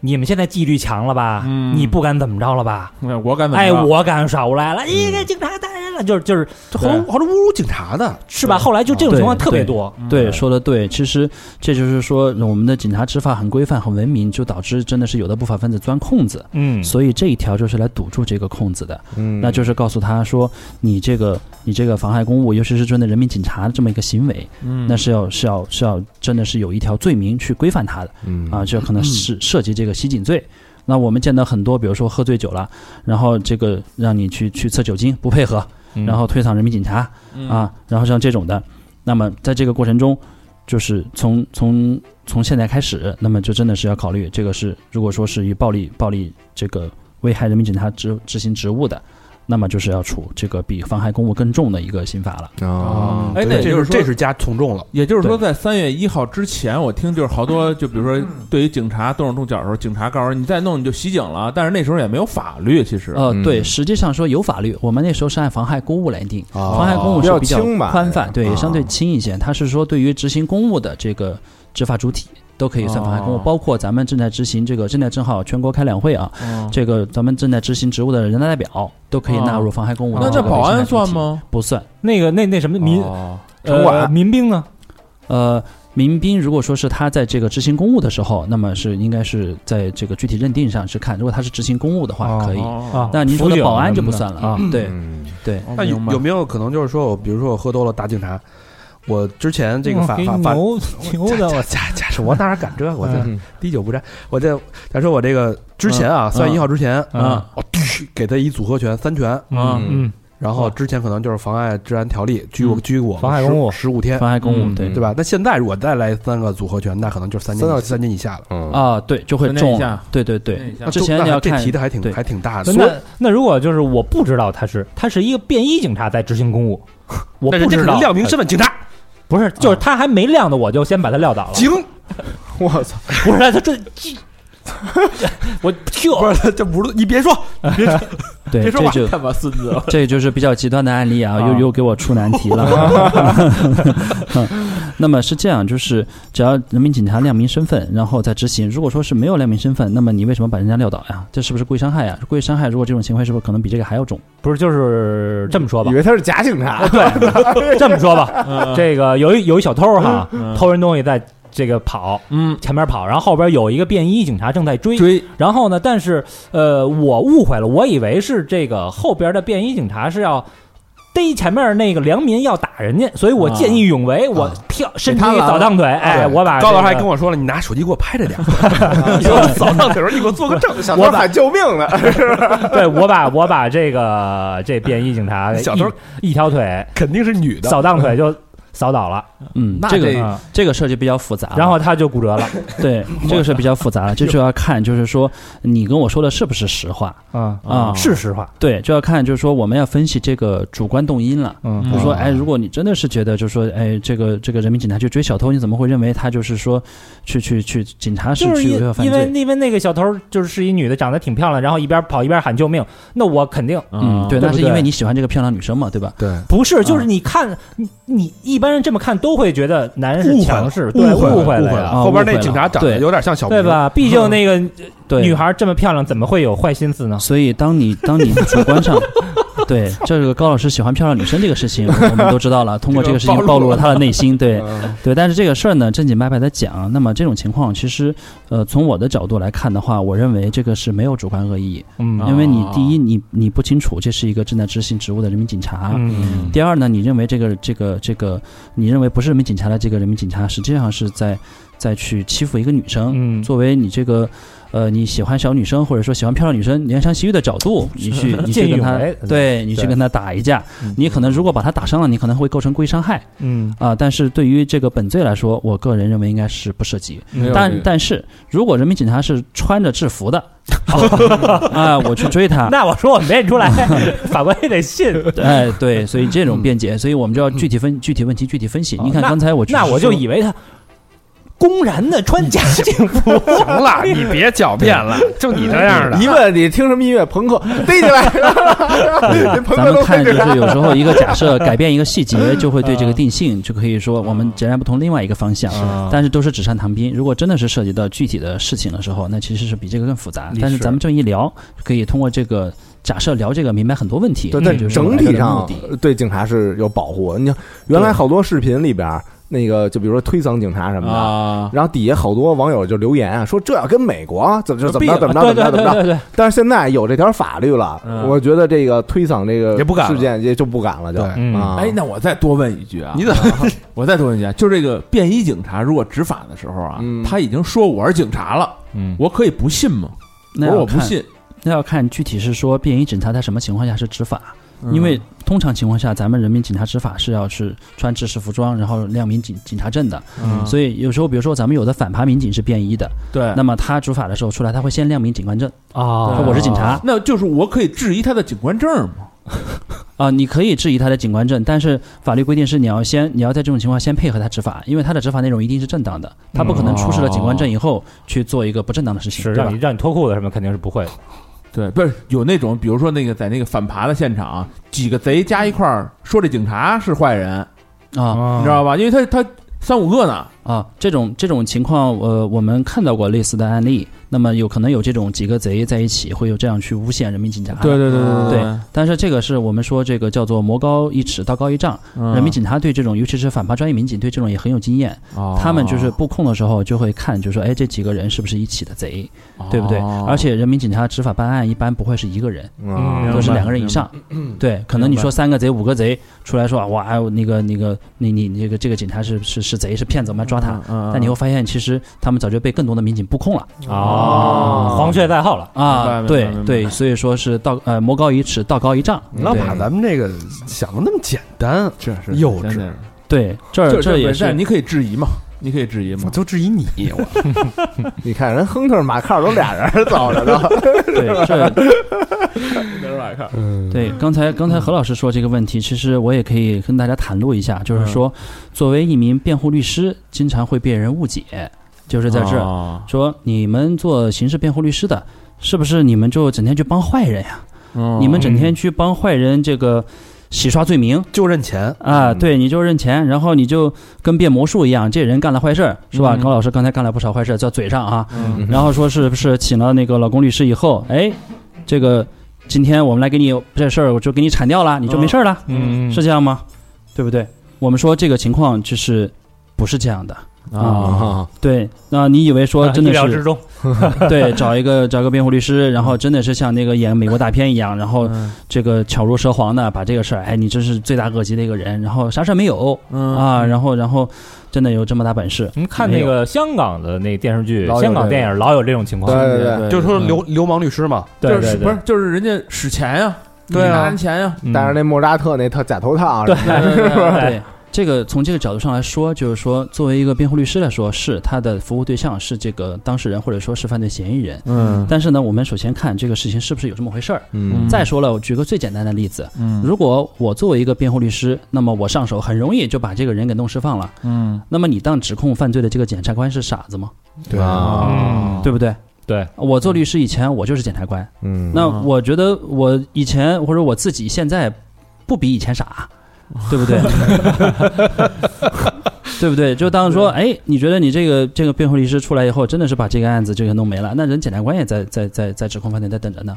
[SPEAKER 2] 你们现在纪律强了吧？
[SPEAKER 6] 嗯
[SPEAKER 2] 你不敢怎么着了吧？
[SPEAKER 6] 那嗯我啊敢怎么
[SPEAKER 2] 哎，
[SPEAKER 6] 着
[SPEAKER 2] 我敢耍无赖了，一个警察大人了，就是就是
[SPEAKER 3] 这好像好像侮辱警察的，
[SPEAKER 2] 是吧？后来就这种
[SPEAKER 5] 对
[SPEAKER 2] 情况特别
[SPEAKER 5] 对
[SPEAKER 2] 多，
[SPEAKER 5] 对，说的对。其实这就是说，我们的警察执法很规范、很文明，就导致真的是有的不法分子钻空子。
[SPEAKER 2] 嗯
[SPEAKER 5] 所以这一条就是来堵住这个空子的。
[SPEAKER 4] 嗯
[SPEAKER 5] 那就是告诉他说，你这个你这个妨害公务，尤其是针对人民警察的这么一个行为，
[SPEAKER 6] 嗯
[SPEAKER 5] 那是要是要是要真的是有一条罪名去规范他的啊
[SPEAKER 4] 嗯
[SPEAKER 5] 啊，就可能是涉及这个袭警罪。那我们见到很多，比如说喝醉酒了，然后这个让你去去测酒精，不配合，
[SPEAKER 3] 嗯
[SPEAKER 5] 然后推搡人民警察、啊，然后像这种的，那么在这个过程中，就是从从从现在开始，那么就真的是要考虑这个是如果说是以暴力暴力这个危害人民警察执执行职务的。那么就是要处这个比妨害公务更重的一个刑罚了。
[SPEAKER 4] 啊，
[SPEAKER 6] 哎，那也
[SPEAKER 3] 这
[SPEAKER 6] 就是是
[SPEAKER 3] 这
[SPEAKER 6] 说，
[SPEAKER 3] 是加从重了，
[SPEAKER 6] 也就是说，在三月一号之前，我听就是好多，就比如说对于警察动手动脚的时候，警察告诉你你再弄你就袭警了，但是那时候也没有法律，其实
[SPEAKER 5] 呃
[SPEAKER 4] 嗯，
[SPEAKER 5] 对，实际上说有法律，我们那时候是按妨害公务来定，
[SPEAKER 3] 啊
[SPEAKER 5] 妨害公务是比较
[SPEAKER 4] 比较轻吧
[SPEAKER 5] 宽泛，对
[SPEAKER 4] 啊，
[SPEAKER 5] 相对轻一些。它是说对于执行公务的这个执法主体都可以算妨害公务，
[SPEAKER 6] 哦
[SPEAKER 5] 包括咱们正在执行这个现在正好全国开两会啊，这个咱们正在执行职务的人大代表都可以纳入妨害公务。
[SPEAKER 6] 哦那这保安算？吗？
[SPEAKER 5] 不算。
[SPEAKER 2] 那个那那什么民
[SPEAKER 6] 哦
[SPEAKER 2] 城
[SPEAKER 4] 管
[SPEAKER 2] 民兵呢？
[SPEAKER 5] 呃，民兵如果说是他在这个执行公务的时候，那么是应该是在这个具体认定上是看，如果他是执行公务的话，
[SPEAKER 2] 哦
[SPEAKER 5] 可以。啊
[SPEAKER 6] 哦
[SPEAKER 5] 那您说
[SPEAKER 2] 辅
[SPEAKER 5] 的
[SPEAKER 2] 警
[SPEAKER 5] 保安就
[SPEAKER 2] 什么
[SPEAKER 5] 不
[SPEAKER 2] 的
[SPEAKER 5] 算了
[SPEAKER 2] 啊。
[SPEAKER 5] 对
[SPEAKER 4] 嗯
[SPEAKER 5] 对，
[SPEAKER 6] 哦
[SPEAKER 3] 那有
[SPEAKER 6] 明白
[SPEAKER 3] 有没有可能就是说我，比如说我喝多了打警察，我之前这个
[SPEAKER 2] 嗯
[SPEAKER 3] 法
[SPEAKER 2] 给
[SPEAKER 3] 法法
[SPEAKER 2] 牛 牛的我
[SPEAKER 3] 假假设我哪敢这个，我这
[SPEAKER 4] 嗯
[SPEAKER 3] 滴酒不沾。我这假设我这个之前啊，三月一号之前
[SPEAKER 2] 嗯
[SPEAKER 3] 啊，我去给他一组合拳，三拳，
[SPEAKER 2] 嗯嗯
[SPEAKER 3] 然后之前可能就是妨碍治安条例拘我
[SPEAKER 5] 嗯
[SPEAKER 3] 拘我
[SPEAKER 2] 妨害公务
[SPEAKER 3] 十五天，
[SPEAKER 5] 妨害公
[SPEAKER 2] 嗯
[SPEAKER 5] 务对
[SPEAKER 3] 对吧？那现在我再来三个组合拳，那可能就是三年
[SPEAKER 4] 三到
[SPEAKER 3] 三年以下了。
[SPEAKER 4] 嗯
[SPEAKER 5] 啊，对，就会
[SPEAKER 6] 分辨一
[SPEAKER 5] 重
[SPEAKER 6] 下，
[SPEAKER 5] 对对
[SPEAKER 6] 分
[SPEAKER 5] 对
[SPEAKER 6] 辨一下。
[SPEAKER 3] 那
[SPEAKER 5] 之
[SPEAKER 3] 就
[SPEAKER 5] 前
[SPEAKER 3] 那
[SPEAKER 5] 你要
[SPEAKER 3] 这
[SPEAKER 5] 看
[SPEAKER 3] 提的还挺
[SPEAKER 5] 对
[SPEAKER 3] 还挺大的，所以
[SPEAKER 2] 那啊那如果就是我不知道他是他是一个便衣警察在执行 公务，我
[SPEAKER 3] 那人
[SPEAKER 2] 不
[SPEAKER 3] 家
[SPEAKER 2] 知
[SPEAKER 3] 可
[SPEAKER 2] 道
[SPEAKER 3] 能亮明身份，警察啊
[SPEAKER 2] 不是就是他还没亮的我就先把他撂倒了，
[SPEAKER 3] 警，
[SPEAKER 4] 我操，
[SPEAKER 2] 不是他这这我就
[SPEAKER 3] 不是这不是你别说，
[SPEAKER 5] 对，
[SPEAKER 3] 别说
[SPEAKER 5] 这
[SPEAKER 3] 话
[SPEAKER 5] 就
[SPEAKER 6] 看吧，孙子，
[SPEAKER 5] 这就是比较极端的案例啊，
[SPEAKER 2] 啊
[SPEAKER 5] 又又给我出难题了。 那么是这样，就是只要人民警察亮明身份，然后再执行。如果说是没有亮明身份，那么你为什么把人家撂倒呀？这是不是故意伤害呀？故意伤害，如果这种行为是不是可能比这个还要重？
[SPEAKER 2] 不是就是这么说吧
[SPEAKER 4] 以，为他是假警察，
[SPEAKER 2] 啊 对，这么说吧，
[SPEAKER 3] 嗯
[SPEAKER 2] 这个有一有一小偷哈
[SPEAKER 6] 嗯，
[SPEAKER 2] 偷人东西在这个跑，
[SPEAKER 6] 嗯，
[SPEAKER 2] 前面跑，然后后边有一个便衣警察正在追，
[SPEAKER 6] 追
[SPEAKER 2] 然后呢，但是呃，我误会了，我以为是这个后边的便衣警察是要。逮前面那个良民要打人家，所以我见义勇
[SPEAKER 3] 啊
[SPEAKER 2] 为，我跳伸出一
[SPEAKER 6] 拦了
[SPEAKER 2] 扫荡腿，哎，
[SPEAKER 3] 对
[SPEAKER 2] 我把
[SPEAKER 3] 高老师
[SPEAKER 2] 这
[SPEAKER 3] 还
[SPEAKER 2] 个
[SPEAKER 3] 跟我说了，你拿手机给我拍着点儿，你说扫荡腿儿，你给我做个证，
[SPEAKER 4] 小偷喊救命呢，
[SPEAKER 2] 对我把我把这个这便衣警察
[SPEAKER 3] 小偷嗯
[SPEAKER 2] 一一条腿
[SPEAKER 3] 肯定是女的。
[SPEAKER 2] 扫荡腿就扫倒了，
[SPEAKER 5] 嗯
[SPEAKER 3] 那，
[SPEAKER 5] 这个
[SPEAKER 3] 这
[SPEAKER 2] 啊
[SPEAKER 5] 这个事儿就比较复杂了。
[SPEAKER 2] 然后他就骨折了，
[SPEAKER 5] 对，这个是比较复杂的，这就要看，就是说你跟我说的是不是实话
[SPEAKER 2] 嗯，
[SPEAKER 5] 啊？
[SPEAKER 2] 是实话，
[SPEAKER 5] 对，就要看，就是说我们要分析这个主观动因了。
[SPEAKER 2] 嗯
[SPEAKER 5] 就说，哎，如果你真的是觉得，就说，哎，这个这个人民警察去追小偷，你怎么会认为他就是说，去去去，警察是
[SPEAKER 2] 就是
[SPEAKER 5] 去
[SPEAKER 2] 因
[SPEAKER 5] 违法犯
[SPEAKER 2] 因为
[SPEAKER 5] 罪？
[SPEAKER 2] 因为那个小偷就是是一女的，长得挺漂亮，然后一边跑一边喊救命，那我肯定
[SPEAKER 6] 啊
[SPEAKER 5] 嗯，对，
[SPEAKER 2] 对
[SPEAKER 5] 那
[SPEAKER 2] 不
[SPEAKER 5] 是
[SPEAKER 2] 对
[SPEAKER 5] 因为你喜欢这个漂亮女生嘛，对吧？
[SPEAKER 3] 对，
[SPEAKER 2] 不是，就是你看你你一般人这么看都会觉得男人
[SPEAKER 3] 误
[SPEAKER 2] 是
[SPEAKER 3] 会
[SPEAKER 2] 强
[SPEAKER 3] 了
[SPEAKER 2] 势，对，
[SPEAKER 3] 误
[SPEAKER 2] 误
[SPEAKER 3] 会
[SPEAKER 2] 了嗯
[SPEAKER 3] 误会
[SPEAKER 2] 呀。
[SPEAKER 5] 啊
[SPEAKER 3] 后边
[SPEAKER 5] 误
[SPEAKER 3] 那
[SPEAKER 5] 会
[SPEAKER 3] 警
[SPEAKER 5] 了
[SPEAKER 3] 察长得
[SPEAKER 5] 对
[SPEAKER 3] 有点像小明
[SPEAKER 2] 对？吧？毕竟那个
[SPEAKER 5] 对，
[SPEAKER 2] 女孩这么漂亮，怎么会有坏心思呢？
[SPEAKER 5] 所以当你 当你主观上，对这个高老师喜欢漂亮女生这个事情，我们都知 道了，通过这个事情暴露了嗯他的内心， 对对。但是这个事儿呢，正经八百的讲，那么这种情况，其实呃，从我的角度来看的话，我认为这个是没有主观恶意，
[SPEAKER 2] 嗯
[SPEAKER 5] 因为你第一，你你不清楚这是一个正在执行职务的人民警察。
[SPEAKER 2] 嗯
[SPEAKER 5] 第二呢，你认为这个这个这个，你认为不是人民警察的这个人民警察，实际上是在在去欺负一个女生。
[SPEAKER 2] 嗯
[SPEAKER 5] 作为你这个，呃，你喜欢小女生或者说喜欢漂亮女生，怜香惜玉的角度，你去你
[SPEAKER 2] 见义
[SPEAKER 5] 去跟
[SPEAKER 2] 勇
[SPEAKER 5] 她
[SPEAKER 2] 为，
[SPEAKER 5] 对你去
[SPEAKER 2] 对
[SPEAKER 5] 跟她打一架，你可能如果把她打伤了，你可能会构成故意伤害
[SPEAKER 2] 嗯，
[SPEAKER 5] 啊、但是对于这个本罪来说，我个人认为应该是不涉及。
[SPEAKER 6] 没有
[SPEAKER 5] 但
[SPEAKER 6] 这
[SPEAKER 5] 但是如果人民警察是穿着 制服的，啊，我去追她，
[SPEAKER 2] 那我说我没认出来，法官也得信。
[SPEAKER 5] 哎， 对，所以这种辩解，所以我们就要具体分具体问题具体分析。
[SPEAKER 2] 哦
[SPEAKER 5] 你看
[SPEAKER 2] 那
[SPEAKER 5] 刚才我
[SPEAKER 2] 那我就
[SPEAKER 5] 以
[SPEAKER 2] 以为他公然的穿假警服，
[SPEAKER 3] 行 了，你别狡辩了，就你这样的。
[SPEAKER 4] 一问你听什么音乐，朋克逮起来，这朋
[SPEAKER 5] 咱
[SPEAKER 4] 克
[SPEAKER 5] 们
[SPEAKER 4] 都
[SPEAKER 5] 看
[SPEAKER 4] 逮起
[SPEAKER 5] 就
[SPEAKER 4] 来，
[SPEAKER 5] 是有时候一个假设改变一个细节，就会对这个定性就可以说我们截然不同另外一个方向，但是都是纸上谈兵。如果真的是涉及到具体的事情的时候，那其实是比这个更复杂
[SPEAKER 3] 你。
[SPEAKER 5] 但是
[SPEAKER 3] 是
[SPEAKER 5] 咱们这么一聊，可以通过这个假设聊这个明白很多问题。
[SPEAKER 4] 对，
[SPEAKER 5] 这就
[SPEAKER 4] 但
[SPEAKER 5] 是我
[SPEAKER 4] 整
[SPEAKER 5] 们
[SPEAKER 4] 体
[SPEAKER 5] 的目
[SPEAKER 4] 上
[SPEAKER 5] 的
[SPEAKER 4] 呃对警察是有保护的。你看原来好多视频里边儿，那个就比如说推搡警察什么的，
[SPEAKER 6] 啊，
[SPEAKER 4] 然后底下好多网友就留言啊，说这要跟美国怎么就怎么着怎么着
[SPEAKER 2] 对
[SPEAKER 4] 怎么
[SPEAKER 2] 对
[SPEAKER 4] 着怎
[SPEAKER 2] 对
[SPEAKER 4] 么
[SPEAKER 2] 对
[SPEAKER 4] 着。
[SPEAKER 2] 对，
[SPEAKER 4] 但是现在有这条法律了，
[SPEAKER 6] 嗯
[SPEAKER 4] 我觉得这个推搡这个
[SPEAKER 3] 也不敢了
[SPEAKER 4] 事件也就不敢了，就
[SPEAKER 3] 对
[SPEAKER 2] 嗯
[SPEAKER 4] 啊，
[SPEAKER 6] 哎，那我再多问一句啊，
[SPEAKER 3] 你怎么
[SPEAKER 6] 我再多问一下，就是这个便衣警察，如果执法的时候啊，
[SPEAKER 4] 嗯
[SPEAKER 6] 他已经说我是警察了，
[SPEAKER 2] 嗯
[SPEAKER 6] 我可以不信吗？我
[SPEAKER 5] 那
[SPEAKER 6] 说
[SPEAKER 5] 要
[SPEAKER 6] 我不
[SPEAKER 5] 看，
[SPEAKER 6] 信，
[SPEAKER 5] 那要看具体是说便衣警察在什么情况下是执法，
[SPEAKER 6] 嗯
[SPEAKER 5] 因为通常情况下咱们人民警察执法是要是穿制式服装，然后亮明警警察证的，
[SPEAKER 6] 嗯
[SPEAKER 5] 所以有时候比如说咱们有的反扒民警是便衣的，
[SPEAKER 6] 对哦
[SPEAKER 5] 那，么他执法的时候出来，他会先亮明警官证，
[SPEAKER 2] 啊
[SPEAKER 5] 说我是警察
[SPEAKER 6] 那就是我可以质疑他的警官证吗？
[SPEAKER 5] 啊、你可以质疑他的警官证，但是法律规定是你要先，你要在这种情况先配合他执法，因为他的执法内容一定是正当的，他不可能出示了警官证以后去做一个不正当的事情，
[SPEAKER 2] 是
[SPEAKER 5] 对
[SPEAKER 2] 让
[SPEAKER 5] 吧
[SPEAKER 2] 你？让你脱裤子什么肯定是不会的。
[SPEAKER 6] 对，不是有那种，比如说那个在那个反扒的现场，啊几个贼加一块儿说这警察是坏人，
[SPEAKER 2] 哦
[SPEAKER 5] 啊
[SPEAKER 6] 你知道吧？因为他他三五个呢，
[SPEAKER 5] 啊，这种这种情况，呃，我们看到过类似的案例，那么有可能有这种几个贼在一起会有这样去诬陷人民警察，
[SPEAKER 6] 对对
[SPEAKER 4] 对
[SPEAKER 5] 对但是这个是我们说这个叫做魔高一尺，道高一丈，
[SPEAKER 6] 嗯
[SPEAKER 5] 人民警察对这种，尤其是反扒专业民警对这种也很有经验，
[SPEAKER 6] 哦
[SPEAKER 5] 他
[SPEAKER 4] 啊
[SPEAKER 5] 们就是布控的时候就会看，就说哎，这几个人是不是一起的贼，对不对？啊
[SPEAKER 6] 哦
[SPEAKER 5] 而且人民警察执法办案一般不会是一个人，
[SPEAKER 4] 嗯
[SPEAKER 5] 都是两个人以上。 对，可能你说三个贼、五个贼出来说啊哇，那个那个，你你你这个这个警察是是是贼是骗子，我们要抓他。
[SPEAKER 6] 嗯嗯
[SPEAKER 5] 但你会发现，其实他们早就被更多的民警布控了
[SPEAKER 2] 哦，黄雀在后了。
[SPEAKER 5] 啊！
[SPEAKER 6] 明白
[SPEAKER 5] 对
[SPEAKER 6] 明白明白
[SPEAKER 5] 对，所以说是道呃魔高一尺，道高一丈。
[SPEAKER 3] 你老把
[SPEAKER 5] 对
[SPEAKER 3] 咱们这个想的那么简单，
[SPEAKER 6] 是是
[SPEAKER 3] 幼稚
[SPEAKER 6] 真的是
[SPEAKER 5] 对这儿
[SPEAKER 6] 这
[SPEAKER 5] 这也
[SPEAKER 6] 本
[SPEAKER 5] 是
[SPEAKER 6] 身你可以质疑嘛，你可以质疑
[SPEAKER 3] 我
[SPEAKER 6] 嘛。
[SPEAKER 3] 就质疑你，我
[SPEAKER 4] 你看人亨特、马卡尔都俩人走着呢，
[SPEAKER 5] 对这对，
[SPEAKER 6] 嗯
[SPEAKER 5] 刚才刚才何老师说这个问题，其实我也可以跟大家袒露一下，就是说，作为一名辩护律师，经常会被人误解，就是在这儿、
[SPEAKER 6] 哦
[SPEAKER 5] 说你们做刑事辩护律师的，是不是你们就整天去帮坏人呀？
[SPEAKER 6] 嗯
[SPEAKER 5] 你们整天去帮坏人这个洗刷罪名
[SPEAKER 3] 就认钱，
[SPEAKER 5] 啊？对，你就认钱，然后你就跟变魔术一样，这人干了坏事儿是吧？
[SPEAKER 6] 嗯
[SPEAKER 5] 高老师刚才干了不少坏事儿，在嘴上啊，
[SPEAKER 6] 嗯
[SPEAKER 5] 然后说是不是请了那个老公律师以后，哎，这个今天我们来给你这事儿，我就给你铲掉了，你就没事儿了，
[SPEAKER 2] 嗯
[SPEAKER 5] 是这样吗？对不对？我们说这个情况就是不是这样的。
[SPEAKER 6] 啊，
[SPEAKER 5] 对，那你以为说真的
[SPEAKER 2] 意料啊之
[SPEAKER 5] 是
[SPEAKER 2] 中，
[SPEAKER 5] 对找一个找一个辩护律师，然后真的是像那个演美国大片一样，然后
[SPEAKER 6] 嗯
[SPEAKER 5] 这个巧如蛇簧的把这个事儿，哎，你真是罪大恶极的一个人，然后啥事儿没有
[SPEAKER 6] 嗯
[SPEAKER 5] 啊，然后然后真的有这么大本 事，
[SPEAKER 2] 我们看那个香港的那电视剧
[SPEAKER 4] 老有、
[SPEAKER 2] 香港
[SPEAKER 4] 这个
[SPEAKER 2] 电影老有这种情况。
[SPEAKER 4] 对对对，
[SPEAKER 6] 对
[SPEAKER 3] 就说
[SPEAKER 6] 嗯
[SPEAKER 3] 流流氓律师嘛，
[SPEAKER 2] 对
[SPEAKER 6] 就
[SPEAKER 2] 对
[SPEAKER 6] 是不
[SPEAKER 2] 对
[SPEAKER 6] 是，就是人家使钱呀，
[SPEAKER 3] 对啊
[SPEAKER 6] 你拿人钱呀，
[SPEAKER 2] 嗯
[SPEAKER 4] 戴着那莫扎特那套假头套，啊
[SPEAKER 2] 对
[SPEAKER 5] 对。这个从这个角度上来说，就是说，作为一个辩护律师来说，是他的服务对象是这个当事人，或者说是犯罪嫌疑人。
[SPEAKER 6] 嗯
[SPEAKER 5] 但是呢，我们首先看这个事情是不是有这么回事儿。
[SPEAKER 4] 嗯
[SPEAKER 5] 再说了，我举个最简单的例子，
[SPEAKER 6] 嗯
[SPEAKER 5] 如果我作为一个辩护律师，那么我上手很容易就把这个人给弄释放了。
[SPEAKER 6] 嗯，
[SPEAKER 5] 那么你当指控犯罪的这个检察官是傻子吗？
[SPEAKER 4] 对啊，
[SPEAKER 2] 嗯
[SPEAKER 5] 对不对？
[SPEAKER 2] 对，
[SPEAKER 5] 我做律师以前我就是检察官，
[SPEAKER 4] 嗯，
[SPEAKER 5] 那我觉得我以前或者我自己现在不比以前傻，对不对？对不对？就当说，哎，你觉得你这个这个辩护律师出来以后，真的是把这个案子这个弄没了，那人检察官也在在在在指控犯罪在等着呢，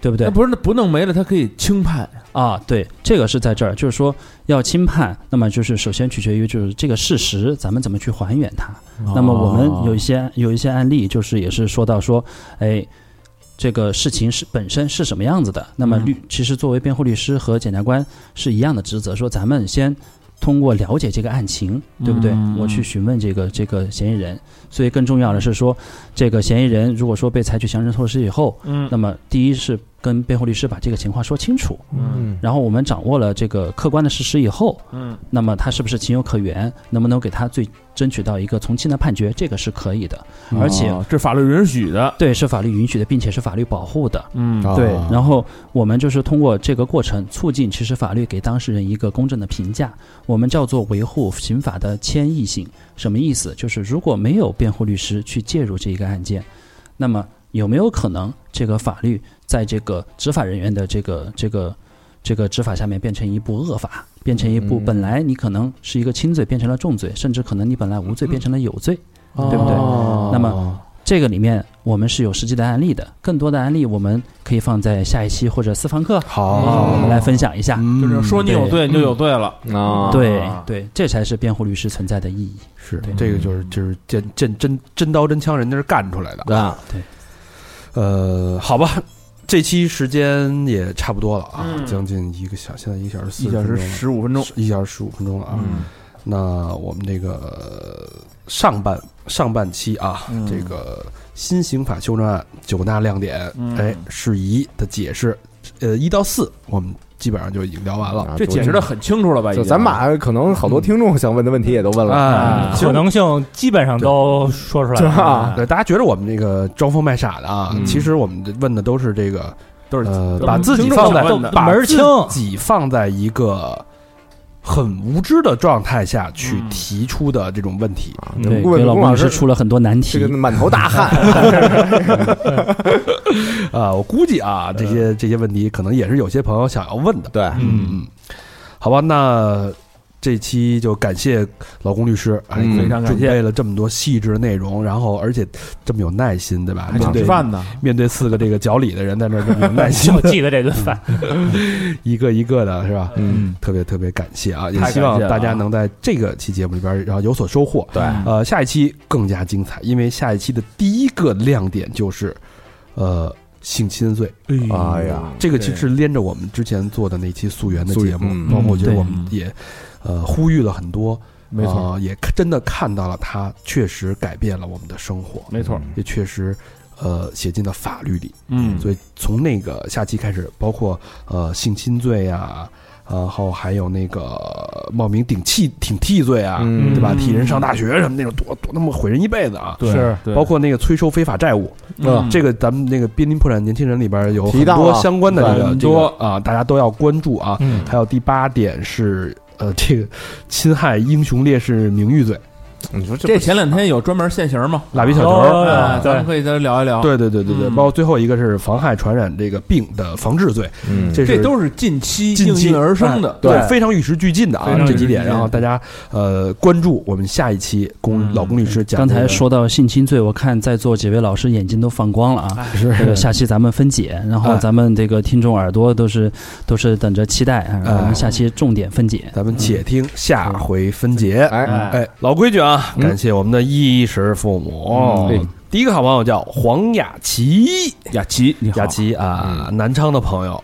[SPEAKER 5] 对不对
[SPEAKER 6] 那？不是不弄没了，他可以轻判呀。
[SPEAKER 5] 啊，对，这个是在这儿，就是说要轻判，那么就是首先取决于就是这个事实，咱们怎么去还原它。那么我们有一
[SPEAKER 6] 哦
[SPEAKER 5] 些有一些案例，就是也是说到说，哎，这个事情是本身是什么样子的。那么律、
[SPEAKER 6] 嗯
[SPEAKER 5] 其实作为辩护律师和检察官是一样的职责，说咱们先通过了解这个案情，对不对？
[SPEAKER 6] 嗯
[SPEAKER 5] 我去询问这个这个嫌疑人。所以更重要的是说，这个嫌疑人如果说被采取强制措施以后，
[SPEAKER 6] 嗯
[SPEAKER 5] 那么第一是跟辩护律师把这个情况说清楚，然后我们掌握了这个客观的事实以后，
[SPEAKER 6] 嗯
[SPEAKER 5] 那么他是不是情有可原，能不能给他最争取到一个从轻的判决，这个是可以的，而且
[SPEAKER 6] 哦这法律允许的，
[SPEAKER 5] 对是法律允许的，并且是法律保护的。
[SPEAKER 6] 嗯
[SPEAKER 4] 啊
[SPEAKER 5] 对，然后我们就是通过这个过程，促进其实法律给当事人一个公正的评价，我们叫做维护刑法的谦抑性。什么意思？就是如果没有辩护律师去介入这一个案件，那么有没有可能这个法律在这个执法人员的这个这个这个执法下面变成一部恶法，变成一部
[SPEAKER 4] 嗯
[SPEAKER 5] 本来你可能是一个轻罪变成了重罪，甚至可能你本来无罪变成了有罪，
[SPEAKER 4] 嗯
[SPEAKER 5] 对不对？
[SPEAKER 4] 哦
[SPEAKER 3] 哦
[SPEAKER 5] 那么这个里面我们是有实际的案例的，更多的案例我们可以放在下一期或者私房课
[SPEAKER 4] 好
[SPEAKER 5] 我们来分享一下。
[SPEAKER 4] 嗯
[SPEAKER 3] 嗯
[SPEAKER 6] 就是说你有
[SPEAKER 5] 对
[SPEAKER 6] 罪你就有罪了。
[SPEAKER 4] 啊，
[SPEAKER 5] 嗯对对，这才是辩护律师存在的意义。
[SPEAKER 3] 是
[SPEAKER 5] 对
[SPEAKER 3] 这个就是就是真真真真刀真枪，人家是干出来的。
[SPEAKER 4] 啊，
[SPEAKER 3] 呃，好吧，这期时间也差不多了啊，
[SPEAKER 6] 嗯
[SPEAKER 3] 将近一个小，现在一个小时四
[SPEAKER 6] 一小时
[SPEAKER 3] 十
[SPEAKER 6] 十五分钟，嗯
[SPEAKER 3] 一小时十五分钟了啊。那我们这个呃上半上半期啊，
[SPEAKER 6] 嗯
[SPEAKER 3] 这个新刑法修正案九大亮点，
[SPEAKER 6] 嗯
[SPEAKER 3] 哎，释宜的解释，呃，一到四我们基本上就已经聊完了。
[SPEAKER 4] 啊
[SPEAKER 6] 这解释的很清楚了吧？已
[SPEAKER 4] 就
[SPEAKER 6] 经
[SPEAKER 4] 咱把可能好多听众想问的问题也都问了，
[SPEAKER 3] 啊，
[SPEAKER 2] 嗯可能性基本上都说出来
[SPEAKER 4] 对啊
[SPEAKER 2] 了。
[SPEAKER 3] 对，大家觉得我们这个装疯卖傻的啊，
[SPEAKER 6] 嗯
[SPEAKER 3] 其实我们问的都是这个，
[SPEAKER 6] 都是
[SPEAKER 3] 呃，
[SPEAKER 6] 都是
[SPEAKER 3] 把自己
[SPEAKER 6] 听众
[SPEAKER 3] 放在
[SPEAKER 6] 问的
[SPEAKER 3] 把
[SPEAKER 2] 门儿清
[SPEAKER 3] 自己放在一个很无知的状态下
[SPEAKER 6] 嗯
[SPEAKER 3] 去提出的这种问题。
[SPEAKER 2] 嗯
[SPEAKER 5] 对，
[SPEAKER 4] 嗯顾
[SPEAKER 5] 给
[SPEAKER 4] 问
[SPEAKER 5] 老
[SPEAKER 4] 顾
[SPEAKER 5] 公
[SPEAKER 4] 老
[SPEAKER 5] 老
[SPEAKER 4] 师
[SPEAKER 5] 师出了很多难题
[SPEAKER 4] 这个。满头大汗，
[SPEAKER 3] 啊，我估计啊，这些这些问题可能也是有些朋友想要问的。
[SPEAKER 4] 对，
[SPEAKER 3] 嗯，好吧，那这期就感谢老龚律师，哎
[SPEAKER 4] 嗯
[SPEAKER 6] 非常感
[SPEAKER 3] 准
[SPEAKER 6] 谢
[SPEAKER 3] 备了这么多细致的内容，然后而且这么有耐心，对吧？
[SPEAKER 6] 还
[SPEAKER 3] 面
[SPEAKER 6] 想
[SPEAKER 3] 对
[SPEAKER 6] 吃饭呢，
[SPEAKER 3] 面对四个这个脚里的人在那儿这么有耐心
[SPEAKER 2] 就，记得这顿饭，
[SPEAKER 3] 一个一个的是吧？
[SPEAKER 4] 嗯，
[SPEAKER 3] 特别特别感谢啊，也
[SPEAKER 6] 太感
[SPEAKER 3] 希
[SPEAKER 6] 谢
[SPEAKER 3] 望
[SPEAKER 6] 了
[SPEAKER 3] 大家
[SPEAKER 6] 啊
[SPEAKER 3] 能在这个期节目里边儿然后有所收获。
[SPEAKER 4] 对，
[SPEAKER 3] 呃，下一期更加精彩，因为下一期的第一个亮点就是，呃，性侵罪。
[SPEAKER 4] 哎呀，
[SPEAKER 3] 这个其实连着我们之前做的那期溯源的
[SPEAKER 4] 溯
[SPEAKER 3] 节
[SPEAKER 4] 源
[SPEAKER 3] 目，
[SPEAKER 4] 嗯
[SPEAKER 3] 包括我觉得
[SPEAKER 5] 对
[SPEAKER 3] 我们也，呃，呼吁了很多，
[SPEAKER 6] 没错，
[SPEAKER 2] 嗯
[SPEAKER 3] 呃也看真的看到了它确实改变了我们的生活，
[SPEAKER 6] 没错，
[SPEAKER 2] 嗯
[SPEAKER 3] 也确实，呃，写进了法律里。
[SPEAKER 6] 嗯
[SPEAKER 3] 所以从那个下期开始，包括呃性侵罪啊，然后还有那个呃冒名顶替顶替罪啊，
[SPEAKER 4] 嗯
[SPEAKER 3] 对吧？替人上大学什么那种，多多他妈毁人一辈子啊！
[SPEAKER 6] 对
[SPEAKER 2] 是
[SPEAKER 6] 对
[SPEAKER 3] 包括那个催收非法债务，啊
[SPEAKER 6] 嗯
[SPEAKER 3] 这个咱们那个《濒临破产年轻人》里边有很
[SPEAKER 4] 提到
[SPEAKER 3] 多
[SPEAKER 4] 了
[SPEAKER 3] 相关的这个
[SPEAKER 6] 很
[SPEAKER 3] 这个啊，大家都要关注啊。
[SPEAKER 2] 嗯，
[SPEAKER 3] 还有第八点是呃，这个侵害英雄烈士名誉罪，
[SPEAKER 4] 你说这
[SPEAKER 6] 这前两天有专门现行嘛？
[SPEAKER 3] 蜡笔小
[SPEAKER 2] 哦
[SPEAKER 3] 球。
[SPEAKER 2] 对
[SPEAKER 6] 哎咱
[SPEAKER 2] 对
[SPEAKER 6] 们可以再聊一
[SPEAKER 5] 哦
[SPEAKER 6] 聊。，
[SPEAKER 3] 啊对对对对对，
[SPEAKER 6] 嗯
[SPEAKER 3] 包括最后一个是妨害传染这个病的防治罪，
[SPEAKER 4] 嗯
[SPEAKER 3] 这是
[SPEAKER 6] 这都是近期
[SPEAKER 3] 近
[SPEAKER 6] 应
[SPEAKER 3] 期哎啊
[SPEAKER 6] 运而生的。
[SPEAKER 3] 对，非常与时俱进的
[SPEAKER 6] 非
[SPEAKER 3] 啊
[SPEAKER 6] 常，与
[SPEAKER 3] 这
[SPEAKER 6] 时
[SPEAKER 3] 几点，
[SPEAKER 6] 俱进
[SPEAKER 3] 然后大家呃关注我们下一期龚
[SPEAKER 6] 嗯
[SPEAKER 3] 老龚律师讲
[SPEAKER 5] 刚
[SPEAKER 3] 这个。
[SPEAKER 5] 才说到性侵罪，我看在座几位老师眼睛都放光了
[SPEAKER 4] 哎
[SPEAKER 5] 啊！这个下期咱们分解，然后
[SPEAKER 3] 哎
[SPEAKER 5] 咱们这个听众耳朵都是都是等着期待，啊然后
[SPEAKER 4] 哎
[SPEAKER 5] 我们下期重点分解。
[SPEAKER 3] 咱们且听下回分解。
[SPEAKER 6] 嗯
[SPEAKER 4] 哎，
[SPEAKER 2] 嗯
[SPEAKER 3] 哎，老规矩啊，感谢我们的衣食父母。
[SPEAKER 4] 嗯
[SPEAKER 3] 第一个好朋友叫黄雅琪，
[SPEAKER 6] 雅琪，你好
[SPEAKER 3] 雅，琪啊，南昌的朋友，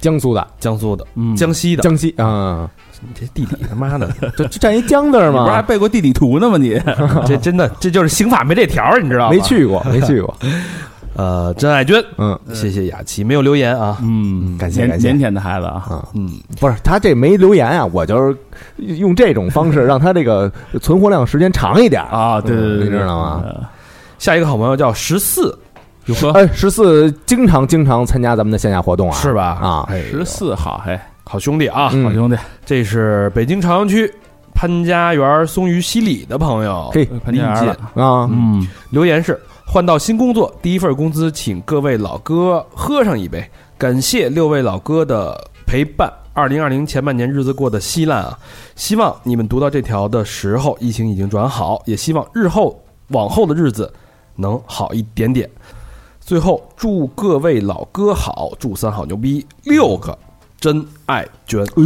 [SPEAKER 4] 江苏的，
[SPEAKER 3] 江苏的，
[SPEAKER 6] 嗯
[SPEAKER 3] 江西的，
[SPEAKER 4] 江西啊，
[SPEAKER 3] 你这地理他妈 的，
[SPEAKER 4] 这这占一江字儿
[SPEAKER 6] 你不是还
[SPEAKER 4] 吗？
[SPEAKER 6] 背过地理图呢吗？你
[SPEAKER 3] 这真的这就是刑法没这条儿，你知道吗？
[SPEAKER 4] 没。去过，没去过，
[SPEAKER 3] 呃，甄爱娟，
[SPEAKER 4] 嗯，
[SPEAKER 3] 谢谢雅琪，没有留言啊。
[SPEAKER 6] 嗯
[SPEAKER 4] 感谢
[SPEAKER 6] 腼
[SPEAKER 4] 感谢
[SPEAKER 6] 腼腆的孩子啊，
[SPEAKER 4] 啊，
[SPEAKER 3] 嗯，
[SPEAKER 4] 不是他这没留言啊，我就是用这种方式让他这个存活量时间长一点儿。
[SPEAKER 6] 啊，对对对，
[SPEAKER 4] 你知道吗
[SPEAKER 6] 吗？
[SPEAKER 3] 下一个好朋友叫十四，
[SPEAKER 6] 有说
[SPEAKER 4] 哎，十四经常经常参加咱们的线下活动啊，
[SPEAKER 3] 是吧？
[SPEAKER 4] 啊
[SPEAKER 3] 哎呦
[SPEAKER 6] 十四号， 嘿，
[SPEAKER 3] 好兄弟啊，
[SPEAKER 4] 嗯
[SPEAKER 6] 好兄弟，
[SPEAKER 3] 这是北京朝阳区潘家园松榆西里的朋友，
[SPEAKER 4] 嘿
[SPEAKER 6] 潘家园了，
[SPEAKER 4] 啊，
[SPEAKER 6] 嗯，
[SPEAKER 3] 留言是：换到新工作，第一份工资，请各位老哥喝上一杯，感谢六位老哥的陪伴。二零二零前半年日子过得稀烂啊，希望你们读到这条的时候，疫情已经转好，也希望日后往后的日子能好一点点。最后，祝各位老哥好，祝三好牛逼六个真爱娟。
[SPEAKER 6] 哎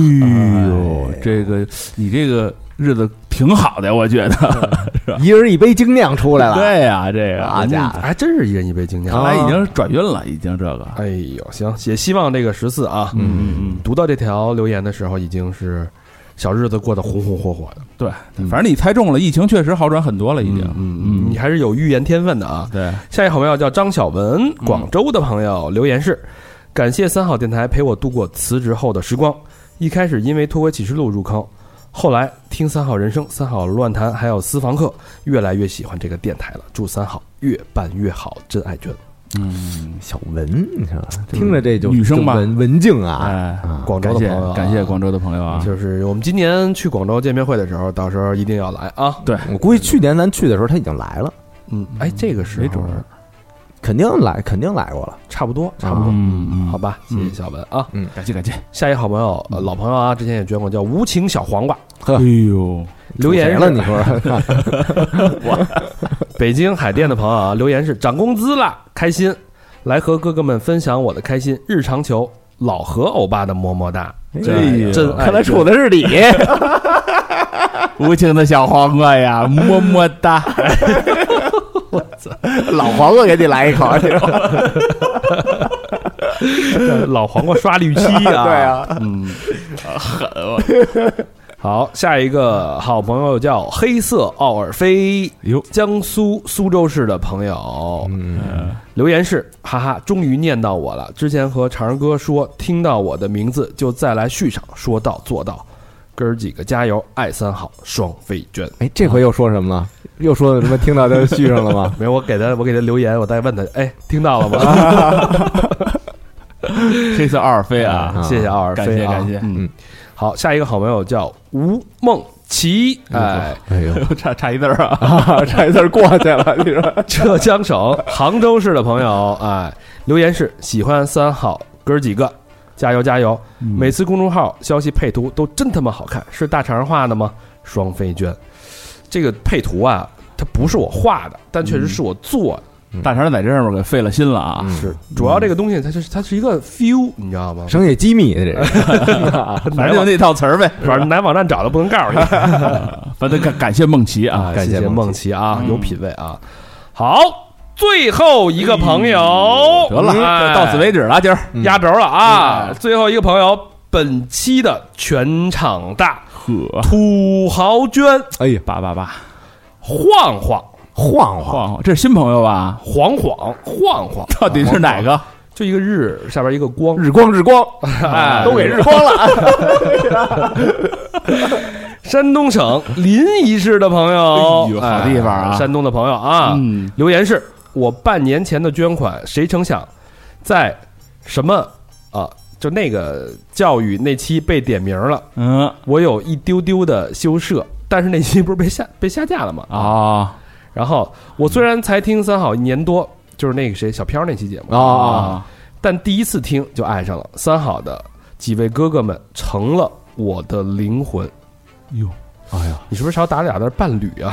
[SPEAKER 6] 呦，这个你这个日子挺好的，我觉得，
[SPEAKER 4] 一人一杯精酿出来了，
[SPEAKER 6] 对呀，这
[SPEAKER 3] 啊
[SPEAKER 6] 个
[SPEAKER 4] 好家伙，
[SPEAKER 3] 嗯还真是一人一杯精
[SPEAKER 6] 看
[SPEAKER 3] 酿。
[SPEAKER 6] 来已经转运了，已经这个，
[SPEAKER 3] 哎呦，行，也希望这个十四啊，
[SPEAKER 6] 嗯嗯
[SPEAKER 3] 读到这条留言的时候，已经是小日子过得红红火火的，
[SPEAKER 6] 嗯，对，反正你猜中了，疫情确实好转很多了，已经，
[SPEAKER 3] 嗯你还是有预言天分的啊。
[SPEAKER 6] 对，
[SPEAKER 3] 下一个好朋友叫张小文，广州的朋友留言是：感谢三好电台陪我度过辞职后的时光。一开始因为《脱轨启示录》入坑，后来听三好人生、三好乱谈，还有私房课，越来越喜欢这个电台了。祝三好越办越好，真爱娟。
[SPEAKER 7] 嗯
[SPEAKER 4] 小文，你看听着这就
[SPEAKER 6] 女生吧
[SPEAKER 4] 就文文静啊，
[SPEAKER 6] 哎，
[SPEAKER 4] 啊，
[SPEAKER 3] 广州
[SPEAKER 6] 感
[SPEAKER 3] 的朋
[SPEAKER 6] 谢
[SPEAKER 3] 友啊、
[SPEAKER 6] 感谢广州的朋友啊，
[SPEAKER 3] 就是我们今年去广州见面会的时候，到时候一定要来啊。
[SPEAKER 4] 我估计去年咱去的时候他已经来了，
[SPEAKER 3] 嗯，哎，这个是
[SPEAKER 6] 没准儿
[SPEAKER 4] 肯定来，肯定来过了，
[SPEAKER 3] 差不多，差不多，
[SPEAKER 6] 嗯嗯
[SPEAKER 3] 好吧，谢谢小文啊。
[SPEAKER 6] 感谢感谢，
[SPEAKER 3] 下一好朋友，呃老朋友啊，之前也捐过，叫无情小黄瓜，
[SPEAKER 6] 哎呦，
[SPEAKER 3] 留言
[SPEAKER 4] 谁
[SPEAKER 3] 是
[SPEAKER 4] 了，你 说
[SPEAKER 3] 北京海淀的朋友啊，留言是涨工资啦，开心，来和哥哥们分享我的开心，日常求老何欧巴的么么哒，
[SPEAKER 6] 哎
[SPEAKER 3] 真真爱
[SPEAKER 6] 看来处的是 你，无情的小黄瓜呀，么么哒，
[SPEAKER 4] 老黄瓜给你来一口，你说
[SPEAKER 3] 老黄瓜刷绿漆啊，
[SPEAKER 7] 嗯
[SPEAKER 4] 对啊，
[SPEAKER 3] 嗯，好，下一个好朋友叫黑色奥尔菲，
[SPEAKER 6] 哟
[SPEAKER 3] 江苏苏州市的朋友，
[SPEAKER 4] 嗯，
[SPEAKER 3] 留言是：哈哈，终于念到我了。之前和长儿哥说，听到我的名字就再来续场，说到做到。哥儿几个加油，爱三好，双飞娟。
[SPEAKER 4] 哎，这回又说什么了？又说什么听到他续上了吗？
[SPEAKER 3] 没有，我给他，我给他留言，我再问他，哎，听到了吗？
[SPEAKER 7] 黑色奥尔菲啊，
[SPEAKER 4] 啊
[SPEAKER 3] 谢谢奥尔
[SPEAKER 7] 感
[SPEAKER 3] 菲
[SPEAKER 7] 谢
[SPEAKER 3] 啊，
[SPEAKER 7] 感谢
[SPEAKER 3] 嗯，好，下一个好朋友叫吴梦琪，哎，
[SPEAKER 4] 哎呦，
[SPEAKER 7] 差差一字儿啊，
[SPEAKER 4] 啊 差一字过去了，你说？
[SPEAKER 3] 浙江省杭州市的朋友，哎，留言是喜欢三好哥儿几个，加油加油！每次公众号消息配图都真他妈好看，是大肠画的吗？双飞娟，这个配图啊，它不是我画的，但确实是我做的。
[SPEAKER 7] 大肠在这上面给费了心了
[SPEAKER 4] 嗯
[SPEAKER 7] 啊，
[SPEAKER 3] 是主要这个东西，它就是它是一个 feel，你知道吗？
[SPEAKER 4] 商业机密这是。
[SPEAKER 7] 反正就那套词儿呗。
[SPEAKER 3] 反正哪网站找的不能告诉你。
[SPEAKER 7] 反正感感谢梦琪啊，
[SPEAKER 3] 感谢
[SPEAKER 4] 谢
[SPEAKER 3] 梦
[SPEAKER 4] 梦
[SPEAKER 3] 琪啊，
[SPEAKER 7] 嗯
[SPEAKER 3] 有品位啊。好，最后一个朋友，
[SPEAKER 6] 嗯
[SPEAKER 7] 得了，
[SPEAKER 3] 哎
[SPEAKER 7] 就到此为止了，今儿
[SPEAKER 4] 嗯
[SPEAKER 3] 压轴了
[SPEAKER 7] 嗯
[SPEAKER 3] 啊！最后一个朋友，本期的全场大
[SPEAKER 7] 呵，
[SPEAKER 3] 土豪娟
[SPEAKER 4] 哎呀，
[SPEAKER 7] 八八八，
[SPEAKER 3] 晃晃
[SPEAKER 4] 晃晃，
[SPEAKER 7] 晃晃，这是新朋友吧？
[SPEAKER 3] 晃晃晃晃，
[SPEAKER 7] 到底是哪个？
[SPEAKER 3] 就一个日下边一个光，
[SPEAKER 4] 日光日光，
[SPEAKER 3] 哎，
[SPEAKER 4] 都给日光了。
[SPEAKER 3] 山东省临沂市的朋友
[SPEAKER 7] 哎，呦
[SPEAKER 3] 哎
[SPEAKER 7] 好地方啊
[SPEAKER 3] 山东的朋友啊，
[SPEAKER 7] 嗯，
[SPEAKER 3] 留言是：我半年前的捐款，谁成想在什么啊？就那个教育那期被点名了，
[SPEAKER 7] 嗯
[SPEAKER 3] 我有一丢丢的羞涩，但是那期不是被下被下架了吗？
[SPEAKER 7] 啊
[SPEAKER 3] 然后我虽然才听三好一年多，就是那个谁小飘那期节目
[SPEAKER 4] 啊，
[SPEAKER 3] 但第一次听就爱上了三好的几位哥哥们，成了我的灵魂。
[SPEAKER 6] 哟，
[SPEAKER 3] 哎呀，你是不是少打俩字儿伴侣啊？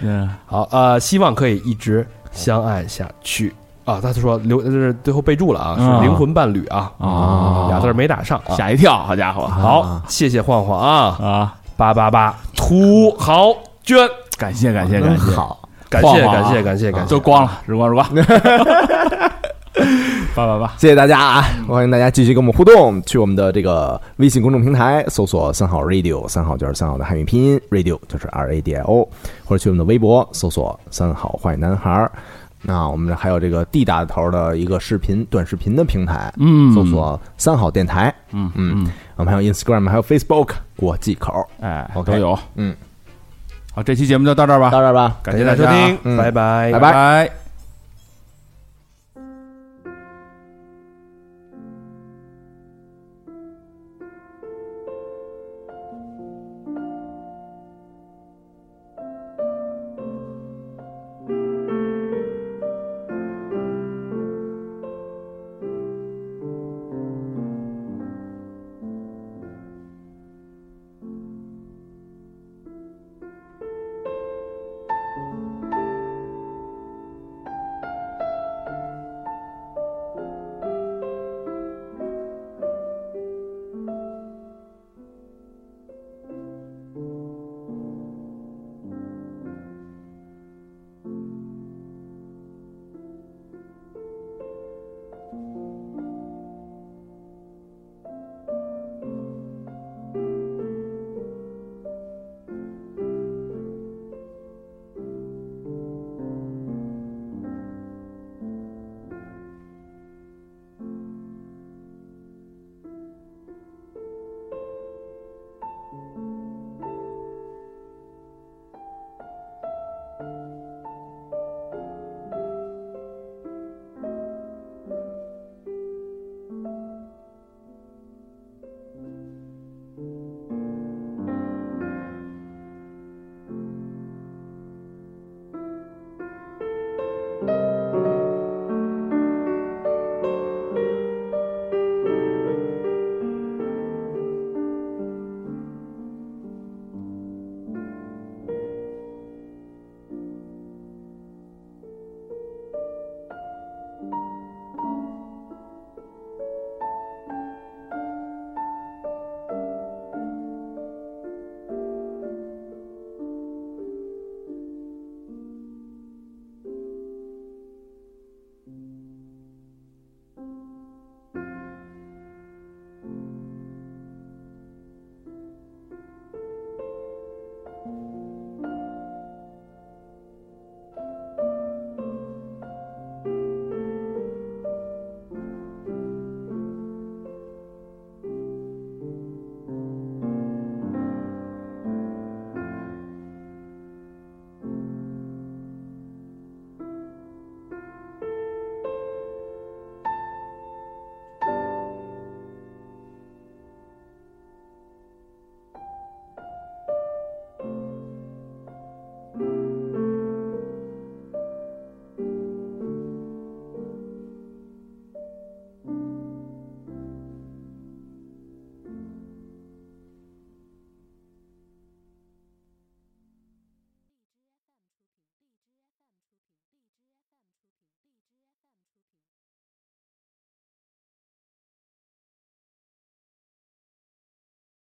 [SPEAKER 7] 嗯，
[SPEAKER 3] 好，呃，希望可以一直相爱下去啊。他说留，这是最后备注了啊，
[SPEAKER 7] 嗯
[SPEAKER 3] 是灵魂伴侣啊，
[SPEAKER 7] 啊
[SPEAKER 3] 俩字儿没打上啊。
[SPEAKER 7] 吓一跳，好家伙
[SPEAKER 3] 好，谢谢晃晃啊，
[SPEAKER 7] 啊！
[SPEAKER 3] 八八八土豪捐，
[SPEAKER 7] 感谢感谢
[SPEAKER 4] 真
[SPEAKER 6] 哎
[SPEAKER 7] 感谢，
[SPEAKER 4] 好，
[SPEAKER 3] 感
[SPEAKER 7] 晃
[SPEAKER 3] 谢
[SPEAKER 7] 晃啊
[SPEAKER 3] 感谢感谢感谢，
[SPEAKER 7] 都光了，日光日光，八八八，
[SPEAKER 4] 谢谢大家啊！欢迎大家继续跟我们互动，去我们的这个微信公众平台搜索“三好 radio”，三好就是三好的汉语拼音，radio 就是 R A D I O，或者去我们的微博搜索“三好坏男孩”儿”。那我们还有这个 D 打头的一个视频短视频的平台，
[SPEAKER 7] 嗯
[SPEAKER 4] 搜索“三好电台”。
[SPEAKER 7] 嗯
[SPEAKER 4] 嗯，
[SPEAKER 7] 嗯，
[SPEAKER 4] 我们还有 Instagram，还有 Facebook 国际口。
[SPEAKER 7] 哎，
[SPEAKER 4] OK
[SPEAKER 7] 都有，
[SPEAKER 4] 嗯，
[SPEAKER 7] 好，这期节目就到这儿吧，
[SPEAKER 4] 到这儿吧，
[SPEAKER 3] 感谢大家收听，
[SPEAKER 4] 嗯
[SPEAKER 3] 拜拜
[SPEAKER 4] 拜
[SPEAKER 7] 拜。